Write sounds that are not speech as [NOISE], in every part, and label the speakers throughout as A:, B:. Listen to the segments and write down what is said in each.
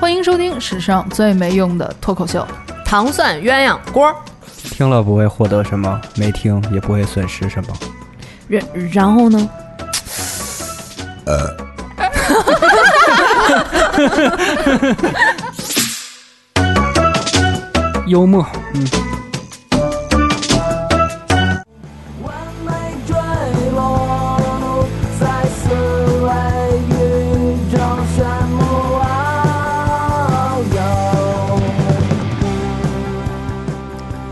A: 欢迎收听史上最没用的脱口秀。
B: 糖蒜鸳鸯锅，
C: 听了不会获得什么，没听也不会损失什么。
B: 然然后呢？
C: 幽默，嗯，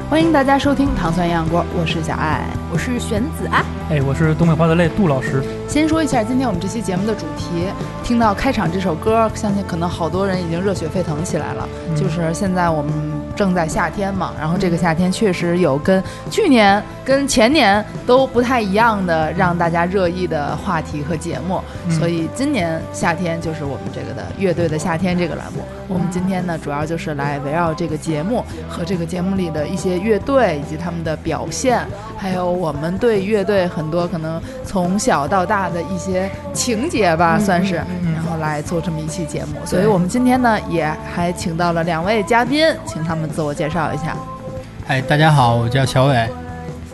A: 欢迎大家收听《糖蒜鸳鸯锅》，我是小爱。
B: 我是玄子啊，
D: 哎，我是东北话的泪杜老师。
A: 先说一下今天我们这期节目的主题。听到开场这首歌，相信可能好多人已经热血沸腾起来了。
D: 嗯
A: 就是现在我们正在夏天嘛，然后这个夏天确实有跟去年、跟前年都不太一样的让大家热议的话题和节目。
D: 嗯
A: 所以今年夏天就是我们这个的乐队的夏天这个栏目。我们今天呢，主要就是来围绕这个节目和这个节目里的一些乐队以及他们的表现，还有我们对乐队很多可能从小到大的一些情节吧，算是，然后来做这么一期节目。所以我们今天呢，也还请到了两位嘉宾，请他们自我介绍一下。
E: 哎，大家好，我叫乔伟。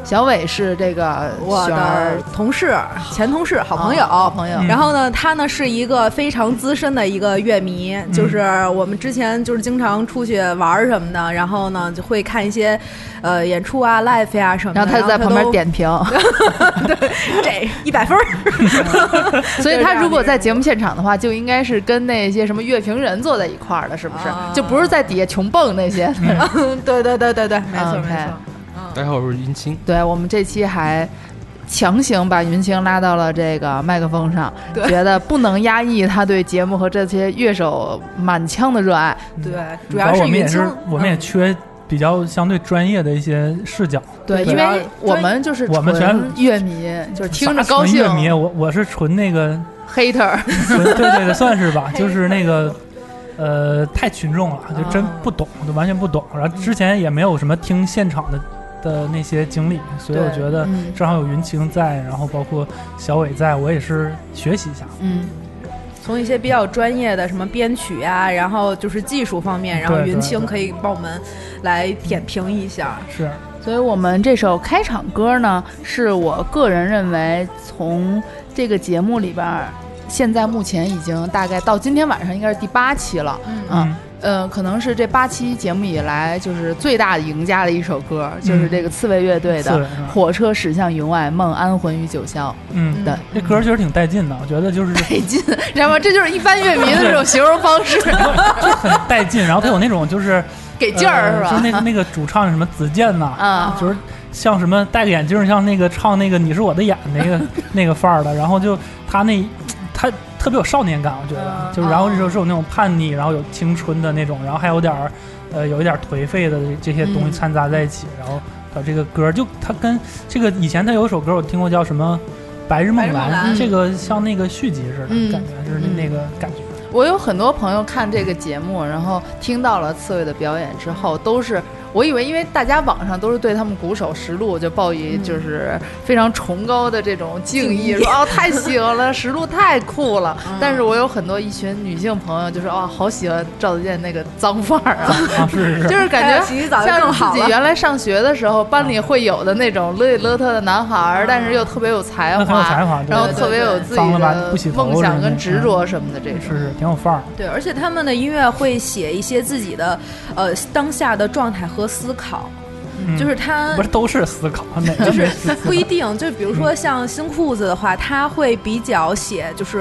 A: 小伟是这个
B: 我
A: 璇儿哦
B: 的同事、前同事、好朋友。嗯
A: 好朋友，
B: 然后呢，他呢是一个非常资深的一个乐迷，就是我们之前就是经常出去玩儿什么的，然后呢就会看一些，呃，演出啊、live 呀、什么的。
A: 然后他就在旁边点评。
B: 嗯
A: [LAUGHS]
B: 点这一百分儿，
A: 所以他如果在节目现场的话，就应该是跟那些什么乐评人坐在一块儿的，是不是
B: 啊？嗯
A: 就不是在底下穷蹦那些。
B: [LAUGHS] 对对对对对，没错嗯
A: OK
B: 没错。
F: 大家好，我是云清。
A: [LAUGHS] 对我们这期还强行把云清拉到了这个麦克风上，
B: 对
A: 觉得不能压抑他对节目和这些乐手满腔的热爱。
B: 对，主
D: 主
B: 要
D: 我们
B: 云
D: 也
B: 清
D: 是，，我们也缺比较相对专业的一些视角。
A: 对，
D: 对
A: 因为我们就是
D: 我们
A: 纯
D: 全
A: 乐迷，就是听着
D: 啥纯
A: 高兴
D: 乐迷，我我是纯那个，
A: ，hater。
D: 纯对对对，算是吧，就是那个。呃，太群众了，就真不懂，就完全不懂。然后之前也没有什么听现场的的那些经历，所以我
B: 对
D: 觉得
A: 嗯
D: 正好有云晴在，然后包括小伟在，我也是学习一下。
A: 嗯，
B: 从一些比较专业的什么编曲呀、然后就是技术方面，然后
D: 对对
B: 云清
D: 对
B: 可以帮我们来点评一下。
D: 是，
A: 所以我们这首开场歌呢，是我个人认为从这个节目里边儿，现在目前已经大概到今天晚上应该是第八期了，
B: 嗯
A: 嗯，呃，可能是这八期节目以来就是最大的赢家的一首歌，就是这个刺猬乐队
D: 四
A: 的
D: 位是
A: 《
D: 吧？
A: 火车驶向云外，梦安魂与九霄
D: 嗯，
A: 对
D: 这歌确实挺带劲的，我觉得就是》，
A: 配劲，然后这就是一般乐迷的这种形容方
D: [LAUGHS]
A: 式，
D: 很带劲，然后他有那种就是
A: 给劲儿是
D: 呃就
A: 吧？
D: 是那那个主唱什么子健呐、
A: 啊，
D: 就是像什么戴个眼镜，像那个唱那个你是我的眼
A: [LAUGHS]
D: 那个那个范儿的，然后就他那他特别有少年感，我觉得，
A: 嗯
D: 就是
A: 哦
D: 然后就是有那种叛逆，然后有青春的那种，然后还有点儿呃有一点儿颓废的这些东西
A: 嗯
D: 掺杂在一起，然后把这个歌儿就他跟这个以前他有一首歌我听过叫什么。白日梦
B: 白日梦
D: 蓝，
B: 蓝
D: 这个像那个续集似的，
A: 嗯
D: 感觉就是
A: 嗯
D: 那个感觉。
A: 我有很多朋友看这个节目，然后听到了刺猬的表演之后，都是我以为，因为大家网上都是对他们鼓手石路就报以
B: 嗯
A: 就是非常崇高的这种敬意，
B: [LAUGHS] 敬意
A: 说哦太行了，石路太酷了。
B: 嗯
A: 但是我有很多一群女性朋友，就是哦好喜欢赵子健那个脏范儿
B: [LAUGHS]
A: 啊，
D: 啊，是是，
A: [LAUGHS] 就是是感
B: 还有
A: 觉。
B: 洗洗澡就
A: 像
B: 更
A: 自
B: 好
A: 己
B: 了。
A: 原来上学的时候，班里会有的那种勒里勒特的男孩
B: 嗯
A: 儿，但是又特别有才
D: 那很有才
A: 华，
D: 华，对
A: 然后
D: 对
A: 特别有自己
D: 脏了吧不洗
A: 的
D: 头
A: 梦想跟
D: 嗯
A: 执着什么的这
D: 对
A: 种。
D: 是是挺有范儿。
B: 对，而且他们的音乐会写一些自己的呃当下的状态和思考，
D: 嗯
B: 就是他
D: 不是都是思考，哪
A: [LAUGHS]
D: 个
B: 就是
D: 没思考
B: 不一定，就比如说像新裤子的话，他会比较写，就是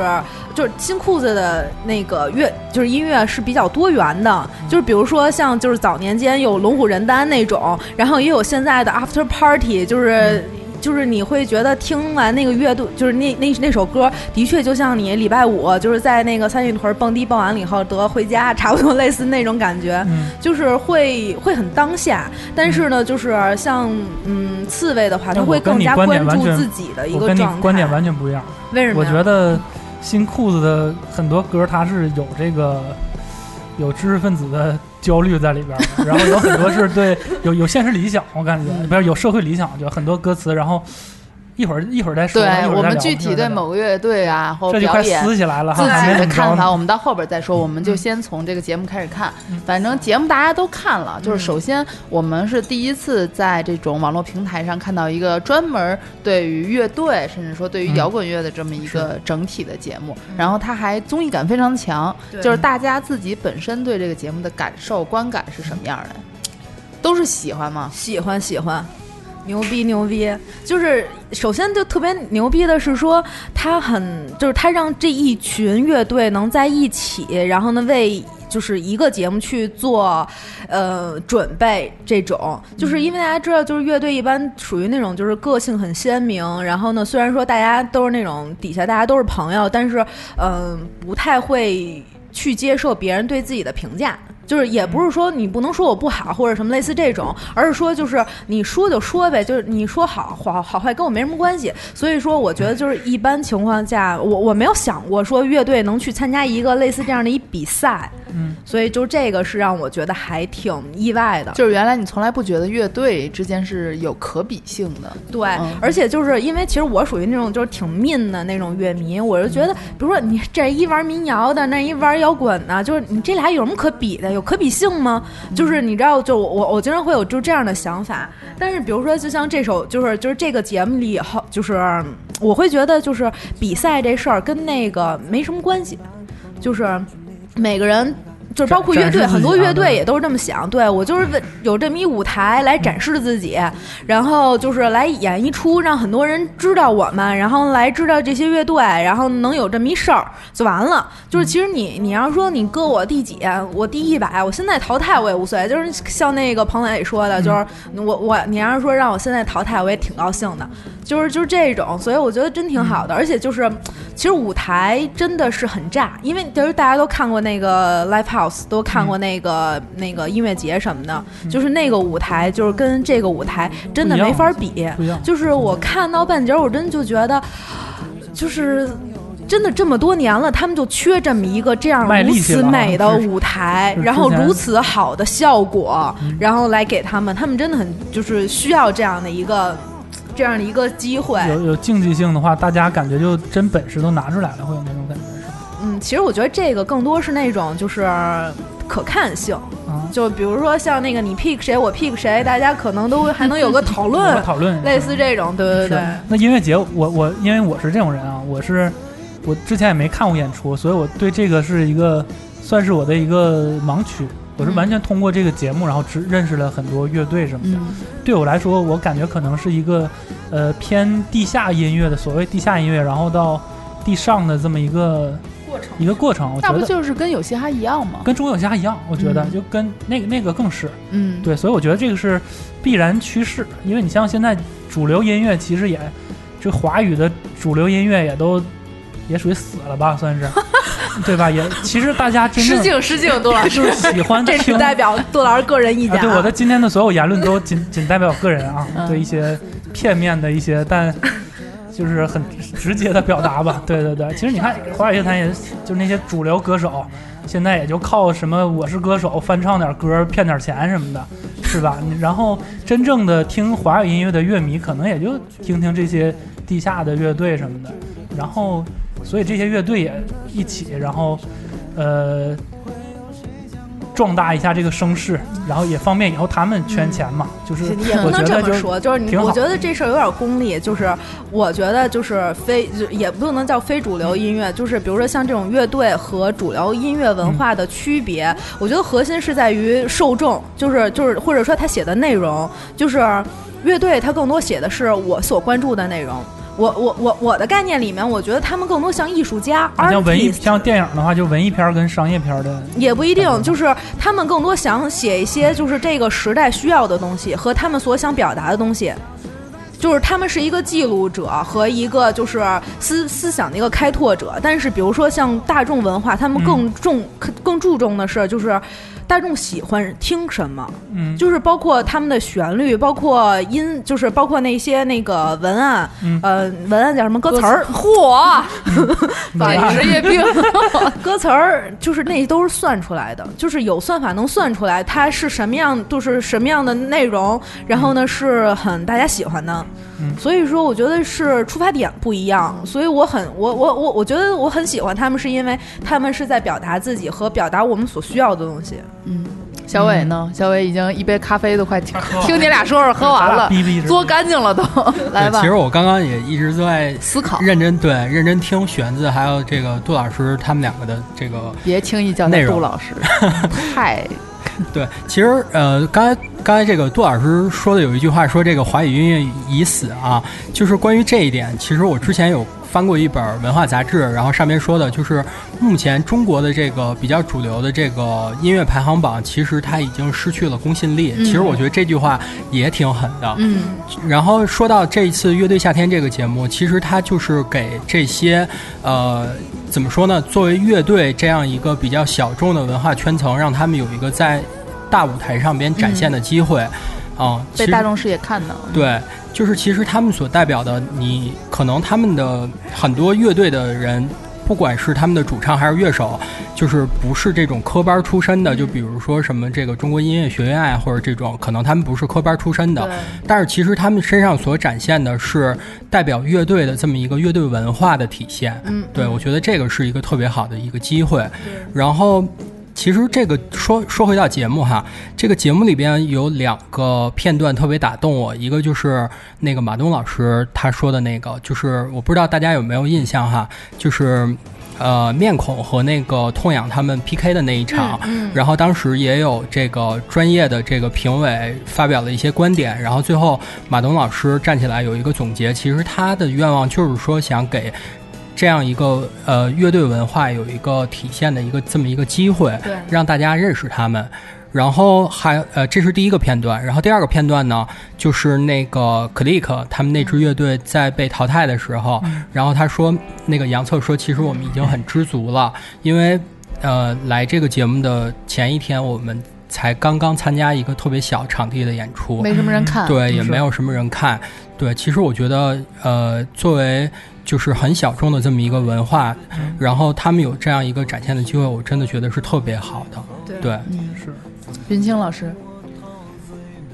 B: 就是新裤子的那个乐，就是音乐是比较多元的，就是比如说像就是早年间有龙虎人丹那种，然后也有现在的 After Party，就是。就是你会觉得听完那个乐队，就是那那那首歌，的确就像你礼拜五就是在那个三里屯蹦迪蹦完了以后得回家，差不多类似那种感觉。
D: 嗯，
B: 就是会会很当下，但是呢，就是像嗯刺猬的话，
D: 那
B: 他
D: 我
B: 会
D: 跟
B: 更
D: 你
B: 加
D: 观点
B: 关注
D: 完全
B: 自己的一
D: 我
B: 个
D: 跟你
B: 状态。
D: 观点完全不一样。
B: 为什么
D: 我
B: 呀？
D: 觉得新裤子的很多歌，它是有这个有知识分子的焦虑在里边儿
A: [LAUGHS]
D: 的，然后有很多是对有有现实理想，我感觉
A: 嗯
D: 不是有社会理想，就很多歌词，然后一会儿一会儿再说，一
A: 对
D: 会儿
A: 我
D: 再
A: 们
D: 聊
A: 具体对。某个乐队啊或
D: 一会
A: 表
D: 儿再聊这就快
A: 演
D: 撕起来了哈！
A: 自己的看
D: 法
A: 法，我们到后边再说。我
D: 嗯
A: 们就先从这个节目开始看，反正节目大家都看了。就是
D: 嗯
A: 首先，我们是第一次在这种网络平台上看到一个专门对于乐队，甚至说对于
D: 嗯
A: 摇滚乐的这么一个整体的节目。然后它还综艺感非常强，
B: 对
A: 就是大家自己本身对这个节目的感受、观感是什么样的？都是喜欢吗？
B: 喜欢喜欢，牛逼牛逼！就是首先就特别牛逼的是说，他很就是他让这一群乐队能在一起，然后呢为。就是一个节目去做，呃，准备这种，就是因为大家知道，就是乐队一般属于那种就是个性很鲜明，然后呢，虽然说大家都是那种底下大家都是朋友，但是嗯、呃不太会去接受别人对自己的评价，就是也不是说你不能说我不好或者什么类似这种，而是说就是你说就说呗，就是你说好好好坏跟我没什么关系。所以说，我觉得就是一般情况下，我我没有想过说乐队能去参加一个类似这样的一比赛，
D: 嗯，
B: 所以就这个是让我觉得还挺意外的。
A: 就是原来你从来不觉得乐队之间是有可比性的，
B: 对，
A: 嗯
B: 而且就是因为其实我属于那种就是挺 mean 的那种乐迷，我就觉得，比如说你这一玩民谣的，那一玩摇滚的，就是你这俩有什么可比的？有可比性吗？就是你知道，就我我经常会有就这样的想法。但是比如说，就像这首，就是就是这个节目里以后，就是嗯我会觉得，就是比赛这事儿跟那个没什么关系，就是每个人。就是包括乐
D: 展展示
B: 队，
D: 自己
B: 很多
D: 啊
B: 乐队
D: 对
B: 也都是这么想。对我就是为有这么一舞台来展示自己，然后就是来演一出，让很多人知道我们，然后来知道这些乐队，然后能有这么一事儿就完了。就是其实你你要说你搁我第几，啊我第一百，我现在淘汰我也无所谓。就是像那个彭磊说的，就是
D: 嗯
B: 我我你要是说让我现在淘汰，我也挺高兴的。就是就是这种，所以我觉得真挺
D: 嗯
B: 好的。而且就是其实舞台真的是很炸，因为就是大家都看过那个 live house，都看
D: 嗯
B: 过那个、那个音乐节什么的，就是那个舞台就是跟这个舞台真的
D: 不一样
B: 没法比。
D: 不一样。
B: 就是我看到半截儿，我真就觉得，就是真的这么多年了，他们就缺这么一个这样
D: 卖
B: 如
D: 力气
B: 此
D: 了啊
B: 美的
D: 是
B: 舞台，
D: 是
B: 然后
D: 之前
B: 如此好的效果，
D: 嗯
B: 然后来给他们，他们真的很就是需要这样的一个这样的一个机会。
D: 有有竞技性的话，大家感觉就真本事都拿出来了，会有那种感觉是吧？
B: 嗯，其实我觉得这个更多是那种就是可看性，
D: 啊，
B: 就比如说像那个你 pick 谁，我 pick 谁，大家可能都会还能有个讨
D: [LAUGHS] 有个
B: 论，
D: 讨论
B: 类似这种，对对对
D: 是。那音乐节，我我因为我是这种人啊，我是我之前也没看过演出，所以我对这个是一个算是我的一个盲区。我是完全通过这个节目，然后只认识了很多乐队什么的。
A: 嗯嗯，
D: 对我来说，我感觉可能是一个呃偏地下音乐的所谓地下音乐，然后到地上的这么一个
B: 过程
D: 一个过程。我
A: 那
D: 觉
A: 不
D: 得
A: 就是跟有嘻哈一样吗？
D: 跟中国有嘻哈一样，我觉得
A: 嗯
D: 就跟那个那个更是。
A: 嗯，
D: 对，所以我觉得这个是必然趋势，因为你像现在主流音乐其实也，这华语的主流音乐也都也属于死了吧，算是，对吧？也其实大家真
A: 失
D: 正
A: 敬失敬，
B: [LAUGHS]
A: 杜老师。
D: 就是喜欢
B: 这
D: 听
B: 只代表杜老师个人意见、
D: 啊，对我的今天的所有言论都仅仅代表个人啊
A: 嗯
D: 对一些片面的一些，但就是很直接的表达吧。对对对，其实你看华语乐坛也就是那些主流歌手，现在也就靠什么《我是歌手》翻唱点歌骗点钱什么的，是吧？你然后真正的听华语音乐的乐迷，可能也就听听这些地下的乐队什么的，然后所以这些乐队也一起，然后呃壮大一下这个声势，然后也方便以后他们圈钱嘛。就是
B: 也不
D: 我觉
B: 能这
D: 得
B: 么
D: 就
B: 说，就是你，
D: 挺好
B: 我觉得这事儿有点功利。就是我觉得就是非，就也不能叫非主流音乐，就是比如说像这种乐队和主流音乐文化的区别，我觉得核心是在于受众，就是就是或者说他写的内容，就是乐队他更多写的是我所关注的内容。我我我我的概念里面，我觉得他们更多像艺术家，
D: 你啊像文艺
B: artist
D: 像电影的话，就文艺片儿跟商业片儿的
B: 也不一定，就是他们更多想写一些就是这个时代需要的东西和他们所想表达的东西，就是他们是一个记录者和一个就是思思想的一个开拓者。但是比如说像大众文化，他们更重、更注重的是就是。大众喜欢听什么，
D: 嗯，
B: 就是包括他们的旋律，包括音，就是包括那些那个文案，
D: 嗯
B: 呃，文案叫什么歌词儿， [LAUGHS]
A: 嚯，
D: 没
A: 把
D: 了
A: 职业病
B: 歌词儿就是那都是算出来的，就是有算法能算出来它是什么样，就是什么样的内容，然后呢是很大家喜欢的。
D: 嗯
B: 所以说我觉得是出发点不一样，所以我很我我我我觉得我很喜欢他们，是因为他们是在表达自己和表达我们所需要的东西。
A: 嗯，小伟呢？
E: 嗯
A: 小伟已经一杯咖啡都快听
D: 快
E: [LAUGHS]
D: 喝
E: 哦
D: 完了
A: 听你俩说说喝完了，
D: 逼逼着
A: 嘬干净了都，来
E: 对，
A: 吧
E: 其，实我刚刚也一直在
A: 思考，
E: 认真对认真听玄子还有这个杜老师他们两个的这个
A: 别轻易叫他
E: 内容
A: 杜老
E: [LAUGHS]
A: 师，太
E: 对，其实呃，刚才刚才这个杜老师说的有一句话，说这个华语音乐已死啊，就是关于这一点，其实我之前有翻过一本文化杂志，然后上面说的就是目前中国的这个比较主流的这个音乐排行榜，其实它已经失去了公信力。
A: 嗯
E: 其实我觉得这句话也挺狠的，
A: 嗯
E: 然后说到这一次《乐队夏天》这个节目，其实它就是给这些呃怎么说呢，作为乐队这样一个比较小众的文化圈层，让他们有一个在大舞台上边展现的机会。啊、其
A: 被
E: 实
A: 大众视野看到，
E: 对，就是其实他们所代表的，你可能他们的很多乐队的人，不管是他们的主唱还是乐手，就是不是这种科班出身的，就比如说什么这个中国音乐学院啊，或者这种，可能他们不是科班出身的，但是其实他们身上所展现的是代表乐队的这么一个乐队文化的体现。
A: 嗯，
E: 对，我觉得这个是一个特别好的一个机会。然后，其实这个说说回到节目哈，这个节目里边有两个片段特别打动我，一个就是那个马东老师他说的那个，就是我不知道大家有没有印象哈，就是。呃，面孔和那个痛痒他们 PK 的那一场，
A: 嗯
E: 然后当时也有这个专业的这个评委发表了一些观点，然后最后马东老师站起来有一个总结，其实他的愿望就是说想给这样一个呃乐队文化有一个体现的一个这么一个机会，
B: 嗯对
E: 让大家认识他们。然后还呃，这是第一个片段，然后第二个片段呢，就是那个 Click 他们那支乐队在被淘汰的时候，然后他说那个杨策说，其实我们已经很知足了，因为呃来这个节目的前一天，我们才刚刚参加一个特别小场地的演出，
A: 没什么人看，
E: 对，也
A: 就是
E: 没有什么人看。对，其实我觉得，呃，作为就是很小众的这么一个文化，
D: 嗯
E: 然后他们有这样一个展现的机会，我真的觉得是特别好的。
B: 对
E: 对，
A: 嗯，
D: 是
A: 云清老师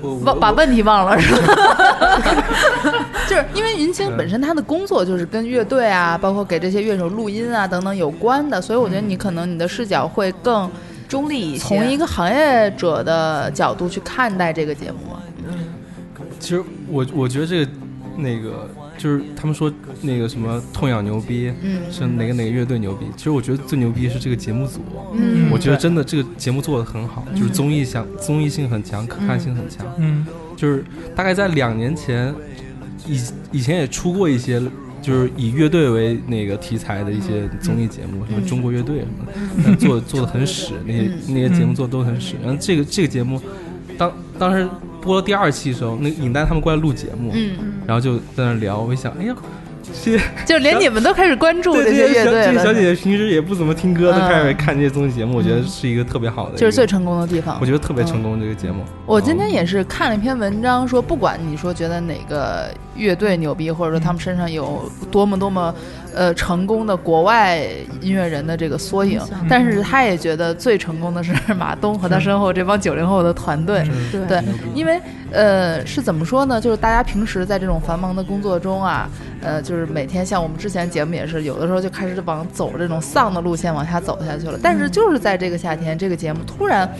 C: 我
A: 忘把问题忘了是吧？ [LAUGHS] 就是因为云清本身他的工作就是跟乐队啊，包括给这些乐手录音啊等等有关的，所以我觉得你可能你的视角会更
B: 中立一些，
A: 从一个行业者的角度去看待这个节目。
F: 其实我我觉得这个那个就是他们说那个什么痛痒牛逼，
A: 嗯
F: 是哪个哪个乐队牛逼。其实我觉得最牛逼是这个节目组，
A: 嗯
F: 我觉得真的这个节目做的很好，就是综艺想综艺性很强，可看性很强。
D: 嗯
F: 就是大概在两年前，以以前也出过一些。就是以乐队为那个题材的一些综艺节目，什么中国乐队什么的，
A: [LAUGHS]
F: 但做做的很屎，那
A: 嗯
F: 些那些节目做的都很屎。然后这个这个节目，当当时播第二期的时候，那个尹丹他们过来录节目，
A: 嗯，
F: 然后就在那聊，我一想，哎呀，这些
A: 就连你们都开始关注这
F: 这
A: 些乐
F: 些小
A: 队
F: 这些小
A: 了，
F: 姐姐平时也不怎么听歌，都
A: 嗯
F: 开始看这些综艺节目，我觉得是一个特别好的一个，
A: 就是最成功的地方
F: 我。觉得特别成功这个节目。
A: 我今天也是看了一篇文章，说不管你说觉得哪个乐队牛逼，或者说他们身上有多么多么，呃，成功的国外音乐人的这个缩影，但是他也觉得最成功的是 [LAUGHS] 马东和他身后这帮九零后的团队。
B: 对
A: 对，因为呃是怎么说呢？就是大家平时在这种繁忙的工作中啊，呃，就是每天像我们之前节目也是，有的时候就开始往走这种丧的路线往下走下去了。但是就是在这个夏天，这个节目突然。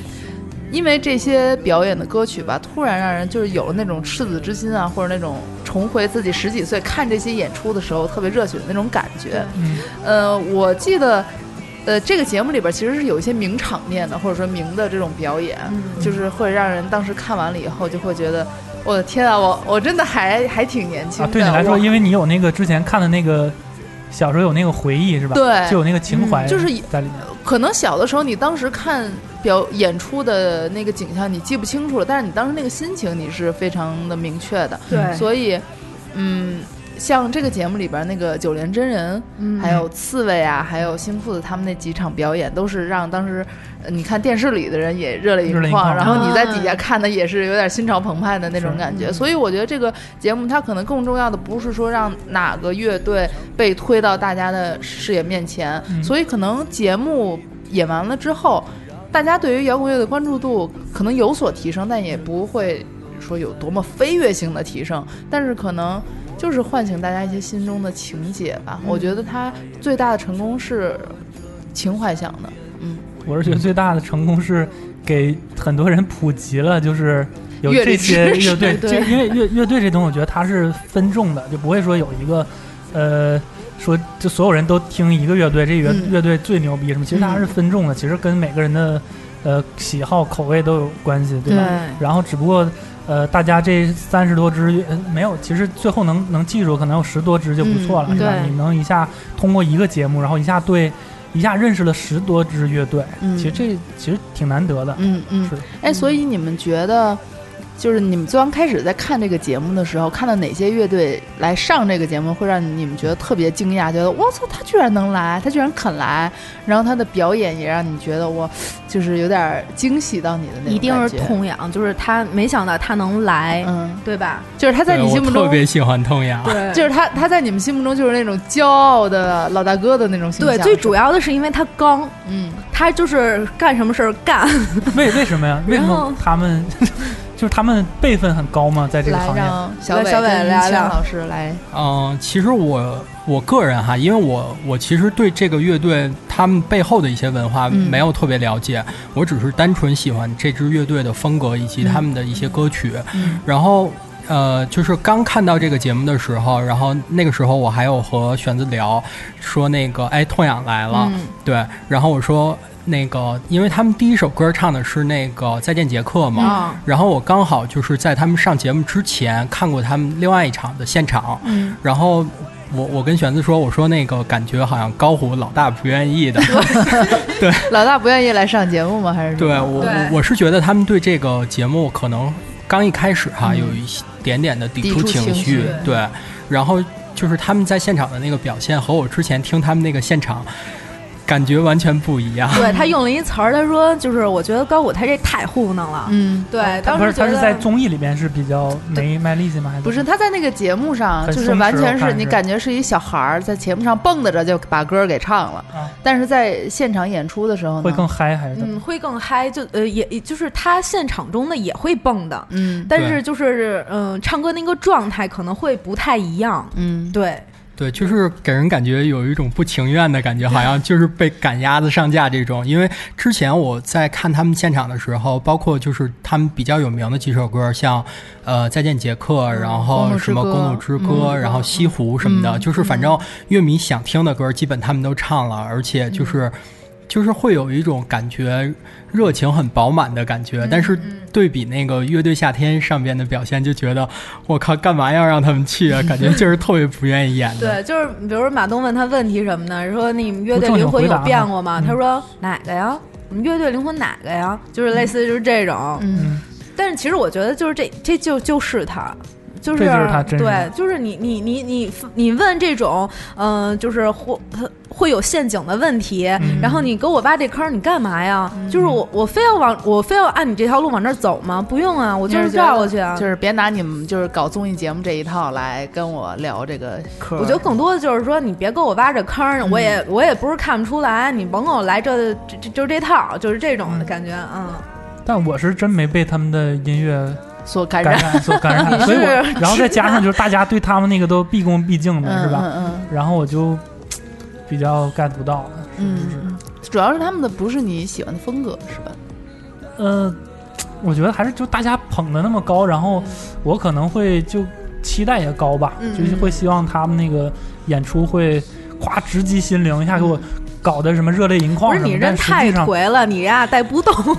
A: 因为这些表演的歌曲吧，突然让人就是有了那种赤子之心啊，或者那种重回自己十几岁看这些演出的时候特别热血的那种感觉。
D: 嗯
A: 呃，我记得，呃，这个节目里边其实是有一些名场面的，或者说名的这种表演，
D: 嗯
A: 就是会让人当时看完了以后就会觉得，我的天啊，我我真的还还挺年轻
D: 啊，
A: 的。
D: 对你来说，
A: 我
D: 因为你有那个之前看的那个小时候有那个回忆是吧？
A: 对
D: 就有那个情怀
A: 嗯就是
D: 在里面。
A: 可能小的时候你当时看表演出的那个景象你记不清楚了，但是你当时那个心情你是非常的明确的，
B: 对
A: 所以，嗯，像这个节目里边那个九连真人，
B: 嗯
A: 还有刺猬啊，还有新裤子他们那几场表演，都是让当时呃你看电视里的人也热泪
D: 热
A: 盈
D: 泪盈眶
A: 眶，然后
B: 啊
A: 你在底下看的也是有点心潮澎湃的那种感觉。所以我觉得这个节目它可能更重要的不是说让哪个乐队被推到大家的视野面前，
D: 嗯
A: 所以可能节目演完了之后，大家对于摇滚乐的关注度可能有所提升，但也不会说有多么飞跃性的提升，但是可能就是唤醒大家一些心中的情节吧。
B: 嗯
A: 我觉得它最大的成功是情怀响的，嗯，
D: 我是觉得最大的成功是给很多人普及了，就是有
A: 乐
D: 这
A: 理
D: 些
A: 知识 [LAUGHS]
D: 乐队，
A: 对
D: 这因为乐乐队这东西，我觉得它是分众的，就不会说有一个呃说就所有人都听一个乐队，这乐、
A: 嗯
D: 乐队最牛逼什么，其实它是分众的，其实跟每个人的呃喜好口味都有关系，对吧？然后只不过呃，大家这三十多支、呃没有，其实最后能能记住可能有十多支就不错了，
A: 嗯
D: 是吧？
B: 对
D: 你能一下通过一个节目，然后一下对一下认识了十多支乐队，
A: 嗯
D: 其实这其实挺难得的。 [LAUGHS]
A: 嗯嗯
D: 是，
A: 哎，所以你们觉得，就是你们最刚开始在看这个节目的时候，看到哪些乐队来上这个节目，会让你们觉得特别惊讶，觉得我操，他居然能来，他居然肯来，然后他的表演也让你觉得我就是有点惊喜到你的那种
B: 一定是
A: 感觉，
B: 痛哎痒，就是他没想到他能来，
A: 嗯，
B: 对吧？啊
A: 就是他在
E: 对
A: 你心目
E: 我
A: 中
E: 特。别喜欢痛痒，
B: 对
A: 就是他，他在你们心目中就是那种骄傲的老大哥的那种形象。
B: 对，最主要的是因为他刚，
A: 嗯，
B: 他就是干什么事儿干，
D: 为为什么呀？为什
B: 然后
D: 么他们 [LAUGHS] 就是他们辈分很高吗？在这个
A: 来
D: 行业，
A: 让小
B: 来
A: 伟
B: 小伟
A: 跟
B: 聊
A: 青
B: 聊
A: 老师来，
E: 嗯，其实我我个人哈，因为我我其实对这个乐队他们背后的一些文化
A: 嗯
E: 没有特别了解，我只是单纯喜欢这支乐队的风格以及他们的一些歌曲。
A: 嗯
E: 然后呃，就是刚看到这个节目的时候，然后那个时候我还有和玄子聊，说那个哎，痛痒来了，
B: 嗯
E: 对，然后我说那个，因为他们第一首歌唱的是那个《再见杰克》嘛，
A: 嗯
B: 啊，
E: 然后我刚好就是在他们上节目之前看过他们另外一场的现场，
B: 嗯，
E: 然后我我跟玄子说，我说那个感觉好像高虎老大不愿意的，
A: 老大不愿意来上节目吗？还是什么
E: 对我
B: 对
E: 我我是觉得他们对这个节目可能刚一开始哈、有一些点点的抵
A: 嗯抵触
E: 情
A: 情绪
E: 对，然后就是他们在现场的那个表现和我之前听他们那个现场感觉完全不一样，
B: [LAUGHS] 对他用了一词儿，他说就是我觉得高虎他这太糊弄了，
A: 嗯，
B: 对，当
D: 不
B: 时
D: 是
B: 觉
D: 他
B: 得
D: 是在综艺里边是比较没卖力气吗？还是
A: 不是，他在那个节目上，
D: 很
A: 就是
D: 松
A: 完
D: 弛
A: 全
D: 我看
A: 是你
D: 是
A: 感觉是一小孩儿在节目上蹦跶着就把歌儿给唱了，
D: 啊
A: 但是在现场演出的时候呢，
D: 会更嗨还是怎么？
B: 嗯会更嗨，就呃也也就是他现场中呢也会蹦的，
A: 嗯
B: 但是就是嗯、唱歌那个状态可能会不太一样，
A: 嗯，
B: 对，
E: 对，就是给人感觉有一种不情愿的感觉，好像就是被赶鸭子上架这种。因为之前我在看他们现场的时候，包括就是他们比较有名的几首歌，像呃《再见杰克》，
A: 哦
E: 然后什么《公
A: 公
E: 路
A: 路
E: 之
A: 之
E: 歌
A: 歌》嗯
E: 然后《西湖》什么的，
A: 嗯
E: 就是反正乐迷想听的歌，基本他们都唱了，而且就是。就是会有一种感觉，热情很饱满的感
A: 嗯
E: 觉，呃但
D: 嗯
E: 是
B: 嗯
E: 对比那个乐队夏天上边的表现，就觉得我靠，干嘛要让他们去啊？感觉就是特别不愿意演的。
B: [LAUGHS] 对，就是比如马东问他问题什么的，说你们乐队
D: 不正经
B: 灵魂
D: 回
B: 有
D: 答
B: 变
D: 吗
B: 过吗？
D: 嗯
B: 他说哪个呀？我们乐队灵魂哪个呀？就是类似就是这种，
A: 嗯
D: 嗯，
B: 但是其实我觉得就是这这就就是他。就是
D: 这就是他真实
B: 对，就是你你你你你问这种，嗯、就是会会有陷阱的问题，
D: 嗯
B: 然后你给我挖这坑，你干嘛呀？就是我我非要往我非要按你这条路往这儿走吗？不用啊，我
A: 我
B: 就是绕过去啊。
A: 就是别拿你们就是搞综艺节目这一套来跟我聊这个嗑儿，
B: 我觉得更多的就是说，你别给我挖这坑儿，我
D: 嗯
B: 也我也不是看不出来，你甭给我来这这这就是这套，就是这种的感觉，嗯，
D: 但我是真没被他们的音乐
A: 所感
D: 感
A: 染，
D: 染所感
B: [LAUGHS]
D: 染，所以我然后再加上就是大家对他们那个都毕恭毕敬的，是
A: 嗯
D: 吧？
A: 嗯
D: 然后我就嘖比较 get 不到了，是
A: 嗯
D: 不是？
A: 嗯，主要是他们的不是你喜欢的风格是吧？
D: 呃，嘖我觉得还是就大家捧的那么高，然后我可能会就期待也高吧，
B: 嗯
D: 就是会希望他们那个演出会夸直击心灵，一下给我搞得什么热泪盈
B: 嗯不
D: 眶
B: 是
D: 什
B: 你
D: 么，
B: 人
D: 但实
B: 太
D: 际上
B: 颓了，你呀带不动，
F: [LAUGHS]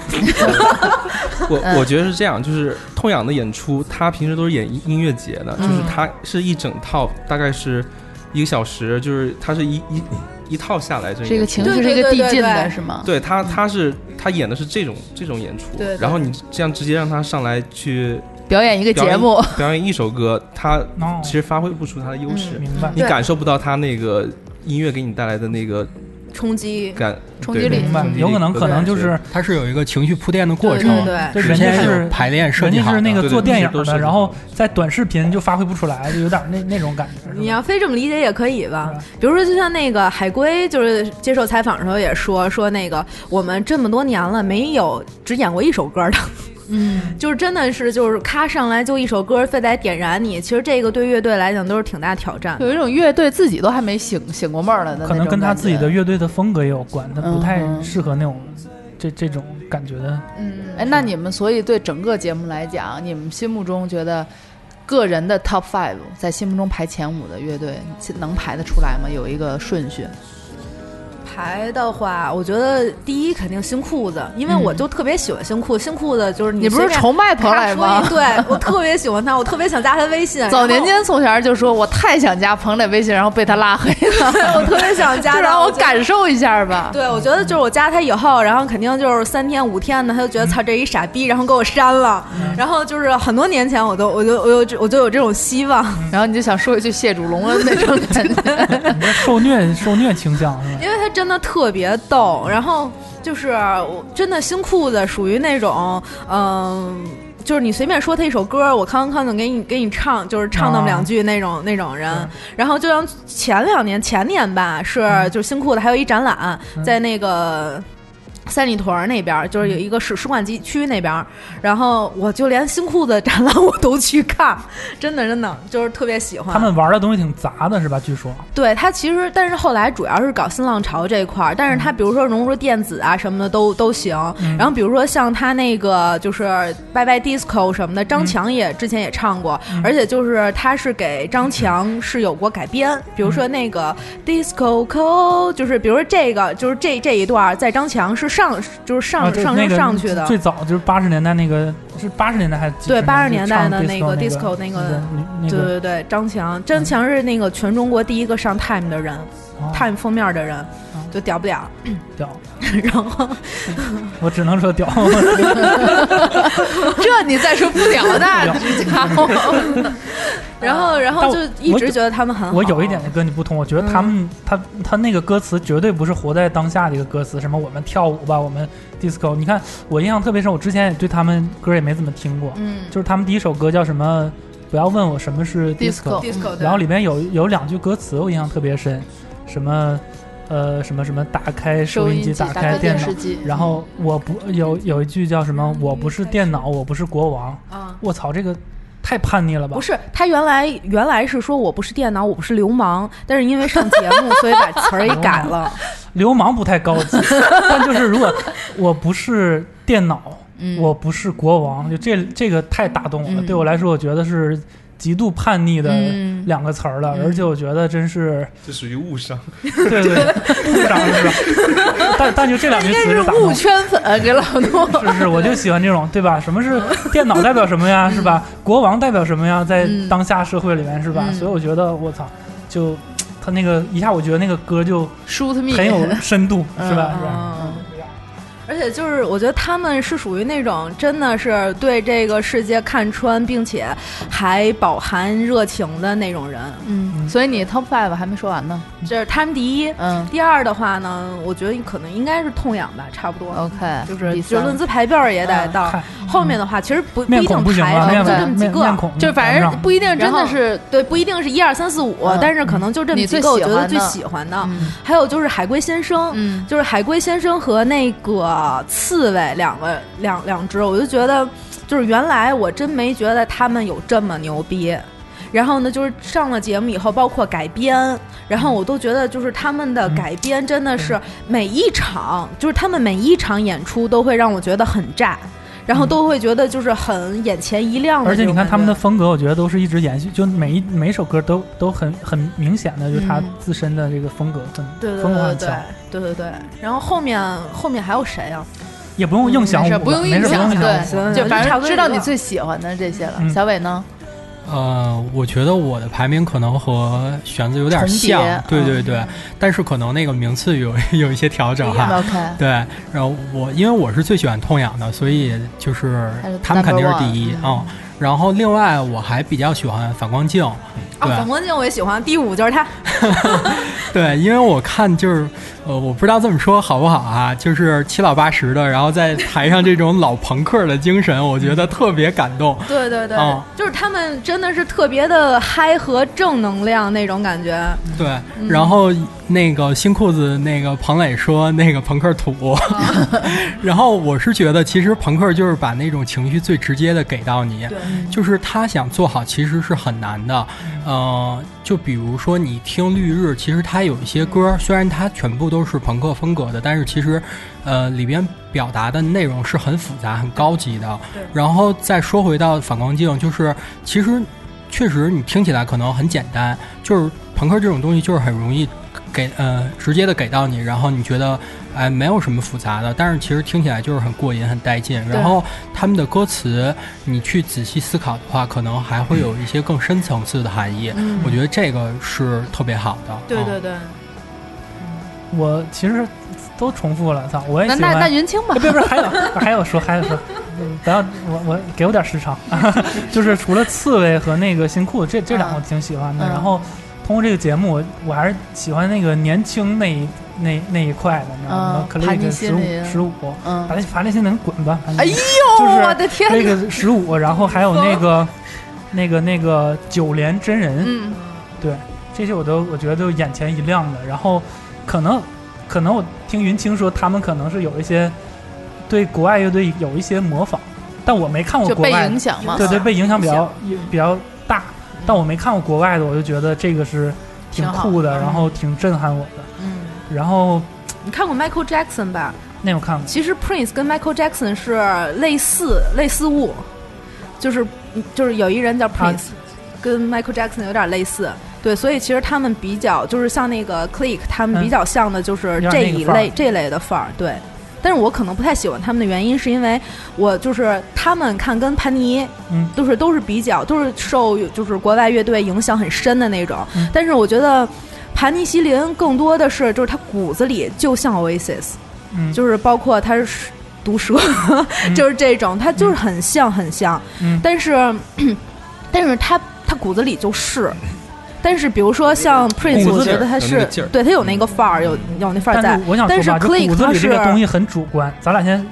F: 我
A: 嗯
F: 我觉得是这样，就是痛痒的演出，他平时都是演音音乐节的，就
A: 嗯
F: 是他是一整套，大概是一个小时，就是他是一一一套下来这
A: 是一
F: 演
A: 个
F: 出
A: 情嗯
B: 对
A: 绪是
B: 对
A: 一个
B: 对
A: 递
B: 对
A: 进
B: 对
A: 的是吗？
F: 对他，他是他演的是这种这种演出
B: 对对，
F: 然后你这样直接让他上来去
A: 表演一个节目，
F: 表演一首歌，它
D: 哦
F: 其实发挥不出它的优
A: 嗯
F: 势，
D: 明白
F: 你
B: 对
F: 感受不到它那个音乐给你带来的那个
B: 冲击，
F: 感
A: 冲击力
F: 对
D: 明白
F: 冲击，力
D: 有可能可能就是
E: 它是有一个情绪铺垫的过
B: 对
E: 程
B: 对
E: 啊，
B: 嗯对，
D: 对
E: 首
D: 人家
E: 先有
D: 是
E: 排练设
D: 人
E: 计
D: 家
E: 好
D: 是那
E: 的
D: 个
F: 对对
D: 做电
F: 那
D: 影
F: 些都是
D: 的，然后在短视频就发挥不出来，就有点那那种感觉。是吧
B: 你要非这么理解也可以吧
D: 对，
B: 比如说，就像那个海龟，就是接受采访的时候也说说那个，我们这么多年了没有只演过一首歌的，
A: 嗯，
B: [LAUGHS] 就是真的是就是咔上来就一首歌，非得点燃你。其实这个对乐队来讲都是挺大挑战
A: [LAUGHS]
B: 的。
A: 有一种乐队自己都还没醒醒过闷儿来的那种
D: 可能跟他自己的
A: 感觉
D: 乐队的风格也有关，他不太
A: 嗯
D: 适合那种这这种感觉的。
A: 嗯，哎，那你们所以对整个节目来讲，你们心目中觉得个人的 top five 在心目中排前五的乐队能排得出来吗？有一个顺序，
B: 排的话，我觉得第一肯定新裤子，因为我就特别喜欢新裤子。新裤子就是你
A: 你不是崇拜
B: 头
A: 蓬莱吗？
B: 对，我特别喜欢他，我特别想加他微信。
A: [LAUGHS] 早年
B: 然
A: 间，宋璇就说：“我太想加彭磊微信，然后被他拉黑了，
B: 后，我特别想加
A: 就 [LAUGHS]
B: 他，
A: 让我
B: 觉得
A: 感受一下吧。
B: 对，我觉得就是我加他以后，然后肯定就是三天五天的，他就觉得操这一傻逼，然后给我删了。然后就是很多年前我都我就我有这我就有这种希望，”
A: 然后你就想说一句谢主隆恩那种感觉。
D: 你这受虐受虐倾向
B: [LAUGHS]
D: 是吧？
B: 因为他真的特别逗。然后就是我真的新裤子属于那种嗯。就是你随便说他一首歌，我康康的给你给你唱，就是唱那么
D: 啊
B: 两句那种、那种人。然后就像前两年前年吧，是、
D: 嗯
B: 就是新裤子还有一展览、在那个。三里屯儿那边儿就是有
D: 嗯
B: 一个使使馆街区那边儿，然后我就连新裤子展览 [LAUGHS] 我都去看，真的真的就是特别喜欢。
D: 他们玩的东西挺杂的，是吧？据说
B: 对它其实，但是后来主要是搞新浪潮这一块儿，但是它比如说融入电子啊什么的都都行。
D: 嗯
B: 然后比如说像它那个就是《拜拜 Disco》什么的，张强也之前也唱过，
D: 嗯
B: 而且就是他是给张强是有过改编，比如说那个 Disco Co，就是比如说这个就是这这一段儿在张强是上就是上、
D: 啊这
B: 上
D: 那
B: 升
D: 个
B: 上去的。
D: 最早就是八十年代那个是八十年代还是几
B: 对
D: 十
B: 80年代的
D: 的
B: 那个 disco
D: 那
B: 那
D: 个
B: 个
D: 那个女那
B: 对
D: 个
B: 对对，张强，张强是那个全中国第一个上 Time 的人、
D: 哦
B: t i m e 封面的人，
D: 嗯
B: 就屌不屌？ [LAUGHS]
D: 屌，
B: 然后
D: 我只能说屌。
B: 嗯
A: 这你再说不了
D: [LAUGHS]
A: 呢，这家伙。
B: 然后，然后
D: 啊但
B: 就
D: 我
B: 一
D: 我
B: 直觉得他们很好。
D: 我有一点就跟你不同，我觉得他
B: 嗯
D: 们、他他那个歌词绝对不是活在当下的一个歌词，什么我们跳舞吧，我们 disco。你看我印象特别深，我之前也对他们歌也没怎么听过，
B: 嗯
D: 就是他们第一首歌叫什么？不要问我什么是
A: Disco
B: ，disco，对
D: 然后里面有有两句歌词我印象特别深，什么呃什么什么打开收音机，打
A: 打开
D: 电
A: 电
D: 脑
A: 视，机，
D: 然后我不有有一句叫什么我不是电脑，我不是国王，
B: 啊，
D: 我操这个太叛逆了吧
B: 不？是他原来原来是说我不是电脑，我不是流氓，但是因为上节目，所以把词儿给改
D: [LAUGHS]
B: 了。
D: 流氓不太高级，但就是如果我不是电脑，
A: 嗯
D: 我不是国王，就这这个太打动我了。
A: 嗯
D: 对我来说，我觉得是极度叛逆的
A: 嗯
D: 两个词儿了，
A: 嗯
D: 而且我觉得真是，
F: 这属于误伤。
A: [LAUGHS]
D: 对对对，误伤是吧？但但就这两句
A: 应该
D: 词
A: 是
D: 就打动
A: 误
D: 我。
A: 哎圈粉给老诺。
D: [LAUGHS] 是是，我就喜欢这种，对吧？什么是电脑代表什么呀？是吧？国王代表什么呀？在
A: 嗯
D: 当下社会里面，是吧？
A: 嗯
D: 所以我觉得，我操，就他那个一下，我觉得那个歌就
A: Shoot me，
D: 很有深
A: [LAUGHS]
D: 度，是吧？是吧？
A: 嗯
B: 而且就是，我觉得他们是属于那种真的是对这个世界看穿，并且还饱含热情的那种人。
A: 嗯，所以你 top five 还没说完呢。
B: 这是他们第一，
A: 嗯
B: 第二的话呢，我觉得可能应该是痛痒吧，差不多。
A: ，OK，
B: 就是
A: 第
B: 就
A: 三
B: 论资排辈儿也得
A: 嗯
B: 到
D: 嗨
B: 后面的话，其实不不
D: 面
B: 一定
D: 孔不行
B: 排
D: 了，
B: 的，
D: 面
B: 就这么
D: 孔
B: 几
D: 面面
B: 个。
D: 孔嗯
A: 就反
D: 赶
A: 正
D: 不上
A: 不一定真
B: 然
A: 的
B: 后
A: 是，
B: 对，不一定是一二三四五
A: 嗯，
B: 但是可能就这么
A: 你
B: 几
A: 最
B: 个，我
A: 喜
B: 觉得
A: 欢
B: 最
A: 的
B: 喜欢的。
A: 嗯
B: 还有就是海龟先生，
A: 嗯
B: 就是海龟先生和那个刺猬两个两两只，我就觉得，就是原来我真没觉得他们有这么牛逼。然后呢，就是上了节目以后，包括改编，然后我都觉得就是他们
D: 嗯
B: 的改编真的是每一场，就是他们每一场演出都会让我觉得很炸，然后都会觉得就是很眼前一亮的
D: 嗯而
B: 这
D: 且你
B: 种感觉。
D: 看他们的风格，我觉得都是一直延续，就每一每一首歌都都很很明显的，就是他
B: 嗯
D: 自身的这个风格很
B: 对对
D: 风格
B: 对
D: 很
B: 对
D: 强，
B: 对对对，然后后面后面还有谁啊？
D: 也不用硬想
A: 没
D: 我
A: 事
D: 吧，
A: 不用
D: 没
A: 硬
D: 事不
A: 想，
D: 用
B: 对
D: 想。
A: 对，
B: 嗯
A: 就反
B: 差不
A: 正
B: 多
A: 知道你
B: 就
A: 最喜欢的这些了。
D: 嗯
A: 小伟呢？
E: 呃，我觉得我的排名可能和玄子有点
A: 重叠
E: 像，对对
A: 嗯
E: 对，但是可能那个名次有 [LAUGHS] 有一些调整
D: 嗯
E: 哈。
A: OK，
E: 对，然后我因为我是最喜欢痛痒的，所以就是他们肯定是第一
A: 还是 number
E: 啊、嗯然后另外我还比较喜欢反光镜，
B: 啊，
E: 对
B: 反光镜我也喜欢。第五就是他，
E: [LAUGHS] 对，因为我看就是，呃，我不知道这么说好不好啊，就是七老八十的，然后在台上这种老朋克的精神，我觉得特别感动。
B: 对对对，
E: 哦
B: 就是他们真的是特别的嗨和正能量那种感觉。
E: 对，然后那个新裤子那个彭磊说那个朋克土， [LAUGHS] 然后我是觉得其实朋克就是把那种情绪最直接的给到你，就是他想做好其实是很难的，呃，就比如说你听绿日，其实他有一些歌，虽然它全部都是朋克风格的，但是其实，呃，里边表达的内容是很复杂、很高级的。然后再说回到反光镜，就是其实确实你听起来可能很简单，就是朋克这种东西就是很容易给呃直接的给到你，然后你觉得哎没有什么复杂的，但是其实听起来就是很过瘾、很带劲。然后他们的歌词你去仔细思考的话，可能还会有一些更深层次的含义。
B: 嗯
E: 我觉得这个是特别好的。
B: 对
D: 哦
E: 嗯
B: 对对，
D: 我其实都重复了，操！我也
A: 那
D: 喜
A: 那那
D: [LAUGHS] 欢。
A: 云清吧
D: 不，是不是，还有还有说还有说， [LAUGHS] 嗯不要我我给我点时长， [LAUGHS] 就是除了刺猬和那个新裤子这这两个我挺喜欢的，
A: 嗯
D: 然后通过这个节目，我我还是喜欢那个年轻那一那那一块的，你知道吗
A: 嗯？
D: 克雷
A: 叛逆
D: 克
A: 心
D: 十
A: 理
D: 五十五，
A: 嗯
D: 把，那把那些人滚吧！
A: 哎呦
D: 就是
B: 哦
A: 我的天
D: [LAUGHS] 那个十五，然后还有那个那个那个九连真人，
B: 嗯，
D: 这些我都我觉得都眼前一亮的。然后可能可能我听云清说他们可能是有一些对国外乐队有一些模仿，但我没看过
A: 就
D: 国
A: 被
D: 外
A: 影
D: 的，
A: 响嘛，
D: 对对，被影响比较比较大，但我没看过国外的，我就觉得这个是挺
A: 挺好
D: 酷
A: 嗯
D: 的，然后挺震撼我的。
A: 嗯
D: 然后
B: 你看过 Michael Jackson 吧？
D: 那我看过，
B: 其实 Prince 跟 Michael Jackson 是类似类似物，就是嗯就是有一人叫 Prince，、跟 Michael Jackson 有点类似。对，所以其实他们比较就是像那个 Click，他们
D: 嗯
B: 比较像的就是
D: 有点
B: 这
D: 那个
B: 一
D: 范儿
B: 类、这类的范儿。对，但是我可能不太喜欢他们的原因，是因为我就是他们看跟潘妮
D: 嗯，
B: 就是都是比较都是受就是国外乐队影响很深的那种，
D: 嗯
B: 但是我觉得盘尼西林更多的是就是他骨子里就像 Oasis，
D: 嗯，
B: 就是包括他是毒舌，就是这种，他就是很像很像，
D: 嗯
B: 但是 [CLEARS THROAT] 但是他他骨子里就是。但是，比如说像 Prince，
F: 骨
B: 我
F: 子
B: 觉
F: 里儿
B: 得他
F: 有那个
B: 是
F: 劲儿
B: 对他有那个范儿，有有那范儿在
D: 但。是我想
B: 但是
D: 说吧，这
B: Click
D: 骨子
B: 它
D: 里这个
B: 是
D: 东西很主观，咱俩先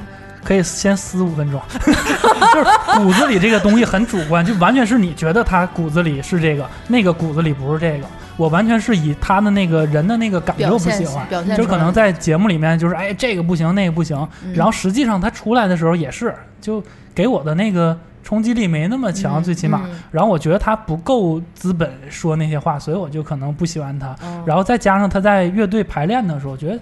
D: 可以先撕五分钟， [LAUGHS] 就是骨子里这个东西很主观，就完全是你觉得他骨子里是这个，那个骨子里不是这个。我完全是以他的那个人的那个感受
A: 表
D: 不
A: 现
D: 喜欢，
A: 嗯表现出
D: 就
A: 来
D: 可能在节目里面就是哎这个不行那个不行，
A: 嗯
D: 然后实际上他出来的时候也是，就给我的那个冲击力没那么强，
A: 嗯
D: 最起码。
A: 嗯
D: 然后我觉得他不够资本说那些话，所以我就可能不喜欢
A: 嗯
D: 他。然后再加上他在乐队排练的时候，我觉得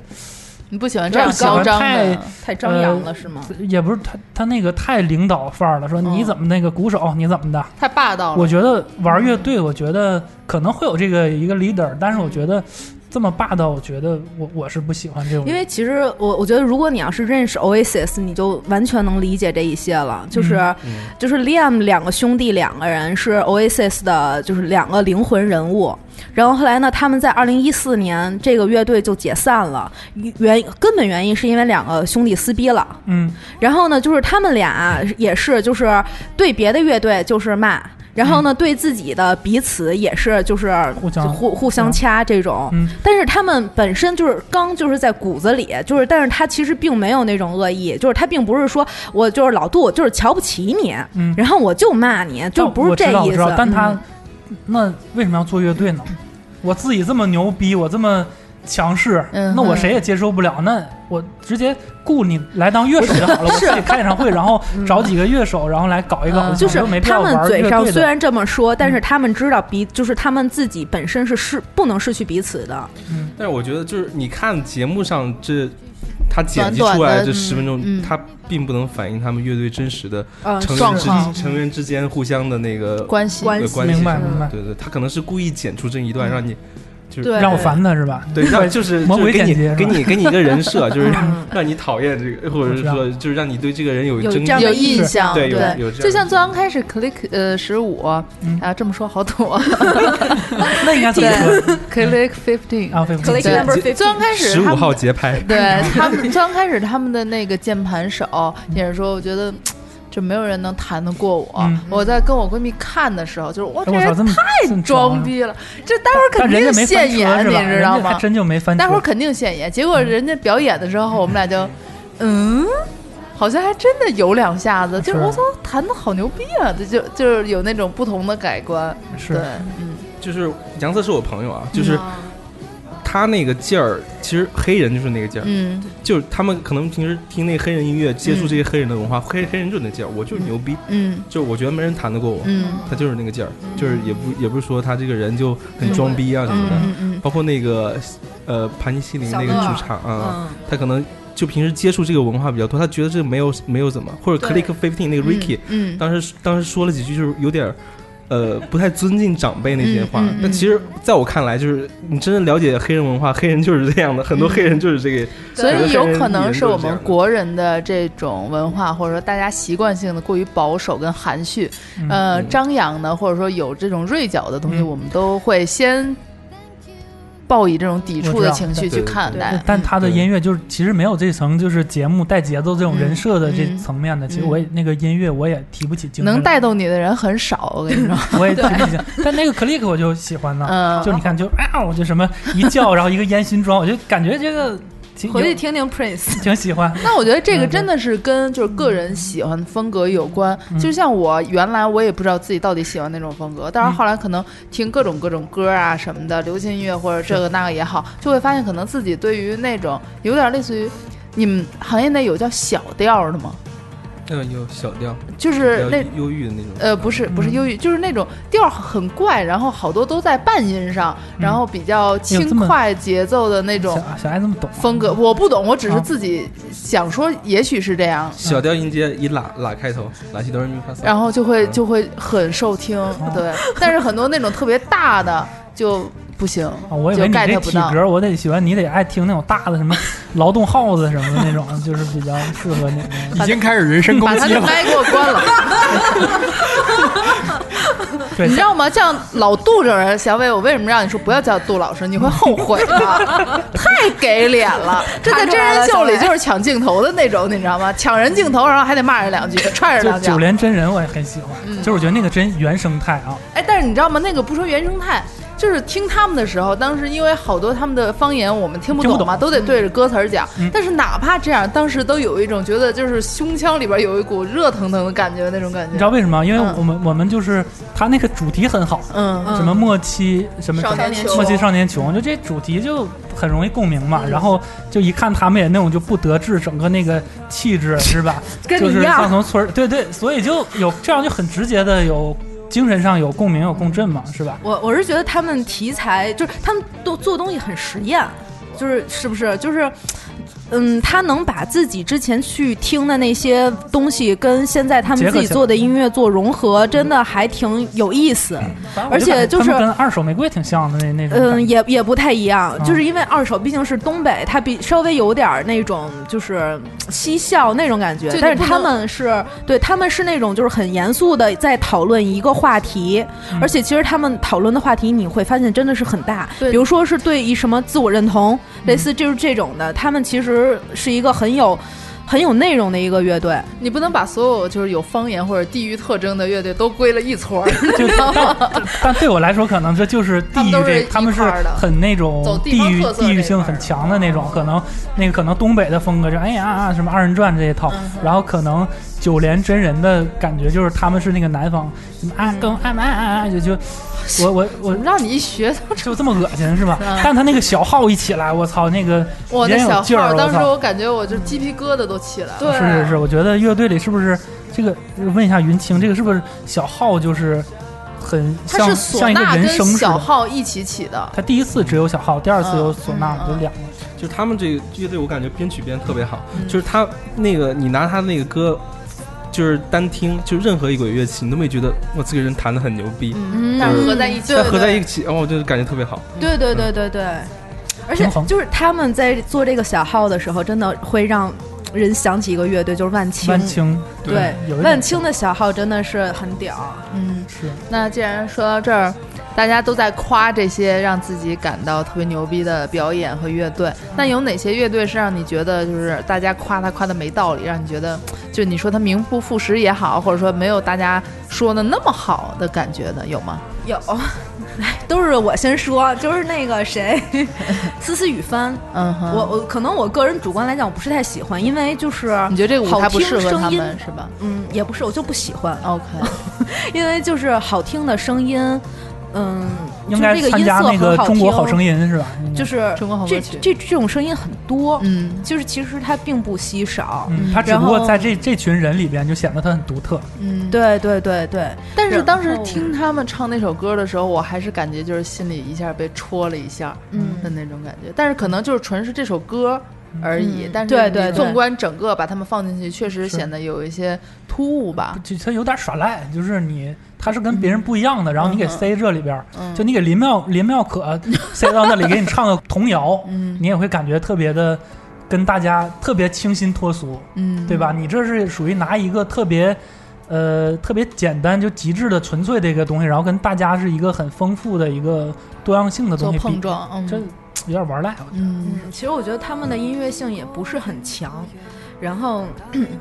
A: 你不喜欢这样
D: 不喜欢
A: 高张
D: 太呃
A: 的，
B: 太张扬了是吗？
D: 也不是他他那个太领导范儿了，说你
A: 嗯
D: 怎么那个鼓手你怎么的？
A: 太霸
B: 嗯
A: 道了。
D: 我觉得玩乐队，我觉得可能会有这个一个 leader，但是我觉得这么霸道，我觉得我我是不喜欢这种。
B: 因为其实我我觉得，如果你要是认识 Oasis，你就完全能理解这一些了。就是、
D: 嗯
F: 嗯
B: 就是 Liam 两个兄弟两个人是 Oasis 的，就是两个灵魂人物。然后后来呢，他们在二零一四年这个乐队就解散了，原根本原因是因为两个兄弟撕逼了。
D: 嗯
B: 然后呢，就是他们俩也是，就是对别的乐队就是骂，然后呢，
D: 嗯
B: 对自己的彼此也是就是
D: 互相
B: 互互相掐这种。
D: 嗯
B: 但是他们本身就是刚就是在骨子里，就是但是他其实并没有那种恶意，就是他并不是说我就是老杜，就是瞧不起你，
D: 嗯，
B: 然后我就骂你，就不是这
D: 但我
B: 意
D: 知道我
B: 思
D: 知道，。但他、
B: 嗯
D: 那为什么要做乐队呢？我自己这么牛逼，我这么强势，
A: 嗯
D: 那我
A: 嗯
D: 谁也接受不了。那我直接雇你来当乐手就好了，我自己开演唱会，然后找几个乐手，然后来搞一搞，
A: 嗯
D: 我
B: 就
D: 觉
B: 是
D: 得没必
B: 他
D: 要
B: 们
D: 玩
B: 嘴
D: 乐
B: 上
D: 队
B: 虽
D: 的嗯
B: 然这么说，但是他们知道彼，就是他们自己本身是失不能失去彼此的。
F: 但是我觉得就是你看节目上这。他剪辑
A: 短
F: 出
A: 短
F: 来
A: 的
F: 这十分钟，
A: 嗯嗯呃
F: 他并不能反映他们乐队真实的
B: 嗯，
F: 成
A: 状
F: 员之
A: 况
F: 成员之间互相的那个
A: 关系嗯
B: 关
F: 的
B: 系
F: 关系
D: 明白
F: 什么的
D: 明白
F: 对对，他可能是故意剪出这一段让你
B: 对，
D: 让我烦他是吧？
F: 对，让就是
D: 魔
F: 就是
D: 鬼
F: 给
D: 剪辑
F: 你
D: 是
F: 给
D: 吧
F: 你给你一个人设，就是
B: 嗯
F: 让你讨厌这个，或者
D: 我
F: 是
D: 知道
F: 说就是让你对这个人有
B: 有
F: 争
B: 这样
F: 议
A: 有
B: 的
A: 印象，
F: 对有
A: 对，
F: 有这样
A: 就像最刚开始 click 呃十五
D: 嗯
A: 啊，这么说好土
D: [LAUGHS]
A: 啊
D: 那应该怎么说？
A: ，click fifteen
D: 啊，费不
B: 可
D: 费
A: 对
B: 以看 number
A: 最
B: fifteen
A: 刚开始
F: 十
A: 他
F: 五
A: 们
F: 号节拍，
D: [LAUGHS]
A: 对他们最刚开始他们的那个键盘手也是说，我觉得。就没有人能谈得过我。
D: 嗯
A: 我在跟我闺蜜看的时候，就是我
D: 哎
A: 这
D: 我操，
A: 人
D: 这么太
A: 装，逼了，这待会儿肯
D: 但人
A: 定
D: 家没翻
A: 现
D: 车
A: 眼，
D: 是吧
A: 你知道
D: 人家还
A: 吗？
D: 真就没
A: [LAUGHS]
D: 翻车。
A: 待会儿肯定现眼。结果
F: 嗯
A: 人家表演的时候，我们俩就，嗯，好像还真的有两下子，就是
F: 啊
D: 是
A: 我操，弹的好牛逼啊！这就就是有那种不同的改观，对
D: 是，
A: 嗯，
F: 就是杨瑟是我朋友啊，就是他那个劲儿，其实黑人就是那个劲儿，
A: 嗯，
F: 就是他们可能平时听那黑人音乐，接触这些黑人的文化，黑黑人就那劲儿，我就是牛逼，
A: 嗯
F: 就是我觉得没人弹得过我，
A: 嗯
F: 他就是那个劲儿，就是也不也不是说他这个人就很装逼啊什么的，
A: 嗯嗯
F: 包括那个呃盘尼西林那个
B: 小乐
F: 主唱
B: 嗯，
F: 啊，他可能就平时接触这个文化比较多，他觉得这没有没有怎么，或者
B: 对
F: Click Fifteen 那个
A: 嗯
F: Ricky，、
A: 嗯，
F: 当时当时说了几句，就是有点儿，呃，不太尊敬长辈那些话。
A: 嗯嗯嗯
F: 但其实在我看来，就是你真的了解黑人文化，黑人就是这样的，
A: 嗯
F: 很多黑人就是这个。
A: 所以有可能是我
F: 有的黑人艺人就是这
A: 们
F: 样的
A: 国人的这种文化，或者说大家习惯性的过于保守跟含蓄，
D: 嗯
A: 呃，张扬呢，或者说有这种锐角的东西，
D: 嗯
A: 我们都会先抱以这种抵触
D: 我知
A: 的
D: 道
A: 情绪
F: 对对
A: 去
F: 对
A: 看
B: 对
A: 待。
D: 但他的
F: 对
D: 音乐就是其实没有这层就是节目带节奏这种人设的这
A: 嗯嗯
D: 层面的，其实我也那个音乐我也提不起精神，
A: 能带动你的人很少，我跟你说， [LAUGHS]
D: 我也提不起。但那个 click 我就喜欢呢，
A: 嗯，
D: [LAUGHS] 就你看就啊，我就什么 [LAUGHS] 一叫，然后一个烟熏妆，我就感觉这个挺
B: 回去
D: 有
B: 听听 Prince，
D: [LAUGHS] 挺喜欢。
A: 那我觉得这个
D: 嗯对
A: 真的是跟就是个人喜欢风格有关，
D: 嗯
A: 就像我原来我也不知道自己到底喜欢哪种风格，但是
D: 嗯
A: 后来可能听各种各种歌啊什么的，流行音乐或者这个那个也好，就会发现可能自己对于那种有点类似于你们行业内有叫小调的吗？
F: 嗯，有小调，
A: 就是那
F: 忧郁的那种。
A: 呃，不是不是
D: 嗯
A: 忧郁，就是那种调儿很怪，然后好多都在半音上，然后比较轻
D: 嗯这么
A: 快节奏的那种
D: 小小孩这么懂
A: 风格，我不懂，我只是
D: 啊
A: 自己想说，也许是这样，
F: 小调音阶以拉拉开头，拉西哆来咪发嗦。
A: 然后就
D: 嗯
A: 会就会很受听，对。但是很多那种特别大的就不
D: [LAUGHS]
A: 行，
D: 啊，我以
A: 就
D: 为你
A: get
D: 这
A: 不
D: 体
A: 到。
D: 格，我得喜欢你得爱听那种大的什么劳动号子什么的那种，就是比较适
A: [LAUGHS]
D: 合你。
E: 已经开始
D: [LAUGHS]
E: 人身攻
A: 把他
E: 击
A: 的
E: 了。
A: 麦给我关了，
D: 对
A: 你知，道吗？像老杜这种人，小伟，我为什么让你说不要叫杜老师？你会后悔
D: [LAUGHS]
A: 的，太给脸了。这在真人秀里就是抢镜头的那种，你知道吗？抢人镜头，然后还得骂人两句，踹人
D: 就
A: 两
D: 九
A: 脚。
D: 连真人我也很喜欢，
A: 嗯
D: 就是我觉得那个真原生态啊，
A: 哎，但是你知道吗？那个不说原生态，就是听他们的时候，当时因为好多他们的方言我们听不
D: 听不嗯
A: 懂嘛，都得对着歌词儿讲。但是哪怕这样，当时都有一种觉得就是胸腔里边有一股热腾腾的感觉，那种感
D: 你知
A: 觉。
D: 道为什么吗？因为
A: 嗯
D: 我们我们就是他那个主题很好，
A: 嗯，
B: 嗯
D: 什么末期什么
A: 少年
D: 末期
A: 穷，
D: 少年穷，就这主题就很容易共鸣
B: 嗯
D: 嘛。然后就一看他们也那种就不得志，整个那个气
B: [LAUGHS]
D: 质是吧？
B: 跟
D: 就
B: 你一
D: 是像
B: 样，
D: 从村儿，对对，所以就有这样就很直接的有精神上有共鸣有共振嘛，是吧？
B: 我我是觉得他们题材就是他们都做东西很实验，就是是不是就是。嗯，他能把自己之前去听的那些东西跟现在他
D: 结
B: 们
D: 合
B: 自己
D: 起来
B: 做的音乐做融合，真的还挺有意
D: 嗯
B: 思。
D: 反正我
B: 而且
D: 感觉
B: 就是
D: 他们跟二手玫瑰挺像的那那种感
B: 嗯，
D: 觉。
B: 也也不太一样，
D: 嗯
B: 就是因为二手毕竟是东北，它比稍微有点儿那种就是嬉笑那种感觉
A: 就，你
B: 但是
A: 不能
B: 他们是对他们是那种就是很严肃的在讨论一个话题，
D: 嗯
B: 而且其实他们讨论的话题你会发现真的是很大，
A: 对
B: 比如说是对于什么自我认同，类似就是这种的，他们其实是一个很有很有内容的一个乐队，
A: 你不能把所有就是有方言或者地域特征的乐队都归了一撮儿，
D: 就但但对我来说，可能这就是地域这，
A: 他
D: 他
A: 们都是
D: 们是
A: 一块儿的
D: 很那种
A: 走地
D: 地
A: 方
D: 域
A: 特色
D: 地
A: 这一
D: 域性
A: 块儿
D: 很强的那种，可能那个可能东北的风格就哎呀啊什么二人转这一套，
A: 嗯
D: 然后可能九连真人的感觉就是他们是那个南方什么啊
A: 嗯
D: 跟我啊啊啊啊
A: [LAUGHS]
D: 就就我我我
A: 让你一学，
D: 就这么恶心是吧
A: 嗯？
D: 但他那个小号一起来，我操那个
A: 我那
D: 也有
A: 小
D: 劲
A: 号
D: 儿，
A: 儿，
D: 我
A: 当时
D: 操！
A: 我感觉我就鸡皮疙瘩都起来了。对
D: 是是是，我觉得乐队里是不是这个？问一下云清，这个是不是小号就是很
A: 它
D: 像
A: 是
D: 像
A: 唢
D: 一个
A: 呐
D: 人
A: 跟
D: 声似
A: 小
D: 的？
A: 号一起起的，
D: 他第一次只有小号，第二次有唢呐，
A: 嗯嗯
D: 就两个。
F: 就他们这个乐队，我感觉编曲编得特别好。
A: 嗯
F: 就是他那个，你拿他那个歌，就是单听，就任何一个乐器，你都没觉得哇，这个人弹的很牛逼。
A: 嗯，但是合在一起，
F: 但合在
A: 一
F: 一起，哦，就是感觉特别好。
B: 对对对对对，而且
D: 平衡
B: 就是他们在做这个小号的时候，真的会让人想起一个乐队，就是万青。
D: 万青，
B: 对
D: 有一，点
B: 万青的小号真的是很屌。
A: 嗯。
D: 是
A: 那既然说到这儿，大家都在夸这些让自己感到特别牛逼的表演和乐队。那有哪些乐队是让你觉得就是大家夸他夸的没道理，让你觉得就你说他名不副实也好，或者说没有大家说的那么好的感觉的，有吗？
B: 有， [LAUGHS] 哎都是我先说，就是那个谁， [LAUGHS] 思思雨帆，
A: 嗯哼，
B: 我我可能我个人主观来讲，我不是太喜欢，因为就是
D: 嗯
A: 你觉得这个舞台
B: 好
A: 不
B: 听
A: 适合他
B: 声音
A: 们是吧
B: 嗯，也不是，我就不喜欢， [LAUGHS]
A: [LAUGHS] ？OK，
B: 因为就是好听的声音，嗯，
D: 应该
B: 就是这个
D: 参
B: 音色
D: 加那个
B: 很好
D: 中国好
B: 听
D: 声音是吧？应该
B: 就是
A: 中国好歌
B: 这
A: 曲
B: 这这种声音很多，
A: 嗯
B: 就是其实它并不稀少，
D: 嗯，他只
B: 然
D: 不过
B: 后
D: 在这这群人里边就显得他很独特。
A: 嗯，。
B: 对对对对，
A: 但是
B: 然
A: 当时
B: 后
A: 听他们唱那首歌的时候，我还是感觉就是心里一下被戳了一下，
B: 嗯
A: 的那种感觉。但是可能就是纯是这首歌而已，
B: 嗯
A: 但是
B: 对
A: 你
B: 对对
A: 纵观整个把他们放进去，确实
D: 是
A: 显得有一些突兀
B: 啊
A: 吧。
D: 就他有点耍赖，就是你他是跟别人不一样的，然后你给
A: 嗯
D: 塞这里边儿，
A: 嗯
D: 就你给林妙林
B: [LAUGHS]
D: 妙可塞到那里给你唱个童谣，
A: 嗯
D: 你也会感觉特别的跟大家特别清新脱俗，
A: 嗯，
D: 对吧？？你这是属于拿一个特别。呃，特别简单就极致的纯粹的一个东西，然后跟大家是一个很丰富的一个多样性的
A: 做
D: 东西比
A: 碰，撞，嗯，
D: 这有点玩赖。啊
A: 嗯
B: 嗯，其实我觉得他们的音乐性也不是很强，然后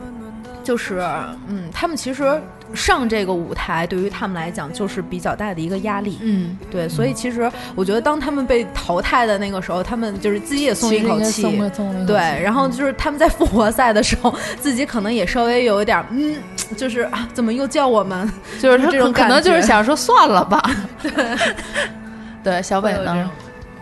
B: [CLEARS THROAT] 就是嗯，他们其实上这个舞台对于他们来讲就是比较大的一个压力，
A: 嗯，
B: 对，所以其实我觉得当他们被淘汰的那个时候，他们就是自己也松一口
A: 其实应
B: 气
A: 该。松了松了一口气。
B: 对，然后就是他们在复活赛的时候，自己可能也稍微有一点儿，嗯，就是啊，怎么又叫我们？
A: 就是他
B: 这种
A: 可可能
B: 感觉
A: 就是想说算了
D: [LAUGHS]
A: 吧。 [LAUGHS] 对，小北
B: 会有这
A: 呢
B: 种？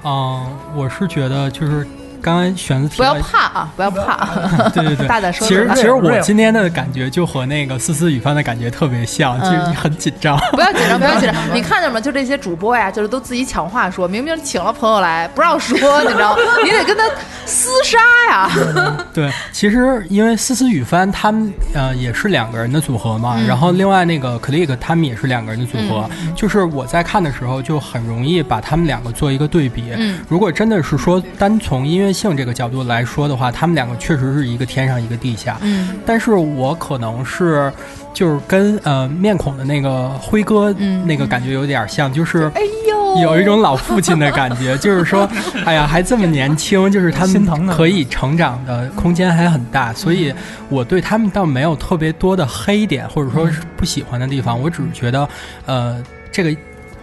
E: 嗯，我是觉得就是刚刚选择提
A: 不要
E: 到，
A: 怕啊，不要怕，
E: 对对
A: [LAUGHS]
E: 对，
A: 大啊胆说
E: 其
A: 出
E: 实
A: 来
E: 其。实我
D: Real
E: 今天的感觉就和那个思思雨帆的感觉特别像，就
A: 嗯
E: 是很紧张。
A: 不要紧张，不要紧张。你看见吗？就这些主播呀，就是都自己抢话说，明明请了朋友来，不让说，你知道吗？你得跟他厮杀呀。
E: [LAUGHS] 对，其实因为思思雨帆他们呃也是两个人的组合嘛，
A: 嗯
E: 然后另外那个 Click 他们也是两个人的组合，嗯就是我在看的时候就很容易把他们两个做一个对比。
A: 嗯
E: 如果真的是说单从音乐性这个角度来说的话，他们两个确实是一个天上一个地下。
A: 嗯
E: 但是我可能是就是跟呃面孔的那个辉哥
A: 嗯
E: 那个感觉有点像，就是
A: 哎呦，
E: 有一种老父亲的感
A: [LAUGHS]
E: 觉，就是说，哎呀，还这么年轻，就是他
D: 心疼
E: 们
D: 呢
E: 可以成长的空间还很
A: 嗯
E: 大，所以我对他们倒没有特别多的黑点，或者说是不喜欢的地方，我只是觉得，呃，这个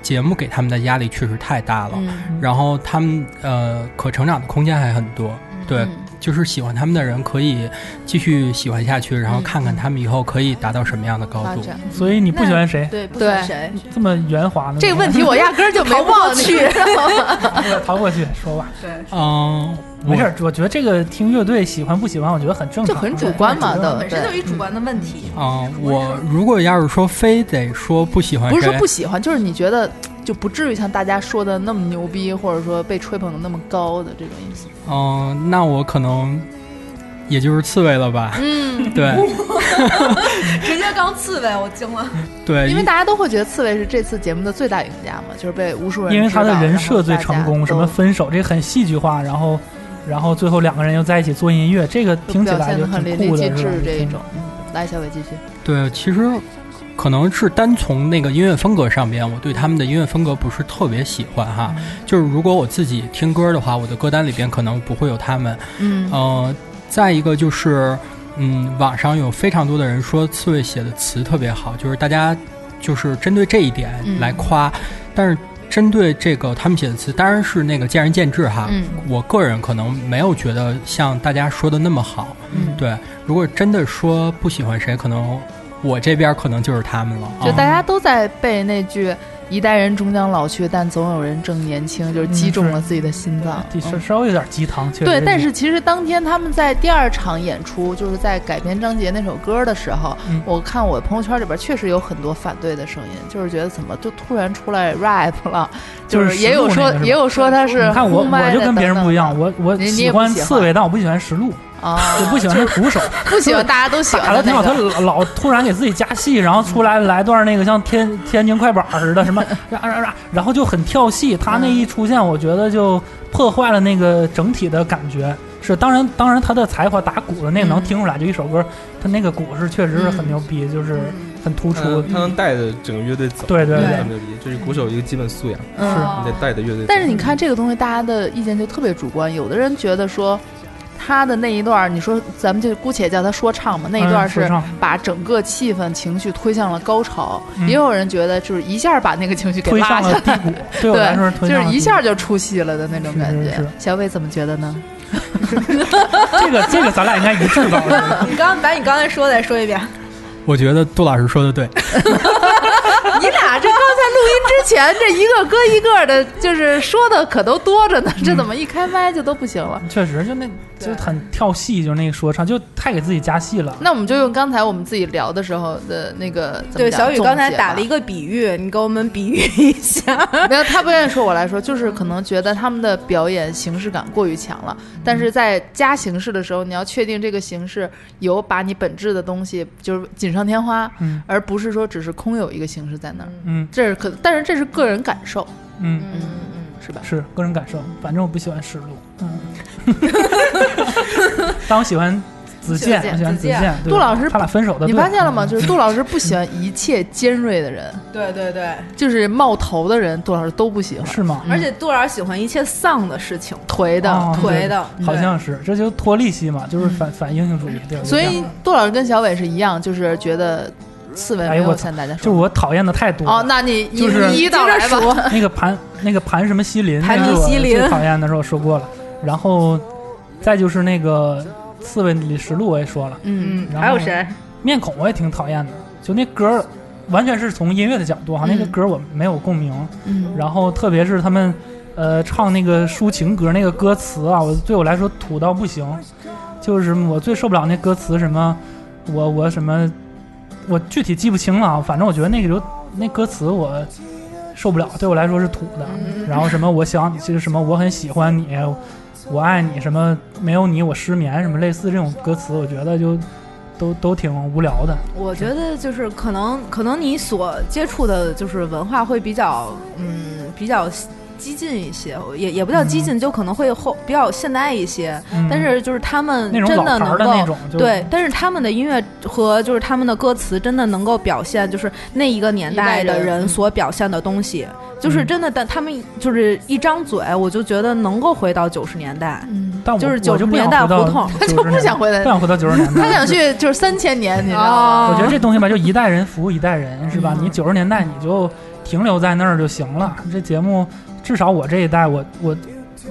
E: 节目给他们的压力确实太大了，
A: 嗯
E: 然后他们呃可成长的空间还很多，对，
A: 嗯
E: 就是喜欢他们的人可以继续喜欢下去，然
A: 嗯
E: 后看看他们以后可以达到什么样的高
A: 发
E: 度。
A: 展。
D: 所以你不喜欢谁？
B: 对，不
A: 对
B: 选谁？
D: 这么圆滑呢？
A: 这个问题我压根儿就没忘
D: [LAUGHS]
A: 去，
D: 逃过去说吧。
E: 嗯，我
D: 没事儿，我觉得这个听乐队喜欢不喜欢，我觉得很正常，
A: 就很主观嘛，
D: 对
A: 都
B: 本身就
A: 对。
B: 是一主观的问题。
E: 啊、我如果要是说非得说不喜欢谁，
A: 不是说不喜欢，就是你觉得就不至于像大家说的那么牛逼，或者说被吹捧的那么高的这种意思。
E: 嗯、那我可能也就是刺猬了吧？
A: 嗯，
E: [LAUGHS] 对
B: 直接当刺猬，我惊
D: [LAUGHS]
B: 了。
E: 对，
D: 呃
A: 因为大家都会觉得刺猬是这次节目的最大赢家嘛，就是被无数人
D: 因为他的
A: 知道
D: 人设最成功，什么？
A: 然后
D: 分手，这个很戏剧化，然后，然后最后两个人又在一起做音乐，这个
A: 大家都
D: 听起
A: 表
D: 来
A: 现
D: 就
A: 的很淋
D: 挺
A: 漓
D: 酷的，
A: 尽
D: 是吧
A: 致这一种。嗯来，小伟继续。
E: 对，其实可能是单从那个音乐风格上边，我对他们的音乐风格不是特别喜欢
D: 啊
E: 哈。就是如果我自己听歌的话，我的歌单里边可能不会有他们。
A: 嗯
D: 哦
E: 呃，再一个就是，嗯，网上有非常多的人说刺猬写的词特别好，就是大家就是针对这一点
A: 嗯
E: 来夸，但是针对这个他们写的词，当然是那个见仁见智哈。
A: 嗯
E: 我个人可能没有觉得像大家说的那么好。
A: 嗯，
E: 对，如果真的说不喜欢谁，可能我这边可能就是他们了。
A: 就
E: 啊
A: 大
D: 哦
A: 家都在背那句“一代人终将老去，但总有人正年轻”，就是击中了自己的心脏。
D: 对稍
A: 嗯
D: 稍微有点鸡汤，确实
A: 对，但是其实当天他们在第二场演出，就是在改编张杰那首歌的时候，
D: 嗯
A: 我看我朋友圈里边确实有很多反对的声音，就是觉得怎么就突然出来 rap 了，就
D: 就是
A: 也有
D: 实
A: 说
D: 录那个是吧
A: 也有说他是
D: 你看我
A: 轰麦
D: 我就
A: 的
D: 跟别人
A: 等等
D: 不一样，我我
A: 你你
D: 喜
A: 也不
D: 欢
A: 喜欢
D: 刺猬，但我不喜欢石路，
A: 啊，
D: 我不喜欢他鼓
A: [LAUGHS]
D: 手，
A: 不
D: [LAUGHS]
A: 喜欢大家都喜
D: 打
A: 欢的
D: 的挺
A: 那
D: 好，他
A: 个。
D: 老老突然给自己加戏，然后出来来段那个像天天津快板似的什
A: [LAUGHS]
D: 么，然后然后然后就很跳戏，他那一出现，我觉得就破坏了那个整体的感觉。是，当然
A: 嗯嗯
D: 当然他的才华打鼓的那个能听出来，就一首歌，他那个鼓是确实是很牛逼，就是很突
F: 他能
D: 出。
F: 呃他能带着整个乐队走，
D: 对对
F: 这
A: 对
F: 个很牛逼，这是鼓手一个基本素养，
A: 嗯
D: 是
B: 哦
F: 你得带着乐队走。
A: 但是你看这个东西，大家的意见就特别主观。有的人觉得说，他的那一段儿，你说咱们就姑且叫他说唱吧，那一段儿
D: 嗯说
A: 是
D: 唱
A: 把整个气氛情绪推向了高潮。
D: 嗯
A: 也有人觉得就是一下把那个情绪给
D: 推
A: 拉
D: 向
A: 下
D: 了低
A: 来，
D: 谷，对我来说
A: 对
D: 是，推
A: 就 [LAUGHS]
D: 向
A: 是
D: 了
A: 一
D: 低
A: 下就出戏了的那种感
D: 是是
A: 觉
D: 是。
A: 小伟怎么觉得呢？
D: 谷这个这个咱俩应该一致吧？我觉得
B: 你刚把你刚才说的再说一遍，
E: 我觉得杜老师说的对，
A: 你俩这刚才录音之前，这一个搁一个的，就是说的可都多着呢，
D: 嗯
A: 这怎么一开麦就都不行了？
D: 确实就那就
A: 对
D: 很跳戏，就那个说唱就太给自己加戏了。
A: 那我们就用刚才我们自己聊的时候的那个，怎么
B: 对，
A: 讲
B: 小雨刚才打了
A: 总结吧
B: 一个比喻，你给我们比喻一下。
A: [LAUGHS] 没有，他不愿意说，我来说，就是可能觉得他们的表演形式感过于强了。
D: 嗯
A: 但是在加形式的时候，你要确定这个形式有把你本质的东西就是锦上添花，
D: 嗯
A: 而不是说只是空有一个形式在那儿。
D: 嗯
A: 这是可，但是这是个人感受，
D: 嗯，
A: 嗯嗯，是吧？
D: 是个人感受，反正我不喜欢实录。
A: [LAUGHS]
D: 嗯，但我喜欢子健，
A: 子健
D: 我喜欢
B: 子
D: 子
B: 健
D: 健。对
A: 杜老师
D: 他俩分手的，
A: 你
D: 对
A: 发现了吗？？就是杜老师不喜欢一切尖锐的人，
D: 嗯
B: 对对对，
A: 就是冒头的人，杜老师都不喜欢。
D: 是吗？
A: 嗯
B: 而且杜老师喜欢一切丧的事情，
A: 颓的，
D: 哦
B: 颓的，
A: 嗯
D: 好像是，这就脱力系嘛，就是反反英雄主义。对，
A: 所
D: 我这
A: 以
D: 样
A: 杜老师跟小伟是一样，就是觉得刺猬
D: 哎
A: 没
D: 呦
A: 有
D: 我操
A: 向大家
D: 就是
A: 说。
D: 我讨厌的太多
A: 哦，
D: 了。
A: 那你一
D: 就是
A: 一一道来吧。
D: 那个盘那个盘什么西林，
B: 盘
D: 那
B: 尼
D: 是我
B: 西林
D: 最讨厌的时候说过了。然后再就是那个刺猬李实录我也说了，
A: 嗯，
D: 然后还有谁？面孔我也挺讨厌的，就那歌儿完全是从音乐的角度哈，那个
A: 嗯
D: 歌儿我没有共鸣。
A: 嗯，
D: 然后特别是他们，呃，唱那个抒情歌那个歌词啊，我对我来说土到不行，就是我最受不了那歌词什么，我我什么，我具体记不清了啊，反正我觉得那个就那歌词我受不了，对我来说是土的。然后什么我想你，就是什么我很喜欢你，我爱你，什么没有你我失眠，什么类似这种歌词，我觉得就都都挺无聊的。
B: 我觉得就是可能可能你所接触的就是文化会比较嗯比较激进一些，也也不叫激进，就可能会后比较现代一些。
D: 嗯
B: 但是就是他们
D: 那
B: 真
D: 种老牌
B: 能
D: 儿的
B: 够
D: 那种，就
B: 对，但是他们的音乐和就是他们的歌词，真的能够表现就是那一个年代
A: 一代
B: 的
A: 人
B: 人所表现的东西，
D: 嗯
B: 就是真的，但他们就是一张嘴，我就觉得能够回到九十年代。
A: 嗯，
D: 但我
B: 就是
D: 我就不
B: 90
D: 想
B: 年代
D: 回到
B: 胡同
D: 90
A: 他就不
D: 年代
A: 想回来
D: 不，想回到九十年代，
A: 他想去就是三千年，你知道吗？
D: 我觉得这东西吧，就一代人服务一代人，是吧？
A: 嗯
D: 你九十年代你就停留在那儿就行了。这节目至少我这一代，我我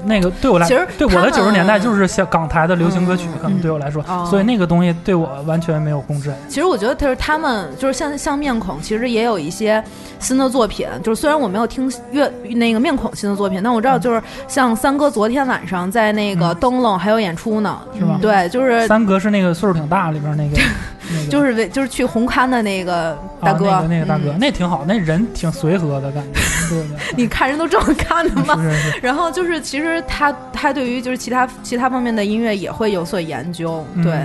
D: 那个对我来
B: 其实，
D: 对我
B: 他
D: 的
B: 们
D: 九十年代就是像港台的流行歌曲
B: 嗯，
D: 可能对我来说
B: 哦，
D: 所以那个东西对我完全没有共振。
B: 其实我觉得就是他们就是像像面孔，其实也有一些新的作品。就是虽然我没有听乐那个面孔新的作品，但我知道就是像三哥昨天晚上在那个
D: 嗯
B: 灯笼还有演出呢，
D: 是吗
B: 嗯对，就是
D: 三哥是那个岁数挺大里边那
B: [LAUGHS]
D: 个，那个啊
B: 就是是为就是去红勘的那个大哥，
D: 哦那个那个大哥，
B: 嗯
D: 那挺好，那人挺随和的感
B: [LAUGHS]
D: 觉，对不对？
B: 你看人都这么看的吗？
D: 是是是，
B: 然后就是，其实他他对于就是其他其他方面的音乐也会有所研究，
D: 嗯
B: 对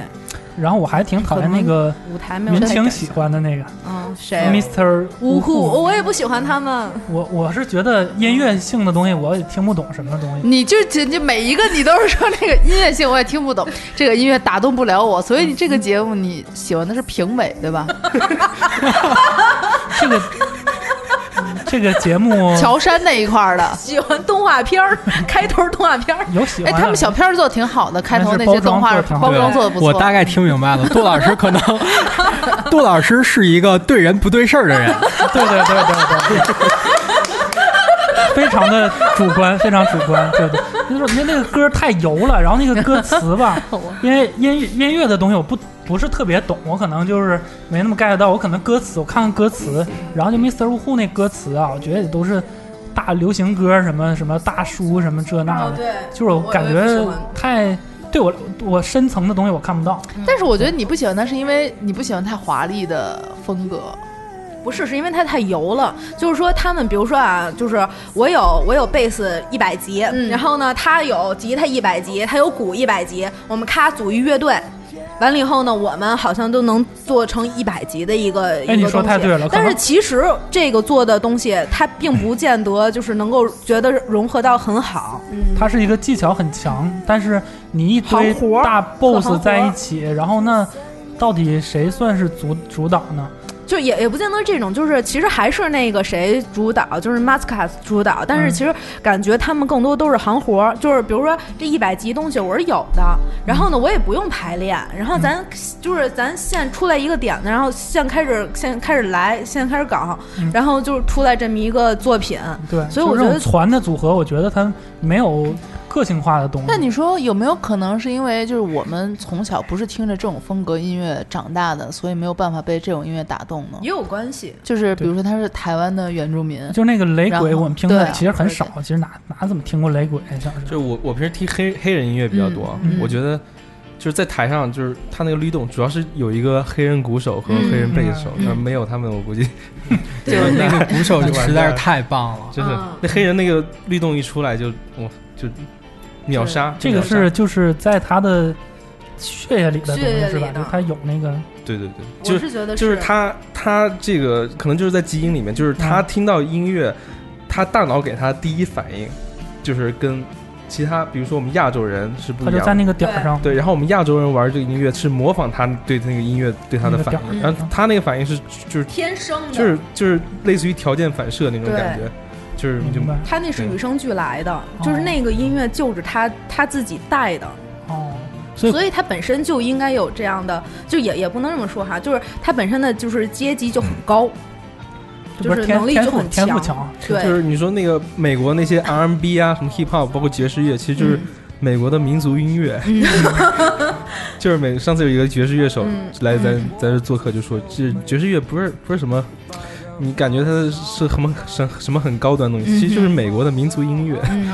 D: 然后我还挺讨厌那个
B: 舞台没有
D: 云
B: 太
D: 清
B: 感
D: 喜欢的那个
B: 嗯谁啊
D: Mr.
B: 呜
D: 呼
B: 呼，哦我也不喜欢他们，
D: 我我是觉得音乐性的东西我也听不懂什么东西，
A: 你就这这每一个你都是说那个音乐性，我也听不懂，这个音乐打动不了我，所以你这
D: 嗯
A: 个节目你喜欢的是评委对吧？
D: 这个
B: 嗯
D: 这个节
B: [LAUGHS]
D: 目
A: 乔杉那一块儿的，
B: 喜欢动画片儿，开头动画片儿，
D: 有喜
A: 哎，
D: 欢的，
A: 他们小片儿做的挺好的，开头
D: 但是
A: 那些
D: 包
A: 动
D: 装
A: 画
D: 做得挺好
A: 包装
E: 对
A: 做的不错。嗯
E: 我大概听明白了，杜老师
A: [LAUGHS]
E: 可能，杜老师是一个对人不对事儿
A: [LAUGHS]
E: 的人，
D: [LAUGHS] 对对对对 [LAUGHS] 对对，非常的主观，非常主观，对对，就是那那个歌太油了，然后那个歌词吧，
B: [LAUGHS] 啊
D: 因为音乐音乐的东西我不不是特别懂，我可能就是没那么 get 到，我可能歌词我看看歌词，然后就 Mr. Wu Hu 那歌词啊，我觉得也都是大流行歌什么什么大叔什么这那的，
B: 哦对，
D: 就是我感
B: 我也
D: 觉
B: 不喜欢
D: 太对我我深层的东西我看不到，
A: 但是我觉得你不喜欢他，是因为你不喜欢太华丽的风格。
B: 不是，是因为它太油了。就是说，他们比如说啊，就是我有我有贝斯一百级，
A: 嗯
B: 然后呢，他有吉他一百级，他有鼓一百级，我们咔组一乐队。完了以后呢，我们好像都能做成一百级的一个。一个
D: 哎你
B: 东
D: 说
B: 西
D: 太对了可
B: 但
D: 能
B: 是其实这个做的东西，它并不见得就是能够觉得融合到很好。
D: 它是一个技巧很强，但是你一堆
B: 行活儿
D: 大
B: 行活
D: boss
B: 儿
D: 在一起，然后那到底谁算是主主导呢？
B: 就也也不见得这种，就是其实还是那个谁主导，就是 Mascas 主导，但
F: 嗯
B: 是其实感觉他们更多都是行活儿，就是比如说这一百集东西我是有的，然后呢我也不用排练，然后
F: 嗯
B: 咱就是咱现出来一个点子，然后现开始现开始来，现开始搞，
F: 嗯
B: 然后就出来这么一个作品，
D: 对，
B: 所以我
D: 就是这
B: 觉得
D: 种团的组合，我觉得它没有个性化的东西。
A: 那你说有没有可能是因为就是我们从小不是听着这种风格音乐长大的，所以没有办法被这种音乐打动呢？
B: 也有关系。
A: 就是比如说他是台湾的原住民，
D: 就那个雷
A: 然
D: 鬼，
A: 后
D: 我们听的
B: 啊
A: 对
D: 其实很
A: 对
D: 少，其实哪哪怎么听过雷鬼？啊小时
F: 就是
D: 候
F: 我我平时听黑黑人音乐比较多，
A: 嗯嗯
F: 我觉得就是在台上，就是他那个律动，主要是有一个黑人鼓手和
B: 嗯
F: 黑人贝斯手，
A: 嗯
F: 要是没有他们，我估计
E: 对，那个鼓手就实在是太棒了。
F: 真的、
B: 嗯
F: 那黑人那个律动一出来就我就秒杀。
D: 这个
F: 秒杀
D: 是就是在他的血液里的东
B: 血液
D: 西是吧？
B: 里的
D: 就他有那个
F: 对对对，
B: 我
F: 就是
B: 觉得
F: 就是他他这个可能就是在基因里面，就是他
D: 嗯
F: 听到音乐，他大脑给他第一反应就是跟其他比如说我们亚洲人是不
D: 他
F: 一
D: 就
F: 样
D: 在
F: 的。
D: 那个点儿上，
F: 对，然后我们亚洲人玩这个音乐是模仿他对那个音乐对他的反
D: 那
B: 个
F: 应，
B: 调
F: 然后他那个反应是就是
B: 天生的，
F: 就是就是类似于条件反射那种
B: 对
F: 感觉，就是你就
D: 明白？
B: 他那是与生俱来的，
F: 哦
B: 就是那个音乐就是他他自己带的，
D: 哦，所以
B: 所以他本身就应该有这样的，就也也不能这么说哈，就是他本身的就是阶级就很高，
D: 这不
B: 就是
D: 天
B: 能力
D: 天
B: 就
D: 赋
B: 很
D: 天赋
B: 强
D: 强，
F: 就
B: 对，
F: 是你说那个美国那些 R&B 啊，什么 hip hop，包括爵士乐，其实就是
B: 嗯
F: 美国的民族音乐。 [LAUGHS] 就是美上次有一个爵士乐手
B: 嗯
F: 来咱咱这做客，就说这爵士乐不是不是什么。你感觉它是什么什什么很高端的东西，其实就是美国的民族音乐， [LAUGHS]
B: 嗯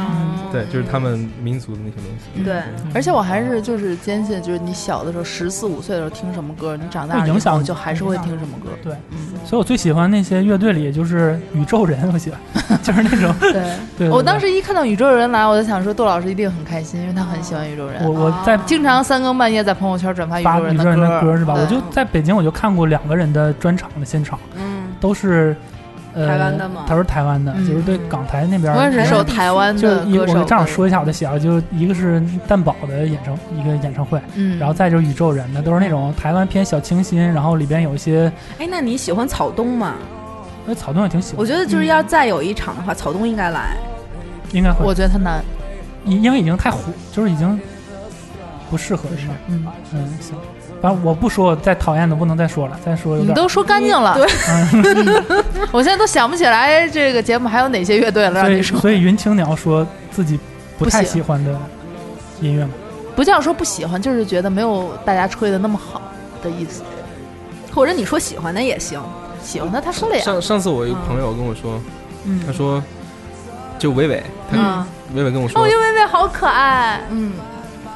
F: 对，就是他们民族的那些东西。
B: 对，
D: 嗯
A: 而且我还是就是坚信，就是你小的时候十四五岁的时候听什么歌，你长大
D: 会
A: 了
D: 影
A: 以
D: 响
A: 后
D: 你
A: 就还是会听什么歌。
D: 对。 [LAUGHS]
A: 嗯，
D: 所以我最喜欢那些乐队里就是宇宙人，我喜欢， [LAUGHS] 就是那种
A: 对。
D: 对。
A: 我当
D: 时
A: 时一看到宇宙人来，我就想说杜老师一定很开心，因为他很喜欢宇宙人
D: 我，我在
A: 经常三更半夜在朋友圈转发宇
D: 发
A: 宙
D: 宇
A: 人
D: 宙
A: 的
D: 人的歌
A: 歌
D: 是吧？
A: 对
D: 我就在北京，我就看过两个人的专场的现场，
B: 嗯，
D: 都是呃
B: 台湾的吗
D: 他是台湾的，
A: 嗯
D: 就是对港台那边儿。
A: 我也是受台湾
D: 就
A: 的
D: 一
A: 歌
D: 我
A: 手
D: 就
A: 的
D: 这样，说一下，我就想，就是一个是蛋堡的演唱一个演唱会，
A: 嗯，
D: 然后再就是宇宙人的，都是那种台湾偏小清新，然后里边有一些，
B: 哎，那你喜欢草东吗？
D: 哎，草东也挺喜
B: 我
D: 欢，
B: 觉得就是要再有一场的话，草东应该来，
D: 应该会
A: 我，觉得他难，
D: 因因为已经太火，就是已经不适合是吧？
A: 嗯，
D: 嗯，行，反正我不说，再讨厌的不能再说了，再说有
A: 你
D: 点
A: 都说干净了，对， [LAUGHS] 我现在都想不起来这个节目还有哪些乐队了，
D: 所
A: 让
D: 以
A: 你说，
D: 所以云清你要说自己不太
A: 不喜
D: 喜欢的音乐吗？
A: 不叫说不喜欢，就是觉得没有大家吹的那么好的意思。
B: 或者你说喜欢的也行。
A: 喜欢他，他
B: 啊
A: 说了呀，
F: 上上次我一个朋友跟我说，
A: 嗯
F: 他说就伟伟，他
B: 嗯
F: 伟伟跟我说
A: 哦，，因为妹好可爱，
B: 嗯，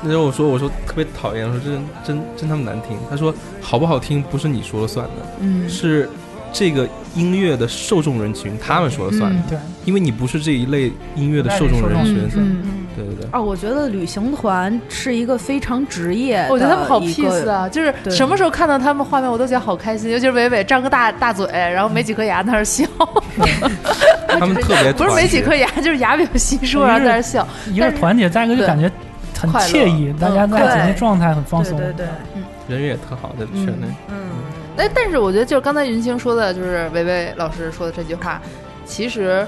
F: 那时候我说我说特别讨厌，我说真真真他们难听。他说好不好听不是你说了算的，
A: 嗯
F: 是这个音乐的受众人群他们说了算的，
A: 嗯
D: 对，
F: 因为你不是这一类音乐的受众人群。
A: 嗯嗯。
F: 对对对，
B: 哦，我觉得旅行团是一个非常职业的一个，
A: 我觉得他们好 peace 啊，就是
B: 对
A: 什么时候看到他们画面，我都觉得好开心，尤其是伟伟张个大大嘴，然后没几颗牙在那儿笑，
B: 嗯
F: 他们特别
A: 不啊是没几颗牙，就是牙比较稀疏，然后在那儿笑。
B: 嗯
D: 一个是团结，再一个就
A: 对
D: 感觉很
A: 快乐
D: 惬意，大家
A: 嗯
D: 在一起
B: 对
D: 那状态很放
B: 对
D: 松，
B: 对对，
F: 人缘也特好在圈内。
B: 嗯，
A: 哎，但是我觉得就是刚才云清说的，就是维维老师说的这句话，其实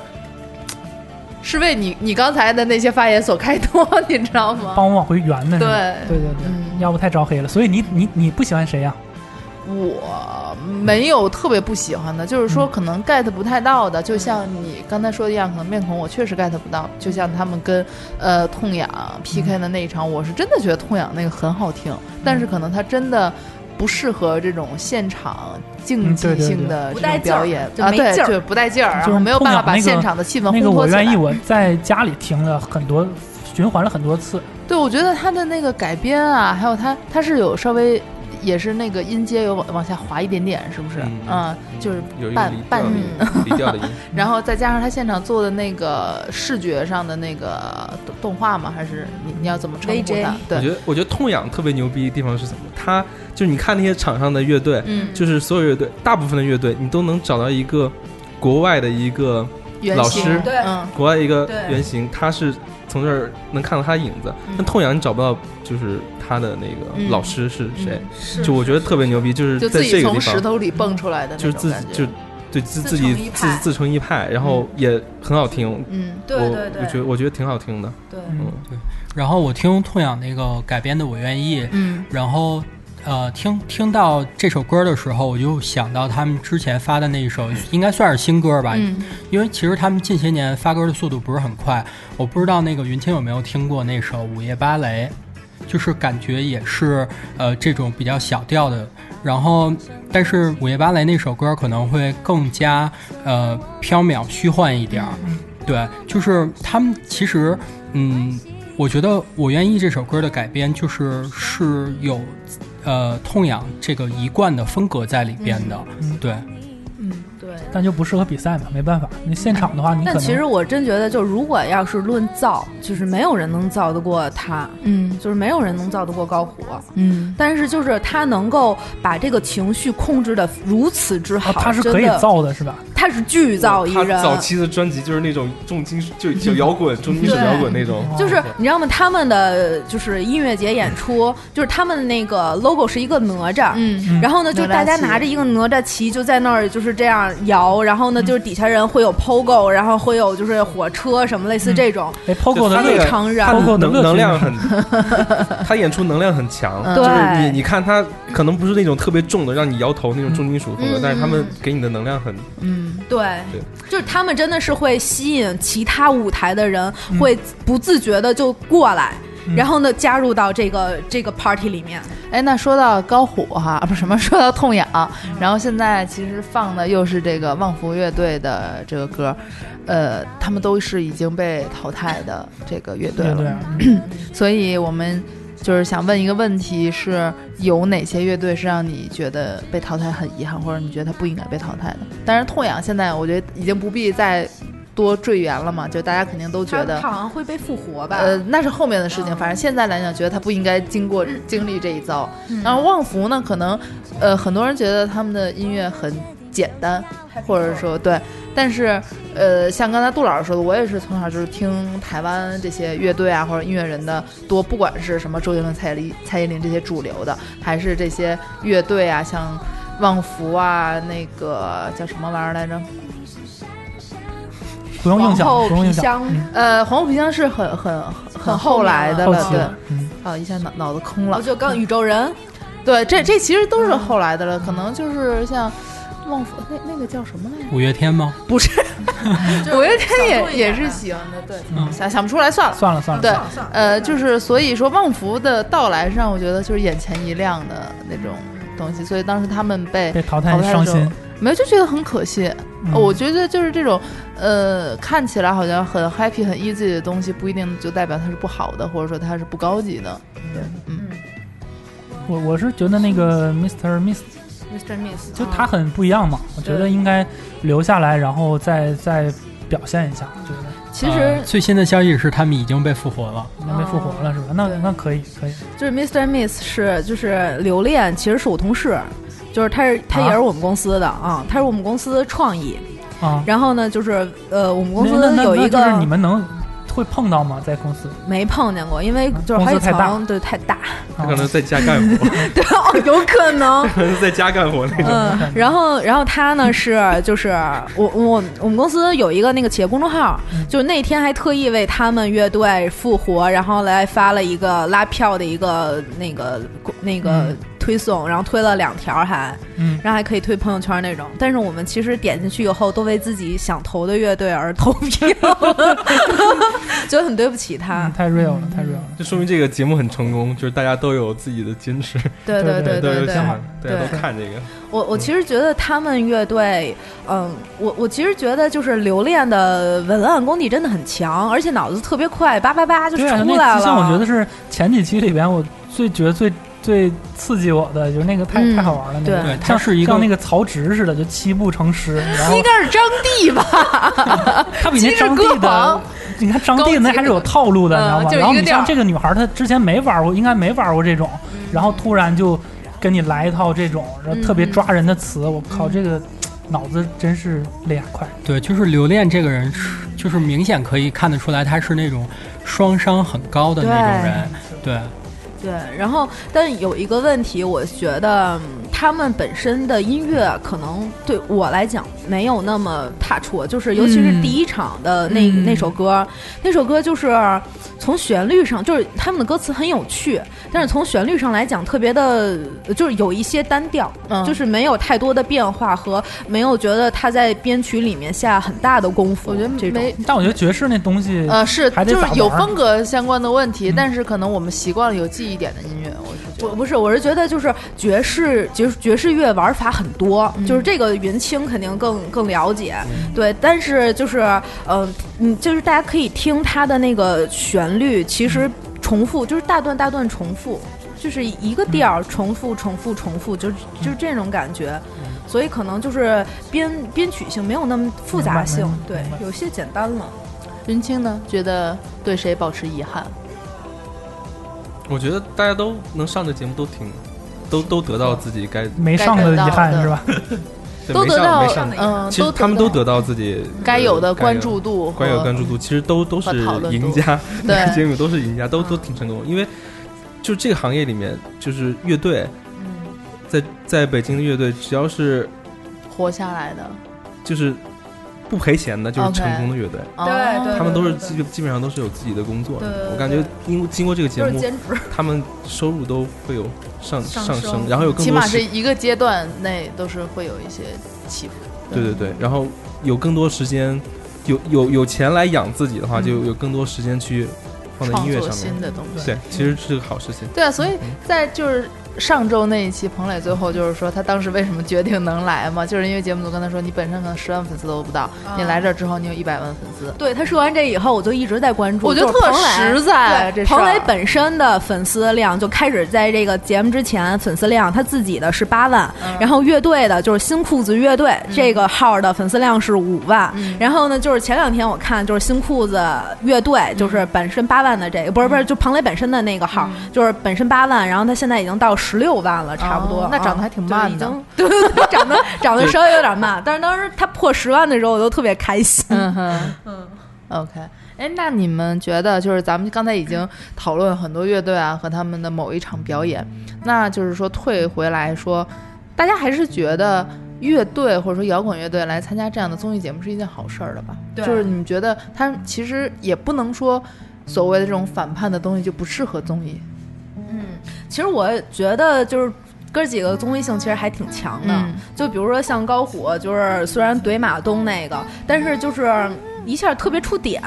A: 是为你你刚才的那些发言所开脱， [LAUGHS] 你知道吗？
D: 帮我往回圆的那种。
A: 对
D: 对对对，
A: 嗯
D: 要不太招黑了。所以你你你不喜欢谁啊呀、
A: 我没有特别不喜欢的，就是说
D: 嗯
A: 可能 get 不太到的，就像你刚才说的一样，可能面孔我确实 get 不
D: 嗯
A: 到。就像他们跟呃痛痒 PK 的那一场，我是真的觉得痛痒那个很好听，
D: 嗯
A: 但是可能它真的。不适合这种现场竞技
D: 嗯对对
A: 性
D: 对
A: 的
B: 不
A: 这
B: 带
A: 种
B: 劲儿
A: 表演
B: 就
A: 啊，
B: 没
A: 对，
B: 劲儿
A: 就是不带劲儿，然
D: 就是
A: 后没有办法
D: 痛痒
A: 把
D: 那个
A: 现场的气氛
D: 那个
A: 烘托
D: 我
A: 起来。
D: 愿意，我在家里听了很多，循环了很多次。
A: 对，我觉得他的那个改编啊，还有他他是有稍微也是那个音阶有往往下滑一点点，是不是？
F: 嗯
A: 嗯，就是
F: 有一个
A: 半
F: 离调
A: 半嗯
F: 的音，离调的音，
A: 然后再加上他现场做的那个视觉上的那个动动画嘛，还是你你要怎么称呼
B: VJ
A: 它？
F: 我觉
A: [LAUGHS] 对，
F: 得我觉得痛痒特别牛逼的地方是什么？他就是你看那些场上的乐队，
A: 嗯，
F: 就是所有乐队，大部分的乐队，你都能找到一个国外的一个
A: 原
F: 老
A: 型
F: 师
B: 对
A: 嗯
F: 国外一个
B: 对
F: 原型，他是从这儿能看到他的影子。
A: 嗯
F: 但痛痒你找不到，就是他的那个老师是
A: 嗯
F: 谁，就我觉得特别牛逼，就是
A: 就
F: 在
A: 自
F: 这
A: 己
F: 个
A: 从
F: 地
A: 石
F: 方，
A: 头里蹦出来的
F: 就
A: 那种
F: 是自
A: 感
F: 就
A: 觉。
F: 对自
B: 自
F: 自
B: 成
F: 己
B: 一
F: 自
B: 派
F: 自成一派，然后也很好听。
A: 嗯，
B: 对
F: 我
B: 对对，
F: 我觉得我觉得挺好听的。
B: 对，
D: 嗯
E: 然后我听痛痒那个改编的《我愿意》，
A: 嗯
E: 然后呃，听听到这首歌的时候，我就想到他们之前发的那一首，应该算是新歌
F: 哎
E: 吧，
A: 嗯，
E: 因为其实他们近些年发歌的速度不是很快。我不知道那个云清有没有听过那首《午夜芭蕾》，就是感觉也是呃这种比较小调的，然后。但是《午夜芭蕾》那首歌可能会更加呃飘渺虚幻一点儿，
D: 嗯
E: 对，就是他们其实，嗯，我觉得《我愿意》这首歌的改编就是是有，呃，痛痒这个一贯的风格在里边的，
D: 嗯
E: 对，
B: 对。
D: 但就不适合比赛嘛，没办法。那现场的话，你可
B: 但
D: 能
B: 其实我真觉得，就如果要是论造，就是没有人能造得过他，
A: 嗯
B: 就是没有人能造得过高虎。
A: 嗯，
B: 但是就是他能够把这个情绪控制的如此之好，
D: 啊他是
B: 真
D: 可以
B: 的，
D: 造的，是吧？
B: 他是巨造艺
F: 哦他
B: 人。
F: 早期的专辑就是那种重金属，就就摇滚、重金属摇滚那种。
D: 哦
B: 就是你知道吗？他们的就是音乐节演出， [LAUGHS] 就是他们那个 logo 是一个哪吒，
A: 嗯
B: 然后呢，就
A: 哪吒
B: 大家
A: 旗
B: 拿着一个哪吒旗就在那儿就是这样摇，然后呢，就是底下人会有 pogo，然后会有就是火车什么类似这种，
D: 哎，Pogo 的
F: 他那
D: 乐
F: 个
B: 非常
D: 他
B: 燃
D: 们。
F: 能
D: 乐趣
F: 能量
D: 是
F: 很，他演出能量很强，
A: 嗯
F: 就是
B: 对
F: 你你看他可能不是那种特别重的让你摇头那种重金属风格，
B: 嗯
F: 但是他们给你的能量很，
A: 嗯
B: 对
F: 对，
B: 就是他们真的是会吸引其他舞台的人，会不自觉的就过来，
D: 嗯
B: 然后呢加入到这个这个 party 里面。
A: 哎，那说到高虎哈，啊不是什么，说到痛痒，然后现在其实放的又是这个旺福乐队的这个歌，呃，他们都是已经被淘汰的这个乐队
D: 对
A: 了，
D: 对，
A: 所以我们就是想问一个问题是：有哪些乐队是让你觉得被淘汰很遗憾，或者你觉得他不应该被淘汰的？当然，痛痒现在我觉得已经不必再多赘言了嘛，就大家肯定都觉
B: 他
A: 得。
B: 好像会被复活吧？
A: 呃，那是后面的事情。
B: 嗯
A: 反正现在来讲，觉得他不应该经过经历这一遭。
B: 嗯
A: 然后旺福呢，可能呃，很多人觉得他们的音乐很简单，或者说对，但是呃，像刚才杜老师说的，我也是从小就是听台湾这些乐队啊或者音乐人的多，不管是什么周杰伦、蔡依林、蔡依林这些主流的，还是这些乐队啊，像旺福啊，那个叫什么玩意儿来着？
D: 不用硬
B: 皇
D: 想，
B: 后
D: 不用
B: 皮
D: 硬想。
B: 箱
A: 呃，皇后皮箱是很很很很
B: 很
A: 后
B: 后面
A: 来的
B: 了
D: 后
A: 了，
D: 期
A: 对
D: 了，嗯，
A: 啊，一下脑脑子空了
B: 我。就刚宇宙人，
A: [LAUGHS] 对，这这其实都是后来的了，可能就是像旺福那那个叫什么来着？
E: 五月天吗？
A: 五月天
B: 小众 [LAUGHS]
A: 也
B: 一点
A: 也
B: 的
A: 是喜欢的，对，
D: 嗯
A: 想想不出来算了。
D: 算了算了，
A: 对
B: 算了算了，
A: 呃，就是所以说旺福的到来是让我觉得就是眼前一亮的那种东西，所以当时他们被
D: 被淘
A: 淘
D: 汰
A: 汰的
D: 伤
A: 时候
D: 心。
A: 没有就觉得很可惜。
D: 嗯
B: 哦
A: 我觉得就是这种，呃，看起来好像很 happy 很 easy 的东西，不一定就代表它是不好的，或者说它是不高级的。
B: 嗯
D: 我我是觉得那个 Mr. Miss
B: Mr. Miss，嗯
D: 就他很不一样嘛，我觉得应该留下来，然后再再表现一下。我觉得
B: 其
E: 呃
B: 实
D: 嗯
E: 最新的消息是他们已经被复活了。
D: 应该复活了是吧？那
B: 对
D: 那可以可以，
B: 就是 Mr. Miss 是就是刘恋，其实是我同事，就是他是他也是我们公司的啊，他是我们公司创意。
D: 啊，
B: 然后呢，就是呃，我们公
D: 那
B: 司
D: 那
B: 有
D: 那
B: 一
D: 就是你
B: 个
D: 们能会碰到吗？在公司？
B: 没碰见过，因为就是
D: 公司
B: 好几
D: 嗯太大
B: 层，对，太大， [LAUGHS]
F: 他
D: 啊
F: 可能在家干活， [LAUGHS]
B: 对，哦，有可
D: [LAUGHS]
B: 能，
F: 可能在家干活那种。
B: 嗯，然后然后他呢是就是我我我们公司有一个那个企业公众号，
D: 嗯
B: 就是那天还特意为他们乐队复活，然后来发了一个拉票的一个那个那个
D: 嗯
B: 推送，然后推了两条还，
D: 嗯
B: 然后还可以推朋友圈那种。但是我们其实点进去以后，都为自己想投的乐队而投
D: [LAUGHS]
B: 票， [LAUGHS] 觉得很对不起他
D: 嗯，。太 real 了，太 real 了。
F: 就说明这个节目很成功，就是大家都有自己的坚持，
B: 对
D: 对
B: 对
D: 对
B: 对
F: 都
B: 对
F: 喜。欢，大
B: 对
F: 家都
B: 对
F: 看这个。
B: 我
D: 嗯
B: 我其实觉得他们乐队，嗯，我我其实觉得就是留恋的文案功底真的很强，而且脑子特别快，叭叭叭就
D: 对啊，
B: 出来
D: 那
B: 了。
D: 像我觉得是前几期里边我最觉得最最刺激我的，就是那个太、
B: 嗯
D: 太好玩了，那
B: 对
D: 个
E: 对它
D: 像
E: 是一个
D: 像那个曹植似的，就七步成诗，然后
A: 应该是张帝吧？
D: [LAUGHS] 他比那
A: 七
D: 张
A: 日
D: 帝
A: 歌
D: 的
A: 王，
D: 你看张帝那还是有套路的，
A: 高级
D: 你
A: 嗯就
D: 知道吗？然后
A: 一个
D: 你
A: 调儿嗯
D: 像这个女孩，她之前没玩过，应该没玩过这种，然后突然就跟你来一套这种，然后特
A: 嗯
D: 别抓人的词，我靠，这个脑子真是厉害快。
E: 对，就是刘恋这个人是，就是明显可以看得出来，他是那种双商很高的那种人，对，
B: 对，然后但有一个问题，我觉得嗯他们本身的音乐可能对我来讲没有那么 touch 我，就是尤其是
D: 嗯
B: 第一场的那、
D: 嗯
B: 那首歌，那首歌就是从旋律上，就是他们的歌词很有趣，但是从旋律上来讲特别的，就是有一些单调，
A: 嗯
B: 就是没有太多的变化和没有觉得他在编曲里面下很大的功夫。
A: 我觉得
B: 这种
A: 没。
D: 但我觉得爵士那东西，
A: 呃，是
D: 还得
A: 就是
D: 咋玩
A: 有
D: 儿
A: 风格相关的问题，
D: 嗯
A: 但是可能我们习惯了有记忆点的音乐，我是觉
B: 我
A: 得。
B: 不是，我是觉得就是爵士爵爵士乐玩法很多，
A: 嗯
B: 就是这个云清肯定更更了解，对。但是就是呃，嗯，就是大家可以听它的那个旋律，其实重复就是大段大段重复，就是一个调儿重复重复重复，就是就是这种感觉。所以可能就是编编曲性没有那么复杂性
D: 明，白
B: 对
D: 明白，
B: 有些简单了。
A: 云清呢，觉得对谁保持遗憾？
F: 我觉得大家都能上这节目都挺，都都得到自己该
D: 没上的遗憾是吧？
F: 对
A: 都
F: 没
A: 得
F: 上
A: 到
F: 没上，，
A: 嗯，
F: 其实他们都得到自己
A: 该有的关注
F: 度，
A: 度和
F: 该有的关注度，其实都都是
A: 和讨论度
F: 赢家，
A: 对
F: [LAUGHS] 节目都是赢家，都都
A: 嗯
F: 挺成功，因为就这个行业里面，就是乐队
A: 嗯，
F: 在在北京的乐队，只要是
A: 活下来的，
F: 就是不赔钱的，就是
A: OK
F: 成功的乐队。
A: 哦
B: 对对
F: 他们都是
B: 对
F: 基基本上都是有自己的工作
B: 对对
F: 的，
B: 对
F: 我感觉因经过这个节
B: 都是
F: 目，
B: 兼职，
F: 他们收入都会有上
B: 上
F: 上
B: 升
F: 升，然后有更
A: 起
F: 多
A: 码
F: 时
A: 是一个阶段内都是会有一些起伏。嗯
F: 对对对，然后有更多时间，有有有钱来养自己的话，
A: 嗯
F: 就有更多时间去放在
A: 创
F: 音乐
A: 作
F: 上
A: 新
F: 面。
A: 的东西。
F: 对，其实是个好事情。
A: 对啊，所以在就是上周那一期，彭磊最后就是说他当时为什么决定能来嘛，就是因为节目组跟他说，你本身可能十万粉丝都不到，你来这儿之后你有一百万粉丝，
B: 对他说完这以后，我就一直在关注，
A: 我觉得
B: 就是
A: 特
B: 蓬莱
A: 实在。啊
B: 对，
A: 这
B: 彭
A: 事儿
B: 磊本身的粉丝量就开始在这个节目之前，粉丝量他自己的是八万，
A: 嗯
B: 然后乐队的就是新裤子乐队、这个号的粉丝量是五万。
A: 嗯
B: 然后呢，就是前两天我看，就是新裤子乐队，
A: 嗯
B: 就是本身八万的这个，不是不是，就彭磊本身的那个号，就是本身八万，然后他现在已经到十六万了，差不多。
A: 哦那长得
B: 啊
A: 还挺慢的
B: 就已经 [LAUGHS] 对对对，长得长得稍微有点慢，但是当时他破十万的时候，我都特别开心。
A: 嗯哼，嗯，OK。哎，那你们觉得就是咱们刚才已经讨论很多乐队啊和他们的某一场表演，那就是说退回来说，大家还是觉得乐队或者说摇滚乐队来参加这样的综艺节目是一件好事儿的吧？
B: 对
A: 就是你们觉得它其实也不能说所谓的这种反叛的东西就不适合综艺，
B: 其实我觉得就是哥几个综艺性其实还挺强的，
A: 嗯
B: 就比如说像高虎，就是虽然怼马东那个，但是就是。一下特别出点，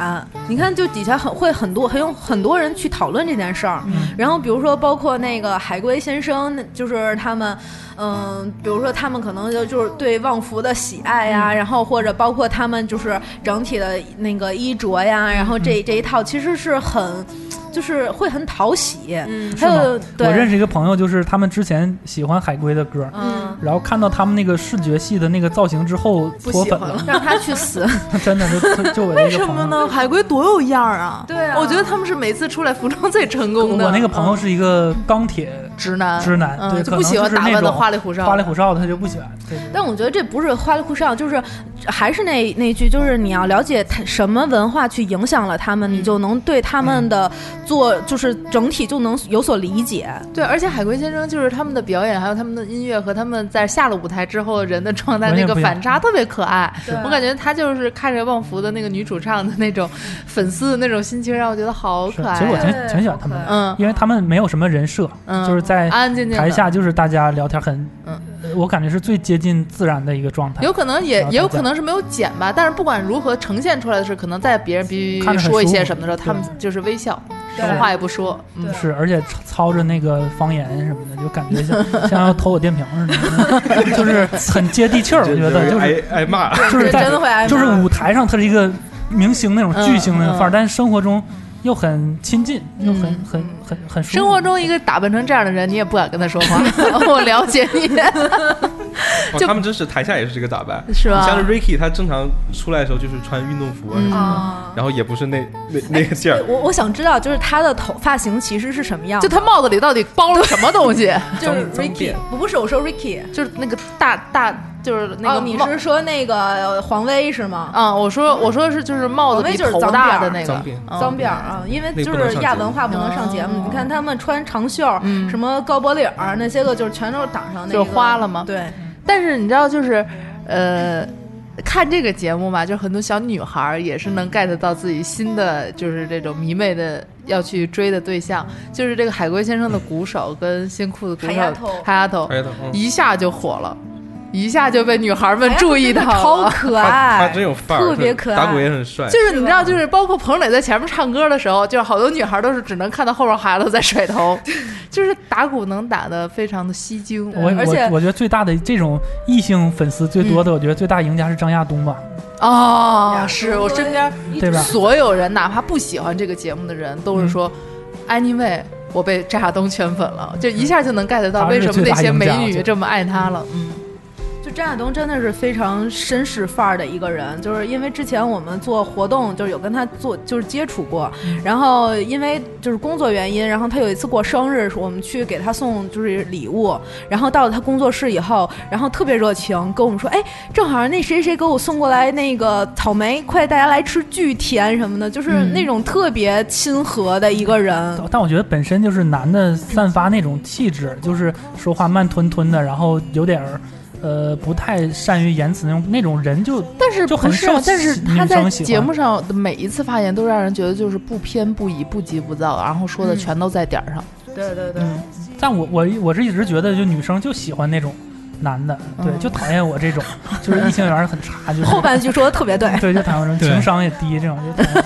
B: 你看，就底下很会很多，很有很多人去讨论这件事儿。
D: 嗯
B: 然后比如说，包括那个海龟先生，那就是他们，嗯，比如说他们可能就就是对旺福的喜爱
D: 嗯
B: 呀、然后或者包括他们就是整体的那个衣着
D: 嗯
B: 呀，然后这这一套其实是很，就是会很讨喜。
D: 嗯是
B: 还
D: 吗
B: 有对，
D: 我认识一个朋友，就是他们之前喜欢海龟的歌，
B: 嗯，
D: 然后看到他们那个视觉系的那个造型之后
A: 不
D: 脱
A: 喜
D: 粉
A: 欢
D: 了，
A: 了。
B: 让他去
D: [LAUGHS]
B: 死。
D: 真的就就就我的一个朋友。
A: 呢？海龟多有样儿啊！
B: 对啊
A: 我觉得他们是每次出来服装最成功的。
D: 我那个朋
A: 嗯
D: 友是一个钢铁
A: 直男，
D: 直男，
A: 嗯
D: 对，
A: 就
D: 可
A: 不
D: 能
A: 喜欢
D: 是
A: 打
D: 那
A: 扮的
D: 种
A: 花里胡哨的
D: 花里胡哨的，他就不喜欢。对对对
B: 但我觉得这不是花里胡哨，就是还是那那句，就是你要了解他什么文化去影响了他们，
F: 嗯
B: 你就能对他们的做，就是整体就能有所理解。
A: 对，而且海龟先生就是他们的表演，还有他们的音乐和他们在下了舞台之后人的状态
D: 完
A: 那
D: 全
A: 个
D: 不一样
A: 反差特别可爱
B: 是。
A: 我感觉他就是看着旺福的那个女主唱的那种粉丝的那种心情，让我觉得好
D: 是
A: 可爱
D: 其实我
A: 啊。
D: 挺挺喜欢他们的，
A: 嗯，
D: 因为他们没有什么人设，
A: 嗯
D: 就是在
A: 安安静静的
D: 台下就是大家聊天很，
A: 嗯
D: 呃我感觉是最接近自然的一个状态
A: 有。可能也
D: 然后
A: 也有
D: 大家
A: 可能是没有剪吧，但是不管如何呈现出来的是，可能在别人哔哔
D: 看
A: 哔
D: 着很
A: 说一
D: 舒
A: 些
D: 服
A: 什么的时候，他们就是微笑，什
B: 对
A: 么话也不说。嗯，
D: 是，而且操操着那个方言什么的，就感觉像像要偷我电瓶似的，
A: [LAUGHS]
D: 就是很接地气儿。我觉得就是
F: 挨挨骂，
D: 就是在
A: 真的会挨骂
D: 就是舞台上，他是一个明星那种巨星那种范儿，
A: 嗯嗯
D: 但是生活中又很亲近，又很
A: 嗯
D: 很很很舒服 [LAUGHS]
A: 生活中一个打扮成这样的人，你也不敢跟他说话。我了解你。[LAUGHS]
F: 靠，
A: 就
F: 他们真是台下也是这个打扮。
B: 是
F: 你像
B: 吧？
F: 是 Ricky，他正常出来的时候就是穿运动服啊什么
A: 嗯
F: 的，
B: 啊，
F: 然后也不是那那那个劲儿
A: [LAUGHS]
B: 对，我我想知道，就是他的头发型其实是什么样
A: [LAUGHS] 就
B: 的？
A: 他帽子里到底包了什么东西？
B: 就就是
F: 脏脏
B: Ricky，
F: 辫
B: 不不是我说
F: 哦
B: Ricky，
A: 就是那个大大，就是那个
B: 哦，你
A: 帽
B: 是说那个黄威是吗？
A: 啊，我说我说的是就是帽子比头大的那个
F: 黄威就是
A: 嗯
B: 脏辫儿啊，因为
F: 哦那
B: 就
F: 不能
B: 是
F: 上
B: 亚
F: 节
B: 文
F: 目哦嗯
B: 化不能上节目。你看他们穿长袖儿，什么高脖领儿啊那些个，就是全都是挡上那个，
A: 就是花了吗
B: 对，
A: 但是你知道，就是呃，看这个节目吧，就很多小女孩儿也是
B: 嗯
A: 能 get 到自己新的，就是这种迷妹的要去追的对象，就是这个海龟先生的鼓手跟新裤子鼓
B: 海丫
A: 手
B: 头
A: 海丫头，
F: 哎，他嗯
A: 一下就火了，一下就被女孩们注意到
B: 哎呀真的超
A: 了。
B: 可
F: 他
B: 爱，
F: 他真有范儿，
B: 特别可爱
F: 打鼓也很帅。
A: 就是你知道，就是包括彭磊在前面唱歌的时候，就是好多女孩都是只能看到后边孩子在甩头，就是打鼓能打得非常的吸睛。
D: 我
B: 而
D: 我
B: 且
D: 我觉得最大的这种异性粉丝最多的，我觉得最大赢家是张亚东吧，
B: 啊
A: 哦，是我身边
D: 对吧？
A: 所有人，哪怕不喜欢这个节目的人，都是说、a n y w a y 我被张亚东圈粉了，就一下就能 get 到
D: 他
A: 为
D: 是
A: 什么那些美
D: 最大赢
A: 女
D: 家
A: 这么爱他了。嗯，
B: 就张亚东真的是非常绅士范儿的一个人，就是因为之前我们做活动，就是有跟他做就是接触过，然后因为就是工作原因，然后他有一次过生日，我们去给他送就是礼物，然后到了他工作室以后，然后特别热情，跟我们说，哎，正好那谁谁给我送过来那个草莓，快大家来吃，巨甜什么的，就是那种特别亲和的一个人，
D: 但我觉得本身就是男的散发那种气质，就是说话慢吞吞的，然后有点儿，呃，不太善于言辞那种那种人就，
A: 但是
D: 就
A: 不
D: 很
A: 是
D: 受
A: 啊？但是
D: 喜
A: 他
D: 女
A: 在
D: 生喜欢
A: 节目上的每一次发言都让人觉得就是不偏不倚、不急不躁，然后说的
B: 嗯
A: 全都在点儿上。
B: 对对对，
A: 嗯
D: 但我我我是一直觉得就女生就喜欢那种男的，对，
A: 嗯
D: 就讨厌我这种，就是异性缘很差，就是
B: 后半句说的特别对，
D: 对，就讨厌我这种
E: 对
D: 情商也低这种，就讨厌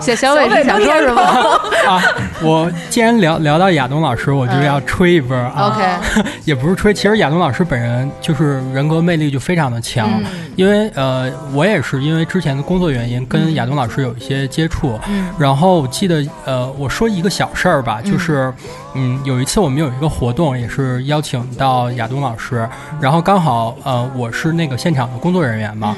A: 小小伟
B: 小伟
A: 是想说什么
E: 啊，我既然聊聊到亚东老师，我
B: 嗯
E: 就要吹一波
B: 哦
E: 啊，
A: ？OK，
E: 也不是吹，其实亚东老师本人就是人格魅力就非常的强，
B: 嗯
A: 嗯
E: 因为呃，我也是因为之前的工作原因跟亚东老师有一些接触，
A: 嗯
E: 然后我记得呃，我说一个小事儿吧，就是嗯有一次我们有一个活动，也是邀请到亚东老师，
A: 嗯
E: 然后刚好呃我是那个现场的工作人员嘛，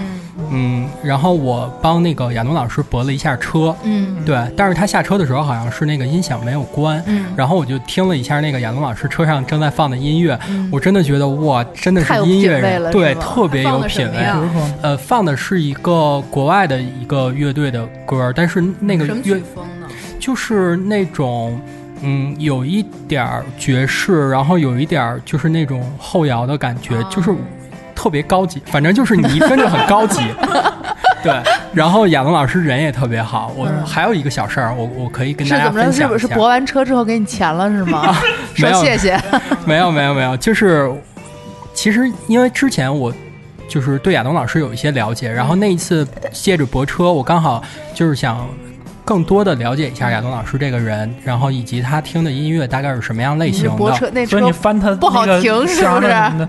E: 嗯，然后我帮那个亚东老师驳了一下车，
A: 嗯
E: 对，但是他下车的时候好像是那个音响没有关，
A: 嗯，
E: 然后我就听了一下那个亚东老师车上正在放的音乐，
A: 嗯
E: 我真的觉得哇，真的
A: 太
E: 是
A: 有
E: 音乐
A: 品味了
E: 人，对，
A: 是吧
E: 特别有
B: 放的什
E: 品
B: 么
E: 味。
B: 呀
D: 比如说
E: 呃，放的是一个国外的一个乐队的歌，但是那个
B: 什么曲
E: 乐
B: 风呢？
E: 就是那种。嗯，有一点儿爵士，然后有一点儿就是那种后摇的感觉，
A: 哦
E: 就是特别高级。反正就是你一跟着很高
A: [LAUGHS]
E: 级，对。然后亚东老师人也特别好。我、
A: 嗯
E: 还有一个小事儿，我我可以跟
A: 是
E: 大家
A: 怎么
E: 分
A: 着？是
E: 享
A: 不
E: 一
A: 是
E: 下
A: 驳完车之后给你钱了是吗？说
E: [LAUGHS] 没有
A: 谢谢。
E: 没有没有没有，就是其实因为之前我就是对亚东老师有一些了解，然后那一次借着泊车，我刚好就是想更多的了解一下亚东老师这个人，然后以及他听的音乐大概是什么样类
A: 你是
E: 型
A: 驳
E: 的。
A: 车那
D: 所
A: 车
D: 以你翻他
A: 不好
D: 那个
A: 停是
D: 箱
A: 不
D: 子
A: 是
D: 什么的？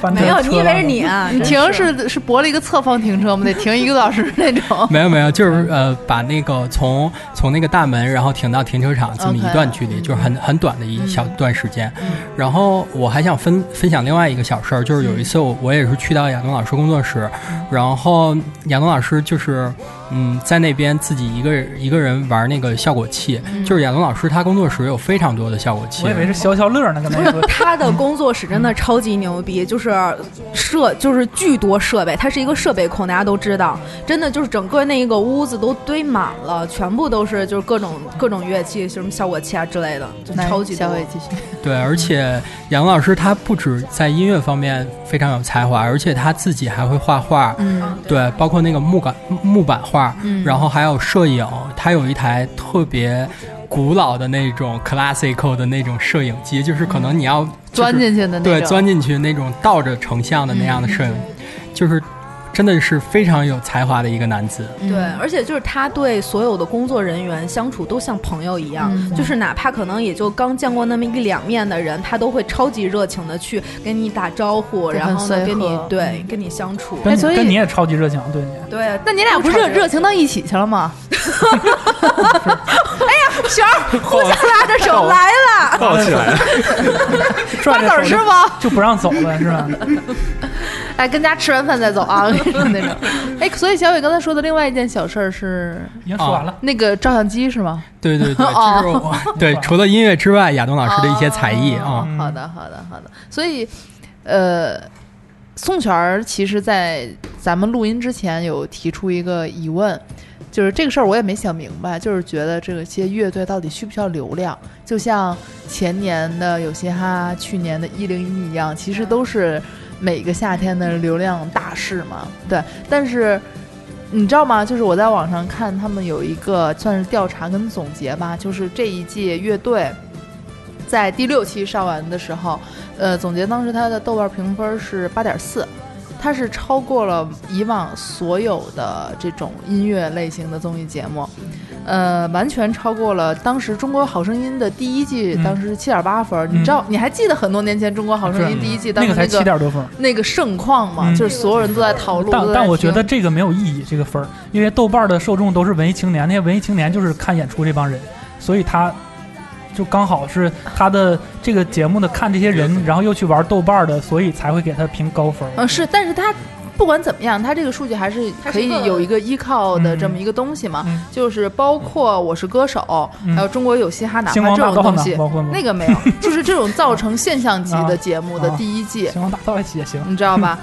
D: 翻
B: [LAUGHS]
D: 他
B: 没有，
D: 车
B: 你以为是
D: 了
B: 你 [LAUGHS] 啊？
A: 你
B: 真
A: 停是是泊了一个侧方停车吗？得停一个多小
E: [LAUGHS]
A: 时那
D: [LAUGHS]
A: 种。
E: 没有没有，就是呃，把那个从从那个大门，然后停到停车场这么
A: OK
E: 一段距
D: 嗯
E: 离就是很很短的一小段时间。然后我还想分分享另外一个小事儿，就是有一次我我也是去到亚东老师工作室，
D: 嗯
E: 然后亚东老师就是嗯在那边自己一个人一个人玩那个效果器，就是亚东老师他工作室有非常多的效果器，
D: 嗯我以为是消消乐呢，跟他说
B: 他的工作室真的超级牛逼，就是设就是巨多设备，他是一个设备控，大家都知道，真的就是整个那个屋子都堆满了，全部都是就是各种各种乐器，什么效果器啊之类的，就超级多
A: 小。伟继续。
E: 对，而且亚东老师他不止在音乐方面非常有才华，而且他自己还会画画，
A: 嗯
E: 对，包括那个木板木板画，
A: 嗯
E: 然后还有摄影，他有一台特别古老的那种 classical 的那种摄影机，就是可能你要、就是
A: 钻进去的那种。嗯
E: 对钻进去那种倒着成像的那样的摄影，就是真的是非常有才华的一个男子。
A: 嗯
B: 对，而且就是他对所有的工作人员相处都像朋友一样，
A: 嗯
B: 就是哪怕可能也就刚见过那么一两面的人，他都会超级热情的去跟你打招呼，
A: 就很
B: 然后呢
A: 随
B: 跟你
A: 和嗯
B: 对跟你相处。
D: 跟
A: 哎
D: 你
A: 所以
D: 跟你也超级热情，对你。
B: 对，
A: 那你俩不
B: 都
A: 热
B: 超级
A: 热情到一起去了吗？哎呀，
B: 璇儿互相拉着手来了，
F: 抱
A: [LAUGHS]
F: 起来，
A: 瓜
D: 拽着
A: 子
D: 手
A: 吃
D: 就
A: 吗？
D: 就不让走了，是吧？
A: [LAUGHS] 哎，跟家吃完饭再走 [LAUGHS] 啊，那种。哎，所以小伟刚才说的另外一件小事儿是
D: 已经说完了。
A: 那个照相机是吗？[LAUGHS]
E: 对对对，
A: 哦
E: 就是我
D: [LAUGHS]
E: 对，除了音乐之外，亚东老师的一些才艺啊，
A: 哦好的，好的，好的。所以，呃，宋璇儿其实，在咱们录音之前有提出一个疑问，就是这个事儿我也没想明白，就是觉得这些乐队到底需不需要流量？就像前年的有嘻哈，去年的一零一一样，其实都是每个夏天的流量大事嘛。对，但是。你知道吗？就是我在网上看他们有一个算是调查跟总结吧，就是这一届乐队在第六期上完的时候，呃，总结当时它的豆瓣评分是八点四，它是超过了以往所有的这种音乐类型的综艺节目，呃，完全超过了当时《中国好声音》的第一季，
D: 嗯
A: 当时七点八分。你知道，你还记得很多年前《中国好声音》第一季当
D: 那
A: 时
D: 个才
A: 那
D: 七
A: 个
D: 点多分儿，
A: 那个盛况嘛，
D: 嗯
A: 就是所有人都在讨论。都
D: 但
A: 在
D: 但我觉
A: 听
D: 得这个没有意义，这个分儿，因为豆瓣儿的受众都是文艺青年，那些文艺青年就是看演出这帮人，所以他就刚好是他的这个节目的看这些人，然后又去玩豆瓣儿的，所以才会给他评高分儿。
A: 嗯，是，但是它不管怎么样，它这个数据还是
B: 它
A: 可
B: 是一
A: 以
B: 个
A: 有一个依靠的
D: 嗯
A: 这么一个东西嘛，
D: 嗯
A: 就是包括《我是歌手》还有《中国有嘻哈》，哪
D: 星
A: 怕
D: 光
A: 这
D: 大
A: 种
D: 道
A: 东
D: 呢 [LAUGHS]
A: 西，，
D: 包括吗
A: 那？个没有，就是这种造成现象级的节目的
D: 啊
A: 第一季，
D: 星光大道也行，
A: 你知道吧？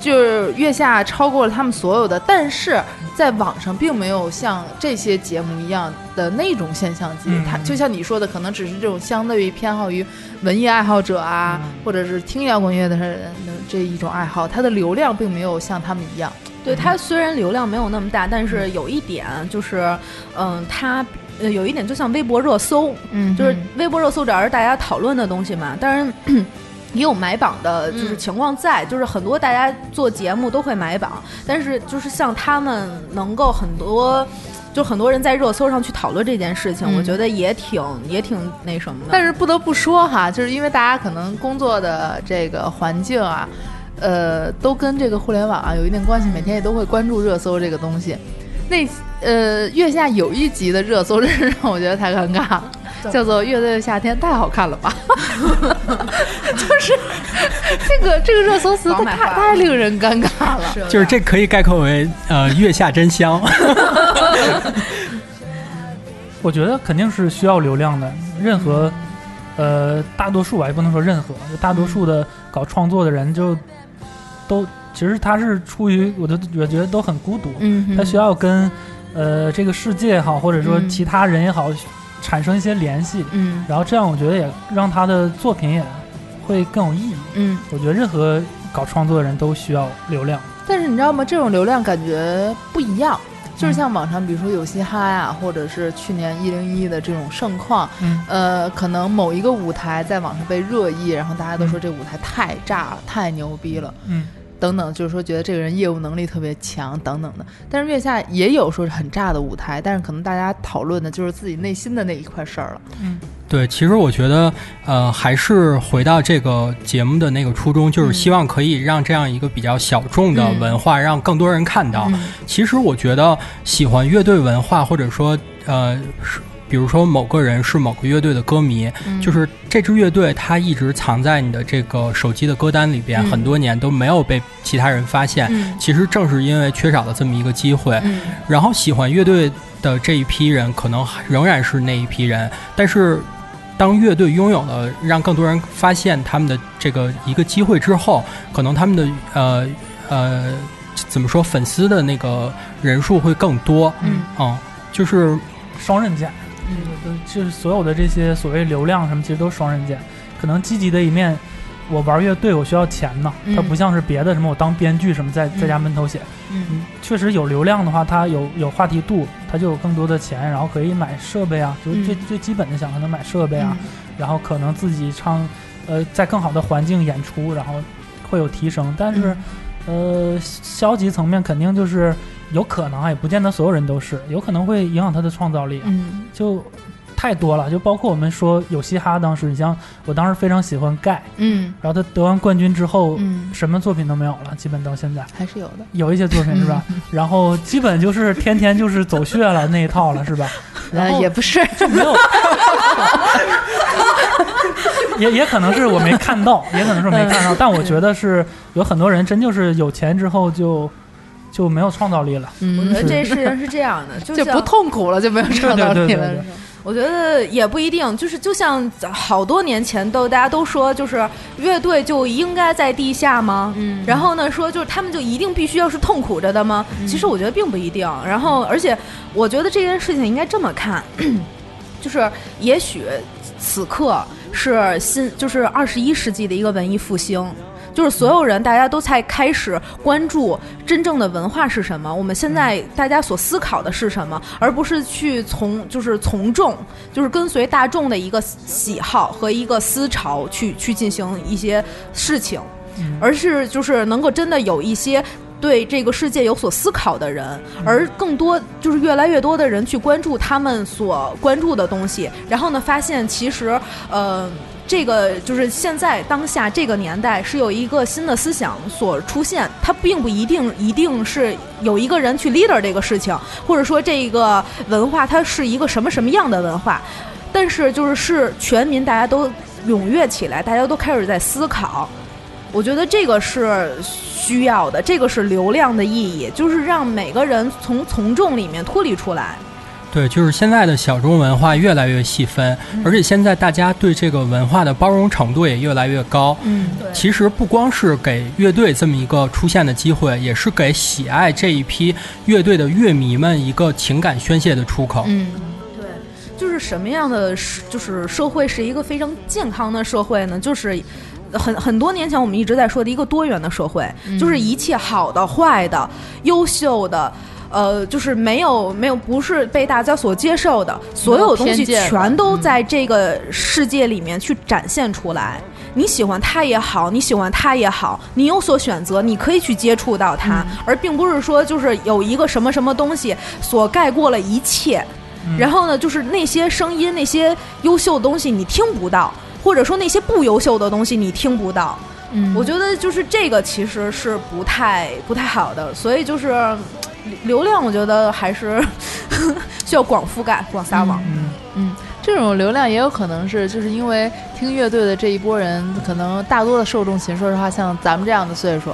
A: 就是月下超过了他们所有的，但是在网上并没有像这些节目一样的那种现象级。
D: 嗯
A: 它就像你说的，可能只是这种相对于偏好于文艺爱好者啊，或者是听摇滚乐的人的这一种爱好，它的流量并没有像他们一样。
B: 对它虽然流量没有那么大，但是有一点就是，嗯，它呃有一点就像微博热搜，
A: 嗯
B: 就是微博热搜主要是大家讨论的东西嘛，当然。 [CLEARS THROAT] 也有买榜的，就是
A: 嗯
B: 情况在，就是很多大家做节目都会买榜，但是就是像他们能够很多，就很多人在热搜上去讨论这件事情，
A: 嗯
B: 我觉得也挺也挺那什么的。
A: 但
B: [LAUGHS]
A: 是不得不说哈，就是因为大家可能工作的这个环境啊，呃，都跟这个互联网啊有一定关系，每天也都会关注热搜这个东西。那呃，月下有一集的热搜真是让我觉得太尴尬，叫做《乐队的夏天》，太好看了吧？就是 [LAUGHS] 这个这个热搜词
B: 王
A: 它
B: 买
A: 太
B: 花
A: 太令人尴尬了。
E: 啊就是这可以概括为呃月下真香。
D: 我觉得肯定是需要流量的。任何，呃，大多数吧，也不能说任何，就大多数的搞创作的人就都其实他是出于我都我觉得都很孤独，
A: 嗯
D: 他需要跟呃这个世界也好，或者说
A: 嗯
D: 其他人也好，产生一些联系，
A: 嗯
D: 然后这样我觉得也让他的作品也会更有意义。
A: 嗯，
D: 我觉得任何搞创作的人都需要流量，
A: 但是你知道吗？这种流量感觉不一样，
D: 嗯
A: 就是像网上，比如说有嘻哈呀、或者是去年一零一的这种盛况，
D: 嗯，
A: 呃，可能某一个舞台在网上被热议，然后大家都说这舞台太炸了，太牛逼了，
D: 嗯，
A: 等等，就是说觉得这个人业务能力特别强，等等的。但是月下也有说是很炸的舞台，但是可能大家讨论的就是自己内心的那一块事儿了。
E: 对，其实我觉得，呃，还是回到这个节目的那个初衷，就是希望可以让这样一个比较小众的
A: 嗯
E: 文化，让更多人看到。
A: 嗯
E: 其实我觉得，喜欢乐队文化，或者说，呃，是比如说某个人是某个乐队的歌迷，
A: 嗯
E: 就是这支乐队它一直藏在你的这个手机的歌单里边，
A: 嗯
E: 很多年都没有被其他人发现。
A: 嗯
E: 其实正是因为缺少了这么一个机会，
A: 嗯
E: 然后喜欢乐队的这一批人，可能还仍然是那一批人，但是当乐队拥有了让更多人发现他们的这个一个机会之后，可能他们的呃呃怎么说粉丝的那个人数会更多，
A: 嗯
E: 嗯，就是
D: 双刃剑。
A: 嗯
D: 呃就是所有的这些所谓流量什么，其实都是双刃剑。可能积极的一面，我玩乐队我需要钱呢，
A: 嗯
D: 它不像是别的什么我当编剧什么在在家闷头写。
A: 嗯
D: 嗯，确实有流量的话，它有有话题度，它就有更多的钱，然后可以买设备啊，就是最、
A: 嗯
D: 最基本的想可能买设备
B: 嗯
D: 啊，然后可能自己唱，呃，在更好的环境演出，然后会有提升。但是，
A: 嗯
D: 呃，消极层面肯定就是有可能啊，也不见得所有人都是，有可能会影响他的创造力啊。
A: 嗯
D: 就太多了，就包括我们说有嘻哈，当时你像我当时非常喜欢盖，
A: 嗯
D: 然后他得完冠军之后，
A: 嗯，
D: 什么作品都没有了，基本到现在
A: 还是有的。
D: 有一些作品是吧？
A: 嗯
D: [LAUGHS] 然后基本就是天天就是走穴了那一套了是吧？ [LAUGHS] 然
A: 呃，
D: 后
A: 也不是，
D: 就没有，也也可能是我没看到，也可能是我
A: [LAUGHS]
D: 没看到，但我觉得是有很多人真就是有钱之后就就没有创造力了。
B: 我觉
A: 嗯
B: 得这事情是这样的，就
A: 就不
B: 像
A: 痛苦了，就没有创造
D: 对
A: 力
D: 对对
A: 了
D: 对。对
A: 是吧
B: 我觉得也不一定，就是就像好多年前都大家都说，就是乐队就应该在地下吗？
A: 嗯
B: 然后呢，说就是他们就一定必须要是痛苦着的吗？其实我觉得并不一定。然后，而且我觉得这件事情应该这么看， [CLEARS THROAT] 就是也许此刻是新，就是二十一世纪的一个文艺复兴。就是所有人，大家都在开始关注真正的文化是什么，我们现在大家所思考的是什么，而不是去从就是从众，就是跟随大众的一个喜好和一个思潮去去进行一些事情，
A: 嗯
B: 而是就是能够真的有一些。对这个世界有所思考的人，而更多就是越来越多的人去关注他们所关注的东西，然后呢，发现其实，呃，这个就是现在当下这个年代是有一个新的思想所出现，它并不一定一定是有一个人去 leader 这个事情，或者说这个文化它是一个什么什么样的文化，但是就是是全民大家都踊跃起来，大家都开始在思考。我觉得这个是需要的，这个是流量的意义，就是让每个人从从众里面脱离出来。
E: 对，就是现在的小众文化越来越细分，而且现在大家对这个文化的包容程度也越来越高。
A: 嗯，
E: 其实不光是给乐队这么一个出现的机会，也是给喜爱这一批乐队的乐迷们一个情感宣泄的出口。
A: 嗯，
B: 对，就是什么样的社就是社会是一个非常健康的社会呢？就是。很很多年前，我们一直在说的一个多元的社会，就是一切好
A: 嗯
B: 的、坏的、优秀的，呃，就是没有没有不是被大家所接受的，所有东西
A: 偏见的嗯
B: 全都在这个世界里面去展现出来。你喜欢他也好，你喜欢他也好，你有所选择，你可以去接触到
A: 嗯
B: 他，而并不是说就是有一个什么什么东西所盖过了一切。
A: 嗯
B: 然后呢，就是那些声音、那些优秀的东西你听不到，或者说那些不优秀的东西你听不到。
A: 嗯
B: 我觉得就是这个其实是不太不太好的，所以就是嗯流量，我觉得还是 [LAUGHS] 需要广覆盖、广撒网。
D: 嗯，
A: 这种流量也有可能是，就是因为听乐队的这一波人，可能大多的受众群，说实话，像咱们这样的岁数，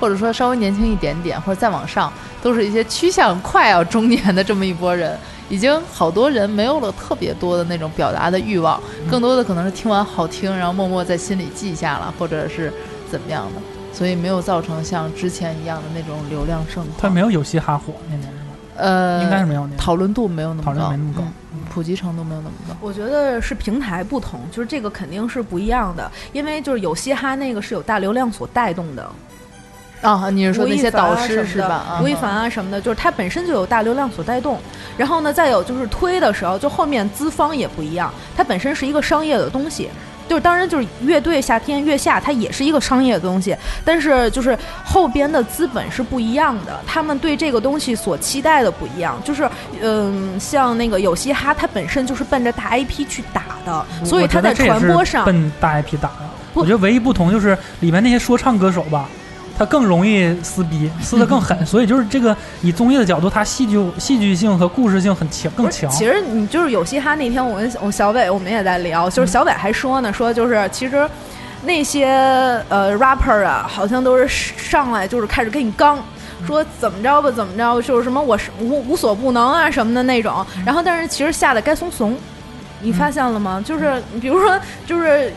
A: 或者说稍微年轻一点点，或者再往上，都是一些趋向快要中年的这么一波人。已经好多人没有了特别多的那种表达的欲望，更多的可能是听完好听，然后默默在心里记下了，或者是怎么样的，所以没有造成像之前一样的那种流量盛
D: 他
A: 况。
D: 没有有嘻哈火那年是吧？
A: 呃，
D: 应该是没有那
A: 讨论度没有那么高，
D: 讨论没那么高
A: 嗯普及程度没有那么高。
B: 我觉得是平台不同，就是这个肯定是不一样的，因为就是有嘻哈那个是有大流量所带动的，
A: [LAUGHS] 啊，你是说
B: 吴
A: 那
B: 亦
A: 些
B: 凡
A: 导
B: 啊
A: 师
B: 什
A: 是
B: 么的
A: 吧？啊
B: 吴亦凡啊什么的，就是它本身就有大流量所带动。然后呢，再有就是推的时候，就后面资方也不一样，它本身是一个商业的东西。就是当然就是乐队夏天月下，它也是一个商业的东西，但是就是后边的资本是不一样的，他们对这个东西所期待的不一样。就是嗯，像那个有嘻哈，它本身就是奔着大 IP 去打的，所以
D: 我觉
B: 它
D: 得
B: 在
D: 这也
B: 传
D: 是
B: 播上
D: 奔大 IP 打的。
B: 不
D: 我觉得唯一不同就是里面那些说唱歌手吧，他更容易撕逼，撕的
B: [LAUGHS]
D: 更狠，所以就是这个以综艺的角度，它戏剧戏剧性和故事性很强，更
B: 不是
D: 强。
B: 其实你就是有嘻哈那天，我跟我小伟我们也在聊，就是小伟还说呢，说就是其实那些呃 rapper 啊，好像都是上来就是开始跟你刚。说怎么着吧，怎么着，就是什么我是无无所不能啊什么的那种，然后但是其实下的该怂怂，你发现了吗？就是比如说，就是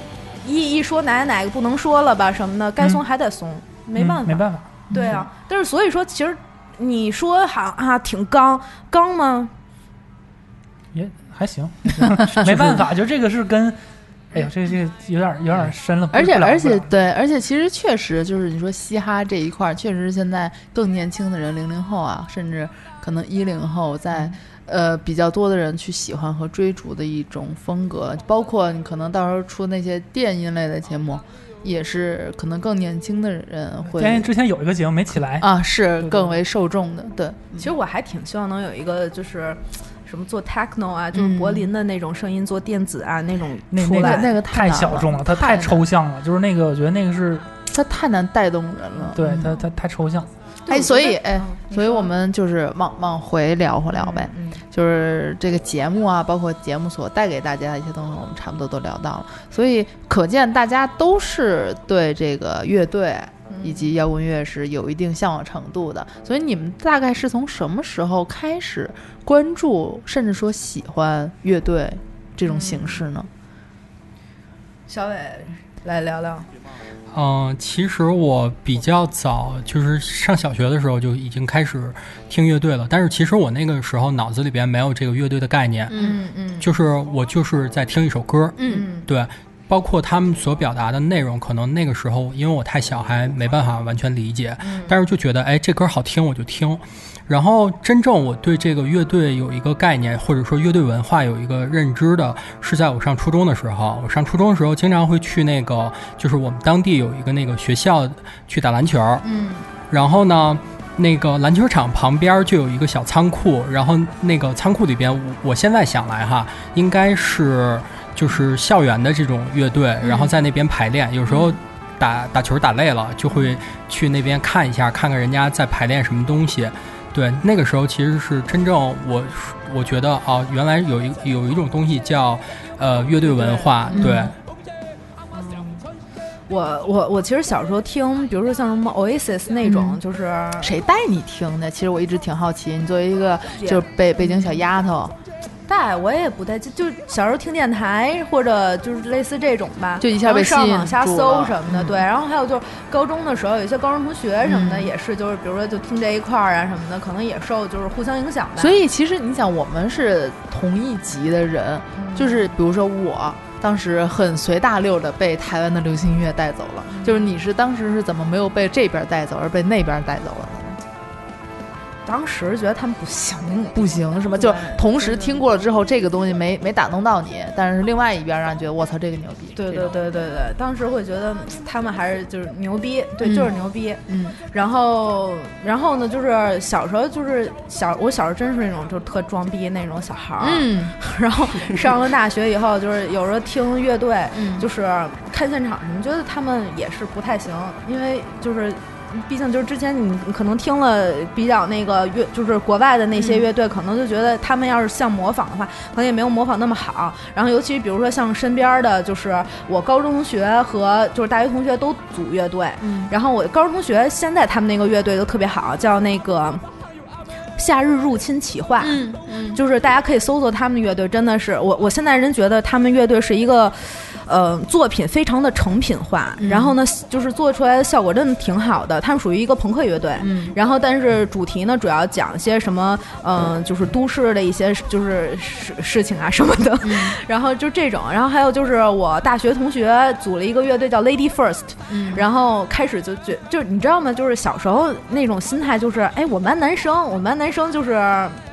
B: 一一说哪哪个不能说了吧什么的，该怂还得怂，嗯没办法，
D: 嗯没办法。
B: 对啊，但是所以说，其实你说好啊，挺刚刚吗？
D: 嗯也
B: [LAUGHS]
D: 还行，没办法，就这个是跟，哎呦，这个这个有点有点深了。
A: 而且
D: 不聊
A: 而且
D: 不聊
A: 对，而且其实确实就是你说嘻哈这一块儿，确实是现在更年轻的人，零零后啊，甚至可能一零后
B: 嗯
A: 在。呃，比较多的人去喜欢和追逐的一种风格，包括你可能到时候出那些电音类的节目，也是可能更年轻的人会
D: 因为之前有一个节
B: 哦
D: 目没起来，
A: 啊，是
B: 嗯
D: 对
A: 更为受众的。对，
B: 其实我还挺希望能有一个就是什么做 techno 啊，就是柏林的那种声音做电子啊那种
D: 那
B: 出
A: 那
B: 来。
A: 那个
D: 太
A: 难
D: 小
A: 了
D: 众了，它
A: 太
D: 太
A: 难
D: 抽象了，就是那个我觉得那个
B: 嗯
D: 是
A: 它太难带动人了。
D: 对
A: 嗯
D: 它它太抽象。
A: 哎，所以哎
B: 嗯，你
A: 所以
B: 说
A: 我们就是往往回聊回聊呗，
B: 嗯
A: 就是这个节目啊，包括节目所带给大家的一些东西，我们差不多都聊到了。所以可见大家都是对这个乐队
B: 嗯
A: 以及摇滚乐是有一定向往程度的。所以你们大概是从什么时候开始关注，甚至说喜欢乐队这种形式呢？
B: 小伟来聊聊，
E: 嗯，其实我比较早，就是上小学的时候就已经开始听乐队了，但是其实我那个时候脑子里边没有这个乐队的概念，
B: 嗯嗯
E: 就是我就是在听一首歌，
B: 嗯
E: 对，包括他们所表达的内容，可能那个时候因为我太小，还没办法完全理解，
B: 嗯
E: 但是就觉得哎，这歌好听，我就听。然后，真正我对这个乐队有一个概念，或者说乐队文化有一个认知的，是在我上初中的时候。我上初中的时候，经常会去那个，就是我们当地有一个那个学校去打篮球，
B: 嗯
E: 然后呢，那个篮球场旁边就有一个小仓库，然后那个仓库里边，我我现在想来哈，应该是就是校园的这种乐队，然后在那边排练，有时候。打打球打累了，就会去那边看一下，看看人家在排练什么东西。对，那个时候其实是真正我我觉得哦，原来有一有一种东西叫呃乐队文化，
A: 嗯
E: 对，
B: 我我我其实小时候听，比如说像什么 Oasis 那种，
A: 嗯
B: 就是
A: 谁带你听的？其实我一直挺好奇，你作为一个就是北北京小丫头，
B: 带我也不太记，就是小时候听电台或者就是类似这种吧，
A: 就一下被
B: 然后
A: 吸引
B: 上网瞎
A: 住
B: 搜
A: 了
B: 什么的，
A: 嗯
B: 对。然后还有就是高中的时候，有一些高中同学什么的
A: 嗯
B: 也是，就是比如说就听这一块儿啊什么的，可能也受就是互相影响吧。
A: 所以其实你想，我们是同一级的人，
B: 嗯
A: 就是比如说我当时很随大溜的被台湾的流行音乐带走了，
B: 嗯
A: 就是你是当时是怎么没有被这边带走，而被那边带走了呢？
B: 当时觉得他们不行，
A: 不行是吗？就同时听过了之后，这个东西没没打动到你，但是另外一边让你觉得我操这个牛逼，
B: 对
A: 这
B: 对
A: 种，
B: 对对对，当时会觉得嗯他们还是就是牛逼，对，
A: 嗯
B: 就是牛逼。
A: 嗯
B: 然后，然后呢，就是小时候就是小，我小时候真是那种就是特装逼那种小孩儿。
A: 嗯
B: [LAUGHS] 然后上了大学以后，就是有时候听乐队，
A: 嗯，
B: 就是看现场什么，觉得他们也是不太行，因为就是。毕竟就是之前你可能听了比较那个乐，就是国外的那些乐队，可能就觉得他们要是像模仿的话，可能也没有模仿那么好。然后尤其比如说像身边的，就是我高中同学和就是大学同学都组乐队，
A: 嗯
B: 然后我高中同学现在他们那个乐队都特别好，叫那个夏日入侵企划，
A: 嗯嗯
B: 就是大家可以搜索他们的乐队，真的是我我现在人觉得他们乐队是一个。呃，作品非常的成品化，
A: 嗯
B: 然后呢，就是做出来的效果真的挺好的。他们属于一个朋克乐队，
A: 嗯
B: 然后但是主题呢，主要讲一些什么，嗯、就是都市的一些就是事事情啊什么的， [LAUGHS] 然后就这种。然后还有就是我大学同学组了一个乐队叫 Lady First，
A: 嗯，
B: 然后开始就觉就是你知道吗？就是小时候那种心态，就是哎，我们班男生，我们班男生就是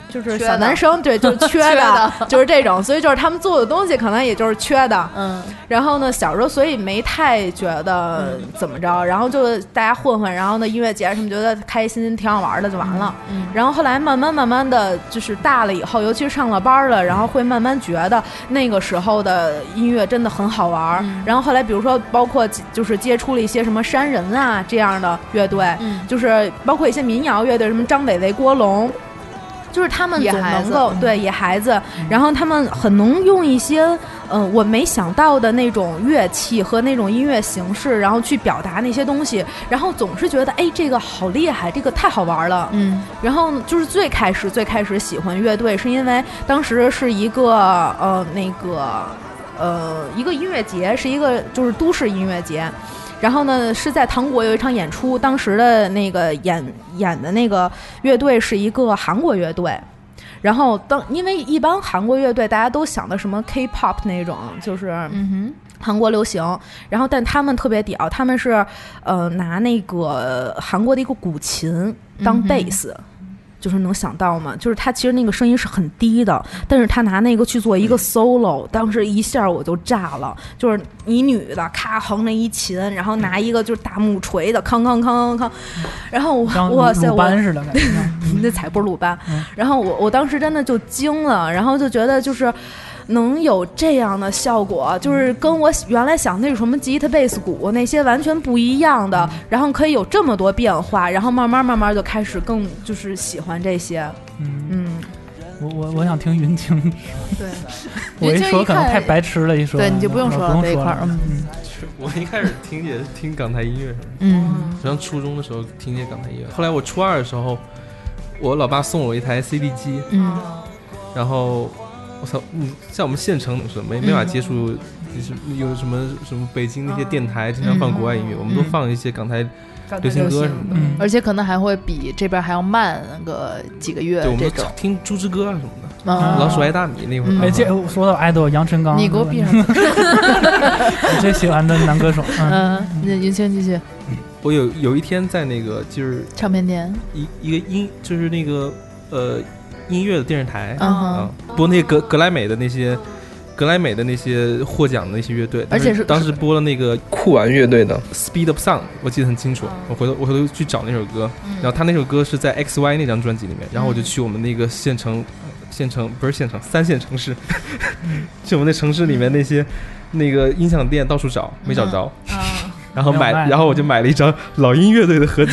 B: 就是
A: 缺
B: 小
A: 的
B: 男生，对，就是
A: [LAUGHS]
B: 缺的，
A: 缺的
B: 就是这种，所以就是他们做的东西可能也就是缺的。
A: 嗯
B: 然后呢，小时候所以没太觉得
A: 嗯
B: 怎么着，然后就大家混混，然后呢音乐节什么觉得开开心心挺好玩的就完了。
A: 嗯
B: 然后后来慢慢慢慢的就是大了以后，尤其是上了班了，然后会慢慢觉得那个时候的音乐真的很好玩儿。
A: 嗯
B: 然后后来比如说包括就是接触了一些什么山人啊这样的乐队，
A: 嗯
B: 就是包括一些民谣乐队，什么张伟伟、郭龙。就是他们
A: 野
B: 总
A: 孩
B: 能
A: 子
B: 够
A: 嗯
B: 对野孩子，然后他们很能用一些呃我没想到的那种乐器和那种音乐形式，然后去表达那些东西，然后总是觉得哎这个好厉害，这个太好玩了，
A: 嗯
B: 然后呢就是最开始最开始喜欢乐队，是因为当时是一个呃那个呃一个音乐节，是一个就是都市音乐节。然后呢，是在唐国有一场演出，当时的那个演演的那个乐队是一个韩国乐队。然后当因为一般韩国乐队大家都想的什么 K-pop 那种，就是
A: 嗯哼
B: 韩国流行，然后但他们特别屌，他们是呃拿那个韩国的一个古琴当
A: 嗯哼
B: bass，、就是能想到吗？就是他其实那个声音是很低的，但是他拿那个去做
A: 嗯
B: 一个 solo，当时一下我就炸了。就是一女的咔横着一琴，然后拿一个就是大木锤的，康康康康康，然后我
D: 像
B: 哇塞
D: 鲁
B: 我。
D: 班似的
B: [LAUGHS]
D: 感觉。
B: 那才不是鲁班。
D: 嗯
B: 然后我我当时真的就惊了，然后就觉得就是。能有这样的效果，就是跟我原来想那种什么吉他、贝斯、鼓那些完全不一样的，
A: 嗯
B: 然后可以有这么多变化，然后慢慢慢慢就开始更就是喜欢这些，
D: 嗯，
B: 嗯，
D: 我我我想听云清，
A: 对，
D: [LAUGHS] 我
A: 云
D: 一
A: 清
D: 说
A: 一
D: 可能
A: 看
D: 太白痴了，一说
A: 对你就不用说
D: 说
A: 了
D: 不
A: 这一
D: 用
A: 块儿
D: 了。嗯，
F: 我一开始听也是听港台音乐，
A: 嗯，
F: 我上初中的时候听一些港台音乐，后来我初二的时候，我老爸送了我一台 CD 机，
A: 嗯，
F: 然后我操，嗯，像我们县城是没没法接触，就是有什么什么北京那些电台经常放国外音乐，我们都放一些港台流行歌什么的，
D: 嗯
A: 而且可能还会比这边还要慢个几个月
F: 对，我们
A: 这
F: 都
A: 种。
F: 听猪之歌啊什么的，
A: 嗯，
F: 老鼠爱大米那会
A: 嗯
F: 儿。
D: 哎，这我说到爱豆杨晨刚，
A: 你给我闭上。
F: [LAUGHS]
A: 嘴。
D: 你最喜欢的男歌手，嗯，
A: 嗯，那云清继续，
F: 我有有一天在那个就是
A: 唱片店，
F: 一一个音就是那个呃音乐的电视台
A: 嗯
F: 啊
A: 哼，，
F: 播那个格格莱美的那些。格莱美的那些获奖的那些乐队，
A: 而且
F: 当时
A: 是
F: 当时播了那个酷玩乐队的《Speed Up Sound》，我记得很清楚。
A: 嗯
F: 我回头我回头去找那首歌，
B: 嗯
F: 然后他那首歌是在 X Y 那张专辑里面，然后我就去我们那个县城，县城不是县城，三线城市， [LAUGHS] 去我们那城市里面那些那个音响店到处找，没找着，
A: 嗯
F: 然后买
D: 没有卖，
F: 然后我就买了一张老鹰乐队
A: [LAUGHS]
F: 的合集，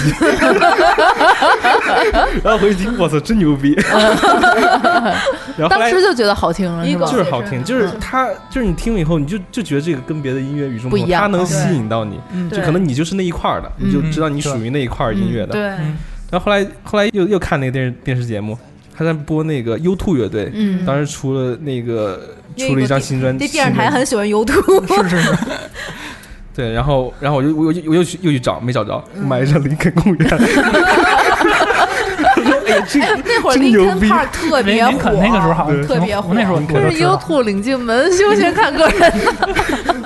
F: 然后回去听，我操，真牛
A: [LAUGHS]
F: 逼！然后后
A: 当
F: 来
A: 时就觉得好听了，是
B: 一
A: 吧
B: 个
F: 就是好听，就是
A: 嗯
F: 它，就是你听了以后，你就就觉得这个跟别的音乐与众
A: 不
F: 同，
A: 一样
F: 它能
A: 对
F: 吸引到你，
A: 嗯
F: 就可能你就是那一块儿的，你就知道你属于那一块儿音乐的。
B: 对，
D: 嗯
F: 然后后来后来又又看那个电视电视节目，他在播那个 U Two 乐队，
A: 嗯，
F: 当时出了那个
B: 因为
F: 出了一张
B: 有
F: 新专，
B: 这嗯电视
F: 新专
B: 台很喜欢 U 图，
D: 是是是，
F: 对，然后然后我就我又我又去又去找，没找着，
B: 嗯
F: 买一张林肯公园。
B: [LAUGHS]
F: 我说哎呀，这个
B: 那会儿
F: 真
B: 林
F: 牛
B: 肯
F: 逼
B: Park 特别
D: 林林
B: 火
D: 肯，那个时候好像
F: 对
B: 特别火
D: 我那时候我
A: 这
D: 都
A: 是
D: 知道
A: YouTube 领进门，休闲看个人。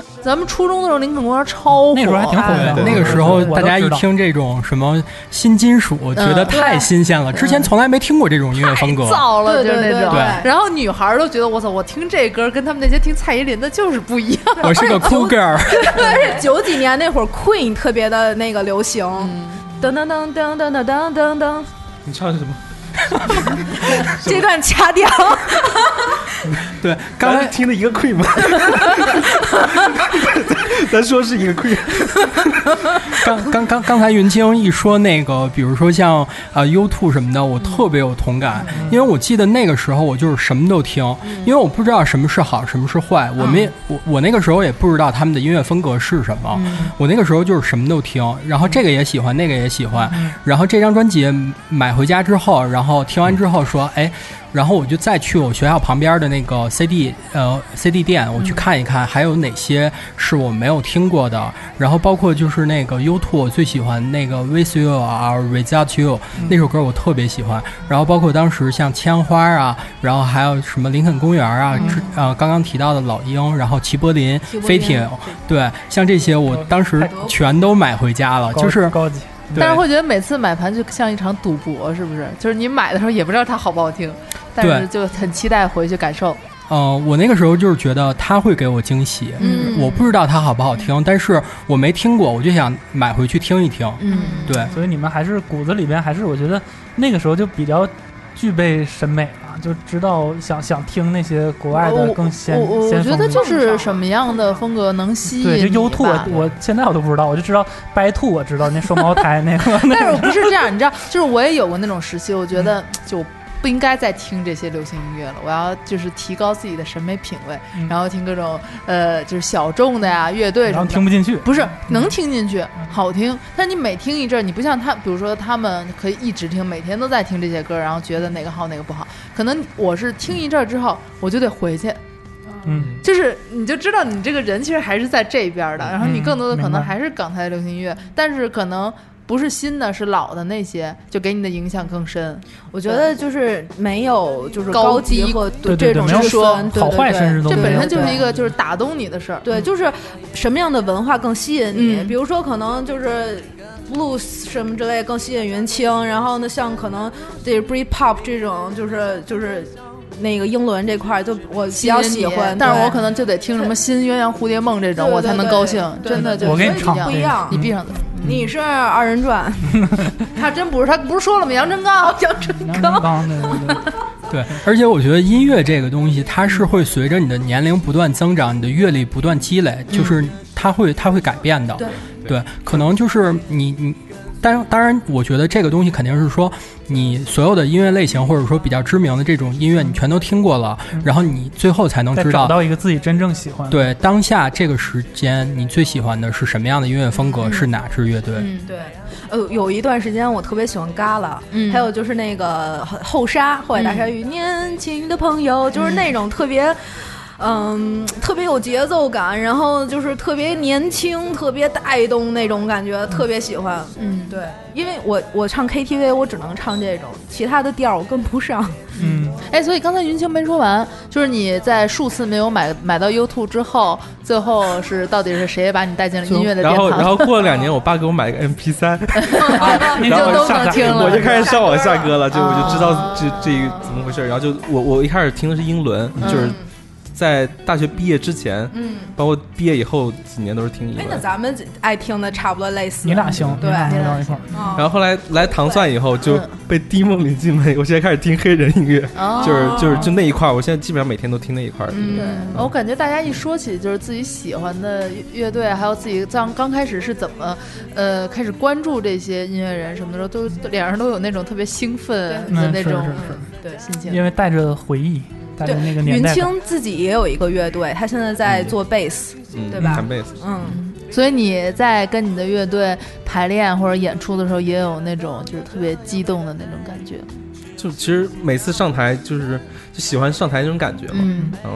A: [LAUGHS] 咱们初中的时候，林肯公园超火，
D: 那时候还挺火
A: 哎
D: 的嗯
F: 对
E: 那个时候
D: 我都知道嗯
E: 大家一听这种什么新金属，觉得太新鲜了，之前从来没听过这种音乐风格。
A: 燥了，
B: 对
A: 就是
B: 对
A: 那种
E: 对。
A: 然后女孩儿都觉得我操，我听这歌跟他们那些听蔡依林的就是不一样。
E: 我是
D: 哎
E: 个 cool girl，
B: 对，而且 [LAUGHS] 九几年那会儿 Queen 特别的那个流行，噔噔噔噔噔噔噔噔噔，
F: 你唱
B: [LAUGHS]
F: 的是什么？
B: 这段掐 [LAUGHS] 掉。
E: 对，刚
F: 咱
E: 才
F: 是听了一个 Queen 吗？ [LAUGHS] 咱说是一个 Queen，
E: [LAUGHS] 刚刚刚刚才云清一说那个，比如说像呃 U Two 什么的，
D: 嗯
E: 我特别有同感，因为我记得那个时候我就是什么都听，
D: 嗯
E: 因为我不知道什么是好，什么是坏，我们也我我那个时候也不知道他们的音乐风格是什么，我那个时候就是什么都听，然后这个也喜欢，那个也喜欢，然后这张专辑买回家之后，然后听完之后说，哎。然后我就再去我学校旁边的那个 CD 呃 CD 店，我去看一看还有哪些是我没有听过的。然后包括就是那个 U2，我最喜欢那个 With You 啊 Without You 那首歌我特别喜欢。然后包括当时像枪花啊，然后还有什么林肯公园啊，之呃刚刚提到的老鹰，然后齐柏林、飞艇，对，像这些我当时全都买回家了，
D: 高
E: 就是
D: 高级，
A: 但是会觉得每次买盘就像一场赌博，是不是？就是你买的时候也不知道它好不好听，但是
E: 对
A: 就很期待回去感受。
E: 呃，我那个时候就是觉得它会给我惊喜，
B: 嗯
E: 我不知道它好不好听，但是我没听过，我就想买回去听一听。
A: 嗯，
E: 对，
D: 所以你们还是骨子里边还是我觉得那个时候就比较具备审美了，就知道想想听那些国外的更先
A: 我我我
D: 先
A: 觉
D: 锋
A: 得
D: 的。
A: 就是什么样的风格能吸引
D: 对，就
A: 你
D: 优兔，
A: 吧
D: 我现在我都不知道，我就知道白兔，我知道那双胞胎 [LAUGHS] 那个，
A: [LAUGHS] 但是我不是这样，你知道，就是我也有过那种时期，我觉
D: 嗯
A: 得就不应该再听这些流行音乐了，我要就是提高自己的审美品味，
D: 嗯
A: 然后听各种呃就是小众的呀、乐队
D: 然
A: 什
D: 后
A: 么的
D: 听。嗯不进去，
A: 不是能听进去，好听，但你每听一阵儿，你不像他，比如说他们可以一直听，每天都在听这些歌，然后觉得哪个好哪个不好。可能我是听一阵儿之后，我就得回去， [LAUGHS]
D: 嗯，
A: 就是你就知道你这个人其实还是在这边儿的，然后你更多的可
D: 明
A: 能
D: 白
A: 还是港台流行音乐，但是可能不是新的，是老的那些，就给你的影响更深。
B: 我觉得就是没有就是
A: 高
B: 高级
A: 低
B: 和
D: 对对
B: 这
D: 对
B: 种
D: 没有
B: 之
A: 说
B: 分对
D: 好
B: 对
D: 坏
B: 对
D: 甚至都
A: 这
D: 对
A: 本身
B: 对
A: 就是一个就是打动你的事儿。
B: 对，就是什么样的文化更吸引你？
A: 嗯
B: 比如说，可能就是不 blues 什么之类更吸引人听。然后呢，像可能这 Brit pop 这种，就是就是那个英伦这块儿，就我比较喜欢。
A: 但是我
B: 对
A: 可能就得听什么《新鸳鸯蝴蝶梦》这种，
B: 对
A: 我才
B: 对
A: 能
B: 对
A: 高兴。
B: 对
A: 真的
B: 对
A: 就
D: 我给你
A: 是
D: 唱嗯
A: 一样
B: 不
A: 你。
B: 一样
A: 闭上嘴。
B: 你是二人转，
A: 他真不是，他不是说了吗？杨振刚，杨振
D: 杨成刚对对对，
E: 对，
D: 嗯
E: 而且我觉得音乐这个东西，它是会随着你的年龄不断增长，你的阅历不断积累，
A: 嗯
E: 就是它会它会改变的。
B: 对
E: 对，可能就是你你。但当然，我觉得这个东西肯定是说，你所有的音乐类型或者说比较知名的这种音乐，你全都听过了，
A: 嗯
E: 然后你最后才能
D: 再
E: 知
D: 找
E: 道
D: 到一个自己真正喜欢的。
E: 对当下这个时间，你最喜欢的是什么样的音乐风格？是哪支乐队？
A: 嗯，
B: 对， [LAUGHS] 呃，有一段时间我特别喜欢嘎啦，
A: 嗯
B: 还有就是那个后沙《后海大鲨鱼》年轻的朋友，就是那种特别。嗯，特别有节奏感，然后就是特别年轻，特别带动那种感觉，特别喜欢。
A: 嗯，
B: 对，因为我我唱 KTV 我只能唱这种，其他的调儿我跟不上。
A: [LAUGHS]
D: 嗯，
A: 哎，所以刚才云清没说完，就是你在数次没有买买到 U Two 之后，最后是到底是谁把你带进了音乐的
F: 然
A: 殿
F: 后然
A: 堂？
F: 后过了两年，我爸给我买个 MP 三，
B: 嗯
A: 你就
F: 然后
A: 都
D: 下
A: 能
D: 载
A: 听了，
F: 我就开始上网下
B: 下
F: 歌了，就我就知
A: 啊
F: 道这这个怎么回事儿。然后就我我一开始听的是英伦，
A: 嗯
F: 就是在大学毕业之前，
B: 嗯，
F: 包括毕业以后几年都是听英
B: 哎
F: 文，。
B: 那咱们爱听的差不多类似。
D: 你俩行，
B: 对
D: 你俩能聊一块儿。
B: 嗯
F: 然后后来来糖蒜以后，就被低梦里进门，我现在开始听黑人音乐，
A: 哦嗯
F: 就是就是就那一块儿，我现在基本上每天都听那一块儿。
A: 对，我感觉大家一说起就是自己喜欢的乐队，还有自己刚刚开始是怎么，呃，开始关注这些音乐人什么的时候，都都脸上都有那种特别兴奋
D: 对
A: 的
D: 嗯
A: 那种
D: 是是是
A: 对心情。
D: 因为带着回忆，带着
B: 对
D: 那个，年
B: 云
D: 代感。
B: 清自己也有一个乐队，他现在在做贝斯，
F: 嗯，
B: 对吧
F: 弹贝斯，
B: 嗯，
A: 所以你在跟你的乐队排练或者演出的时候，也有那种就是特别激动的那种感觉。
F: 就其实每次上台就是就喜欢上台那种感觉嘛。
A: 嗯
F: 嗯，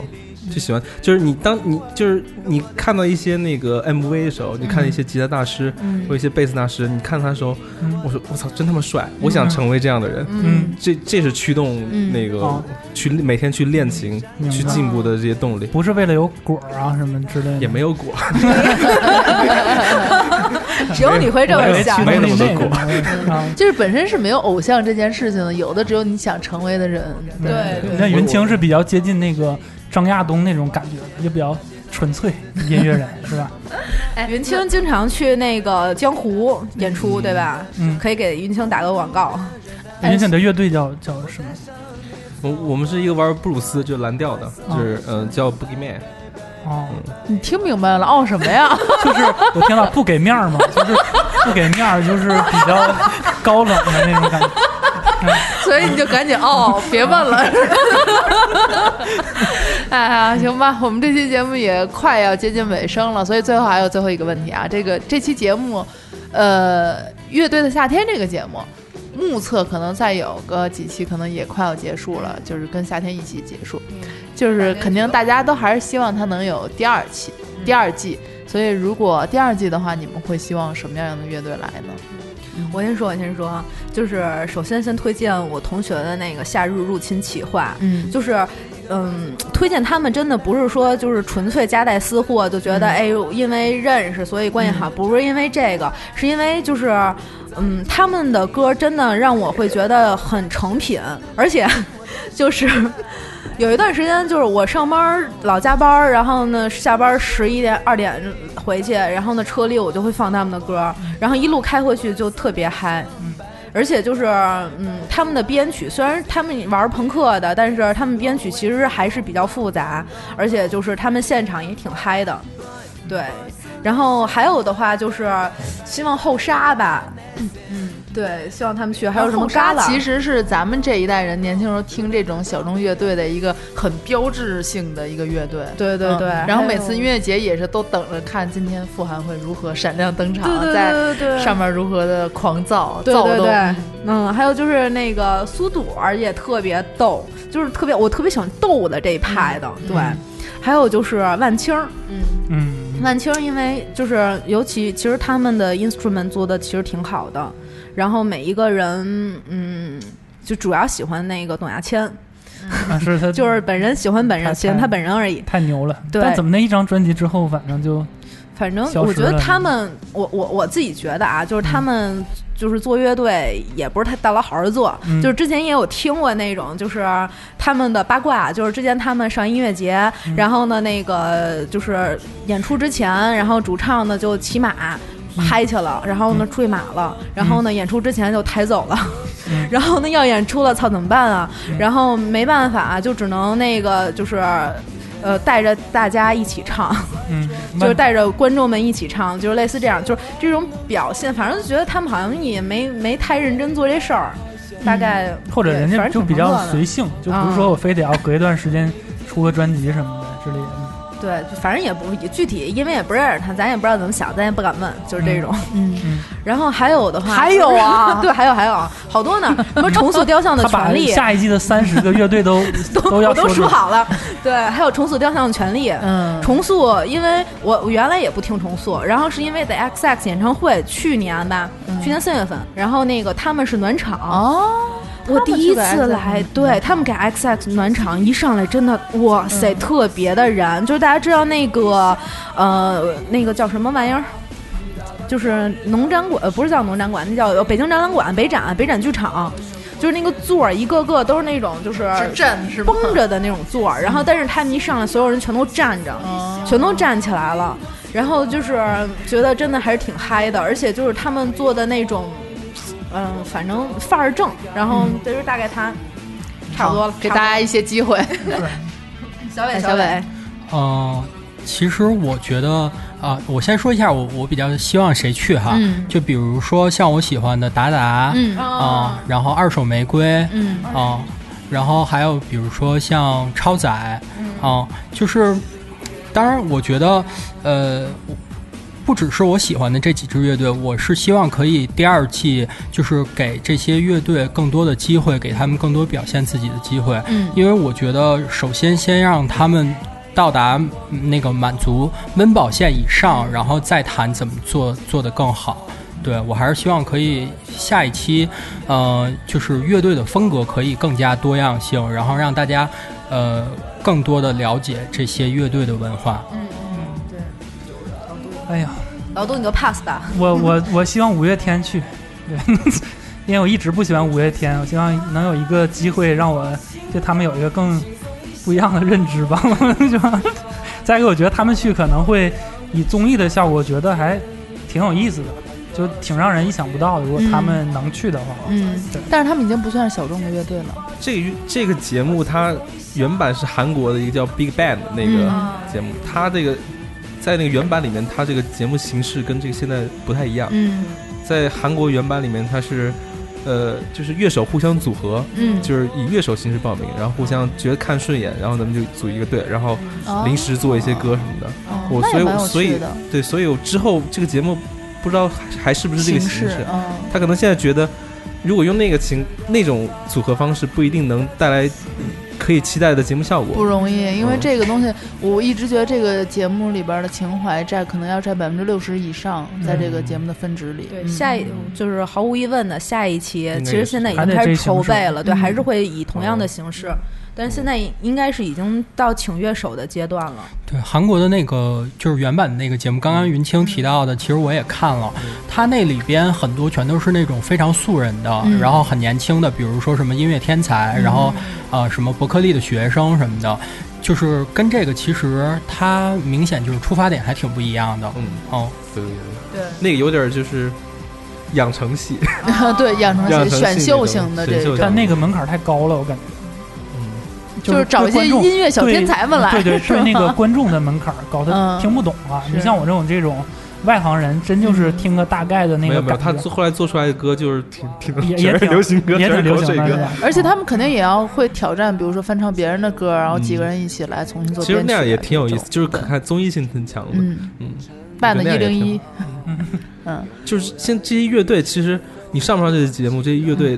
F: 就喜欢，就是你当你就是你看到一些那个 MV 的时候，你看一些吉他大师
A: 嗯
F: 或一些贝斯大师，你看他的时候，
D: 嗯
F: 我说我操，真他妈帅，我想成为这样的人。
D: 嗯，
F: 这这是驱动那个
D: 哦
F: 去每天去练琴、
D: 明白
F: 去进步的这些动力，
D: 不是为了有果儿啊什么之类的，
F: 也没有果。 [LAUGHS]
B: 只有你会这
D: 我以
B: 么
D: 为
B: 想
D: 驱。
F: 没
D: 动
F: 那
D: 力
F: 么多
D: 那个
F: 果
A: [LAUGHS]
D: 呢 [LAUGHS] 啊。
A: 就是本身是没有偶像这件事情的，有的只有你想成为的人。
B: 对对
D: 那云清是比较接近那个张亚东那种感觉的，就比较纯粹音乐人是吧？
B: 云清经常去那个江湖演出，对吧？
D: 嗯
B: 可以给云清打个广告。
A: 哎
D: 云清你的乐队叫叫什么？
F: 我我们是一个玩布鲁斯，就蓝调的，就是嗯叫 Boogie Man，
D: 哦，
A: 你听明白了哦什么呀？
D: 就是我听到不给面儿嘛， [LAUGHS] 就是不给面儿，就是比较高冷的那种感觉。
A: 所以你就赶紧哦，别问了。哎呀，行吧，我们这期节目也快要接近尾声了，所以最后还有最后一个问题啊，这个这期节目，呃，乐队的夏天这个节目。目测可能再有个几期，可能也快要结束了，就是跟夏天一起结束，就是肯定大家都还是希望它能有第二期、第二季。所以如果第二季的话，你们会希望什么样的乐队来呢？
B: 我先说，我先说，啊就是首先先推荐我同学的那个《夏日入侵》企划，
A: 嗯，
B: 就是。嗯，推荐他们真的不是说就是纯粹夹带私货，就觉得、哎，因为认识所以关系好，不是因为这个，是因为就是，嗯，他们的歌真的让我会觉得很成品，而且就是有一段时间就是我上班儿老加班儿，然后呢下班十一点二点回去，然后呢车里我就会放他们的歌，然后一路开回去就特别嗨。而且就是，嗯，他们的编曲虽然他们玩朋克的，但是他们编曲其实还是比较复杂，而且就是他们现场也挺嗨的，对。然后还有的话就是，希望后沙吧，嗯，对，希望他们去。还有什么
A: 后沙
B: 旮旯？
A: 其实是咱们这一代人年轻时候听这种小众乐队的一个很标志性的一个乐队。
B: 对对
A: 嗯
B: 对
A: 然后
B: 还
A: 每
B: 有
A: 次音乐节也是都等着看今天傅涵会如何闪亮登场，
B: 对对对对
A: 在
B: 对
A: 上面如何的狂躁
B: 对
A: 躁
B: 对
A: 动。
B: 对，嗯，还有就是那个苏朵儿也特别逗，就是特别我特别喜欢逗的这一派
A: 嗯
B: 的，对。还有就是万青儿，
D: 嗯，
B: 万青儿因为就是尤其其实他们的 instrument 做的其实挺好的，然后每一个人嗯，就主要喜欢那个董亚千，
D: 但是他
B: 就是本人喜欢本
D: 他
B: 人喜欢
D: 太
B: 他本人而已，
D: 太牛了。
B: 对
D: 但怎么那一张专辑之后，反正就
B: 反正
D: 消
B: 我
D: 失
B: 觉得
D: 了
B: 他们，我我我自己觉得啊，就是他们就是做乐队也不是太大老好好做，
D: 嗯
B: 就是之前也有听过那种就是他们的八卦，就是之前他们上音乐节，然后呢那个就是演出之前，然后主唱呢就骑马。嗨去了，然后呢坠马了，然后呢演出之前就抬走了， [LAUGHS] 然后呢要演出了，操怎么办啊？然后没办法，就只能那个就是，呃，带着大家一起唱，
D: 嗯，
B: [LAUGHS] 就是带着观众们一起唱，就是类似这样，就是这种表现，反正就觉得他们好像也没没太认真做这事儿，大概
D: 或者人
B: 对
D: 家
B: 反正
D: 就
B: 挺
D: 比
B: 忙
D: 较
B: 乱的啊
D: 随性，就不是说我非得要隔一段时间出个专辑什么的之类的。
B: 对，反正也不也具体，因为也不认识他，咱也不知道怎么想，咱也不敢问，就是这种。
A: 嗯
D: 嗯
B: 然后还有的话，
A: 还有啊
B: [LAUGHS] 对，还有还有
D: [LAUGHS]
B: 啊，好多呢，什么重塑雕像的
D: 他把
B: 权利，
D: 下一季的三十个乐队都都
B: [LAUGHS]
D: 要
B: 我都
D: 出
B: 说好了，对，还有重塑雕像的权利，
A: 嗯
B: 重塑，因为我我原来也不听重塑，然后是因为在 XX 演唱会去年吧，去年四月份，然后那个他们是暖场，
A: 嗯哦，
B: 我第一
A: 他们去
B: 次
A: 的 XX
B: 来，
A: 嗯
B: 对他们给 XX 暖场，一上来真的哇塞，特别的燃，就是大家知道那个呃那个叫什么玩意儿？就是农展馆，呃，不是叫农展馆，那叫呃北京展览馆、北展、北展剧场，就是那个座儿，一个个都是那种就是
A: 是震是吗？
B: 绷着的那种座儿，然后但是他们一上来，所有人全都站着，全都站起来了，然后就是觉得真的还是挺嗨的，而且就是他们做的那种，嗯、反正范儿正，然后就是大概他差不多了，
A: 嗯给大家一些机会。
B: 小伟
A: 哎
B: 小
A: 小
B: 伟
A: 伟，
E: 嗯，其实我觉得啊、我先说一下我我比较希望谁去哈，
A: 嗯
E: 就比如说像我喜欢的达达啊、
A: 嗯
E: 然后二手玫瑰啊、
A: 嗯
E: 然后还有比如说像超载啊、
A: 嗯
E: 就是当然我觉得呃。我不只是我喜欢的这几支乐队，我是希望可以第二季就是给这些乐队更多的机会，给他们更多表现自己的机会。
A: 嗯
E: 因为我觉得，首先先让他们到达嗯那个满足温饱线以上，然后再谈怎么做做得更好。对我还是希望可以下一期，呃，就是乐队的风格可以更加多样性，然后让大家呃更多的了解这些乐队的文化。
D: 哎呀，
B: 老杜你就 pass 吧，
D: 我我我希望五月天去，对， [LAUGHS] 因为我一直不喜欢五月天，我希望能有一个机会让我对他们有一个更不一样的认知吧。 [LAUGHS] 就再一个，我觉得他们去可能会以综艺的效果，我觉得还挺有意思的，就挺让人意想不到的。如果他们能去的话，
A: 嗯
D: 对，
A: 但是他们已经不算是小众的乐队了。
F: 这个这个节目它原版是韩国的一个叫 Big Bang 的那个
A: 嗯
F: 节目，它这个在那个原版里面，它这个节目形式跟这个现在不太一样。
A: 嗯
F: 在韩国原版里面，它是呃，就是乐手互相组合，
A: 嗯，
F: 就是以乐手形式报名，然后互相觉得看顺眼，然后咱们就组一个队，然后临时做一些歌什么的。
A: 哦，
F: 我
A: 那
F: 所
A: 也
F: 以
A: 蛮有
F: 我所
A: 趣
F: 以
A: 的
F: 对，所以我之后这个节目不知道还还是不是这个形
A: 式
F: 式，，啊
A: 嗯
F: 他可能现在觉得，如果用那个情那种组合方式，不一定能带来可以期待的节目效
A: 不
F: 果。
A: 容易，因为
F: 嗯
A: 这个东西，我一直觉得这个节目里边的情怀占可能要占百分之六十以上，在这个节目的分值里。嗯
B: 下一就是毫无疑问的下一期，
F: 该
B: 其实现在已经
D: 还得
B: 开始
D: 这形
B: 筹
D: 式
B: 备了，对，
A: 嗯
B: 还是会以同样的形式，但是现在应该是已经到请乐手的阶段了，
E: 对韩国的那个就是原版的那个节目，刚刚云清提到的，其实我也看了，它那里边很多全都是那种非常素人的，
A: 嗯
E: 然后很年轻的，比如说什么音乐天才，然后呃什么伯克利的学生什么的，就是跟这个其实它明显就是出发点还挺不一样的。
F: 嗯，
E: 哦，
F: 对对对，
A: 对
F: 那个有点就是养成系，
A: 对，养成
F: 养
A: 型
F: 成系
A: 选
F: 那
A: 秀
F: 种
A: 型的
F: 选
A: 这
F: 秀
A: 种，
D: 但那个门槛太高了，我感觉
F: 嗯，
A: 就是找一
D: 对
A: 些
D: 观众
A: 音乐小天才们来，
D: 对对，
A: 是 [LAUGHS]
D: 对那个
A: 吧
D: 观众的门槛儿搞得
A: 嗯
D: 听不懂啊。
A: 是嗯
D: 你像我这种这种外行人，真就是听个大概的那
F: [LAUGHS] 没
D: 个
F: 有没有，
D: 感
F: 他
D: 觉
F: 做，后来做出来的歌就是挺挺
D: 也也
F: 全是
D: 挺
F: 流行歌，
D: 也
F: 全是
D: 挺流行
F: 口
D: 的
F: 水
D: 是
F: 歌。
D: 吧。
A: 而且他们肯定也要会挑战，比如说翻唱别人的歌，然后几个人一起来重新做
F: 其实
A: 编曲
F: 那
A: 啊。
F: 样也挺有意思，
A: 这种
F: 就是可看综艺性很强的。
A: 嗯
F: 嗯，
A: 办的
F: 我觉
A: 一
F: 得那
A: 零
F: 样也
A: 一
F: 挺，就是现这些乐队，其实你上不上这些节目，这些乐队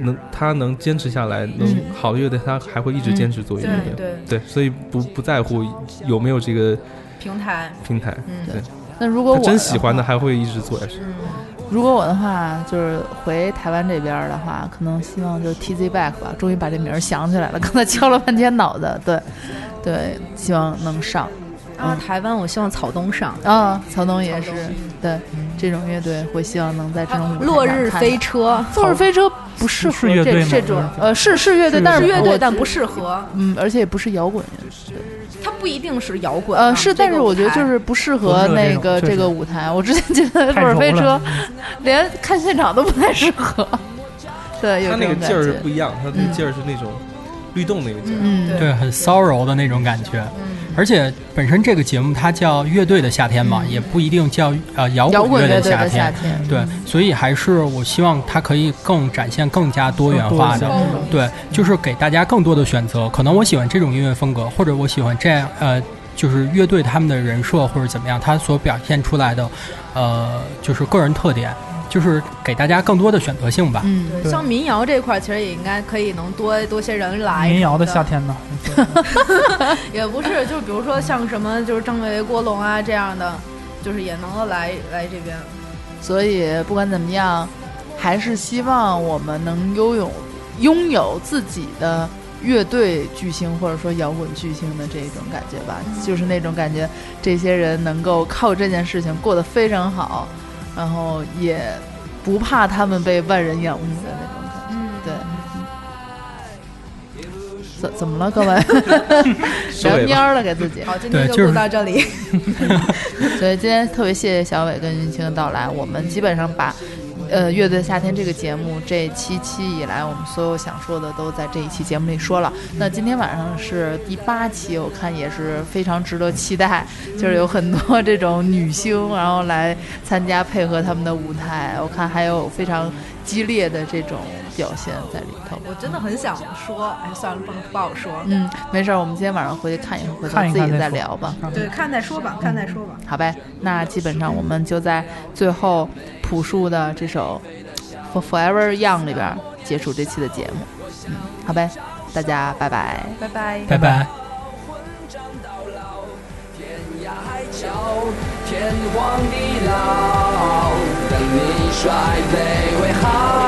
F: 能他能坚持下来，能
A: 嗯
F: 好的乐队他还会一直坚持做音乐。
B: 对
F: 对，所以不不在乎有没有这个
B: 平台，
F: 平台，
B: 嗯
F: 对，
A: 那如果
F: 他
A: 我啊
F: 真喜欢
A: 的
F: 的
A: 话，
F: 还会一直做下去。
A: 如果我的话，就是回台湾这边儿的话，可能希望就是 TZ Back 吧，终于把这名儿想起来了，刚才敲了半天脑子，对，对，希望能上。
B: 啊，台湾，我希望草东上。
A: 啊，曹东也是，对这种乐队会希望能在这种舞台
B: 落
A: 上
B: 日
A: 看
B: 飞
A: 到，
B: 车
A: 落日飞车不适
D: 是
A: 合
D: 乐队
A: 这
D: 吗
A: 这种，呃，是是乐队，
D: 是
A: 但
B: 是
A: 是
B: 乐
A: 我
B: 队，但不适合，
A: 嗯，而且也不是摇滚乐，
B: 它不一定是摇滚啊。
A: 呃，是，但是我觉得
B: 这
A: 就
B: 个舞台
A: 是不适
D: 不
A: 合
D: 适合这
A: 那
D: 种
A: 个
D: 确
A: 这
D: 实
A: 个舞台。我之前觉得
D: 太
A: 落日
D: 柔
A: 飞车
D: 了
A: 连看现场都不太适合，对，有
F: 他
A: 这
F: 那个
A: 种感
F: 劲儿是
A: 觉
F: 不一样，他那个劲儿是那种律动那个劲儿。
A: 嗯，
E: 对，很骚柔的那种感觉。而且本身这个节目它叫《乐队的夏天》嘛，也不一定叫呃摇
A: 摇滚
E: 乐
A: 乐
E: 的
A: 队
E: 夏
A: 的夏
E: 天。
A: 天，
E: 对，所以还是我希望它可以更展现更加多元化的
D: 更
B: 多元，
E: 对，就是给大家更多的选择。可能我喜欢这种音乐风格，或者我喜欢这样呃，就是乐队他们的人设或者怎么样，他所表现出来的呃，就是个人特点，就是给大家更多的选择性吧。
A: 嗯，
B: 对
D: 对
B: 像民谣这块儿，其实也应该可以能多多些人来。
D: 民谣的夏天呢？
B: 也不是，就是比如说像什么，就是张伟伟、郭龙啊这样的，就是也能够来来这边。
A: 所以不管怎么样，还是希望我们能拥有拥有自己的乐队巨星，或者说摇滚巨星的这种感觉吧，就是那种感觉，这些人能够靠这件事情过得非常好，然后也不怕他们被万人仰慕的那种感觉。
B: 嗯，
A: 对，怎怎么了， [LAUGHS] 各位？
F: 收
A: 聊
F: 尾吧，
A: 蔫儿了，给自己。
B: 好，今
E: 对
B: 天
E: 就
B: 就是录到这里。
A: 所以今天特别谢谢小伟跟云清的到来，我们基本上把。呃，乐队夏天这个节目这七期以来，我们所有想说的都在这一期节目里说了。那今天晚上是第八期，我看也是非常值得期待，就是有很多这种女星，然后来参加配合他们的舞台，我看还有非常激烈的这种表现在里头。
B: 我真的很想说，哎，算了，不好不好说。
A: 嗯，没事儿，我们今天晚上回去看一看，回头
D: 看一
A: 自
D: 看
A: 己
D: 再
A: 再
D: 说
A: 聊吧。
B: 对，看再说吧，看再说吧。
A: 好呗，那基本上我们就在最后朴树的这首《For Forever Young》里边儿结束这期的节目。嗯，好呗，大家拜拜。
B: 拜拜。
E: 拜拜
G: 长到老，天涯海角，天荒地老，等你衰惫为好。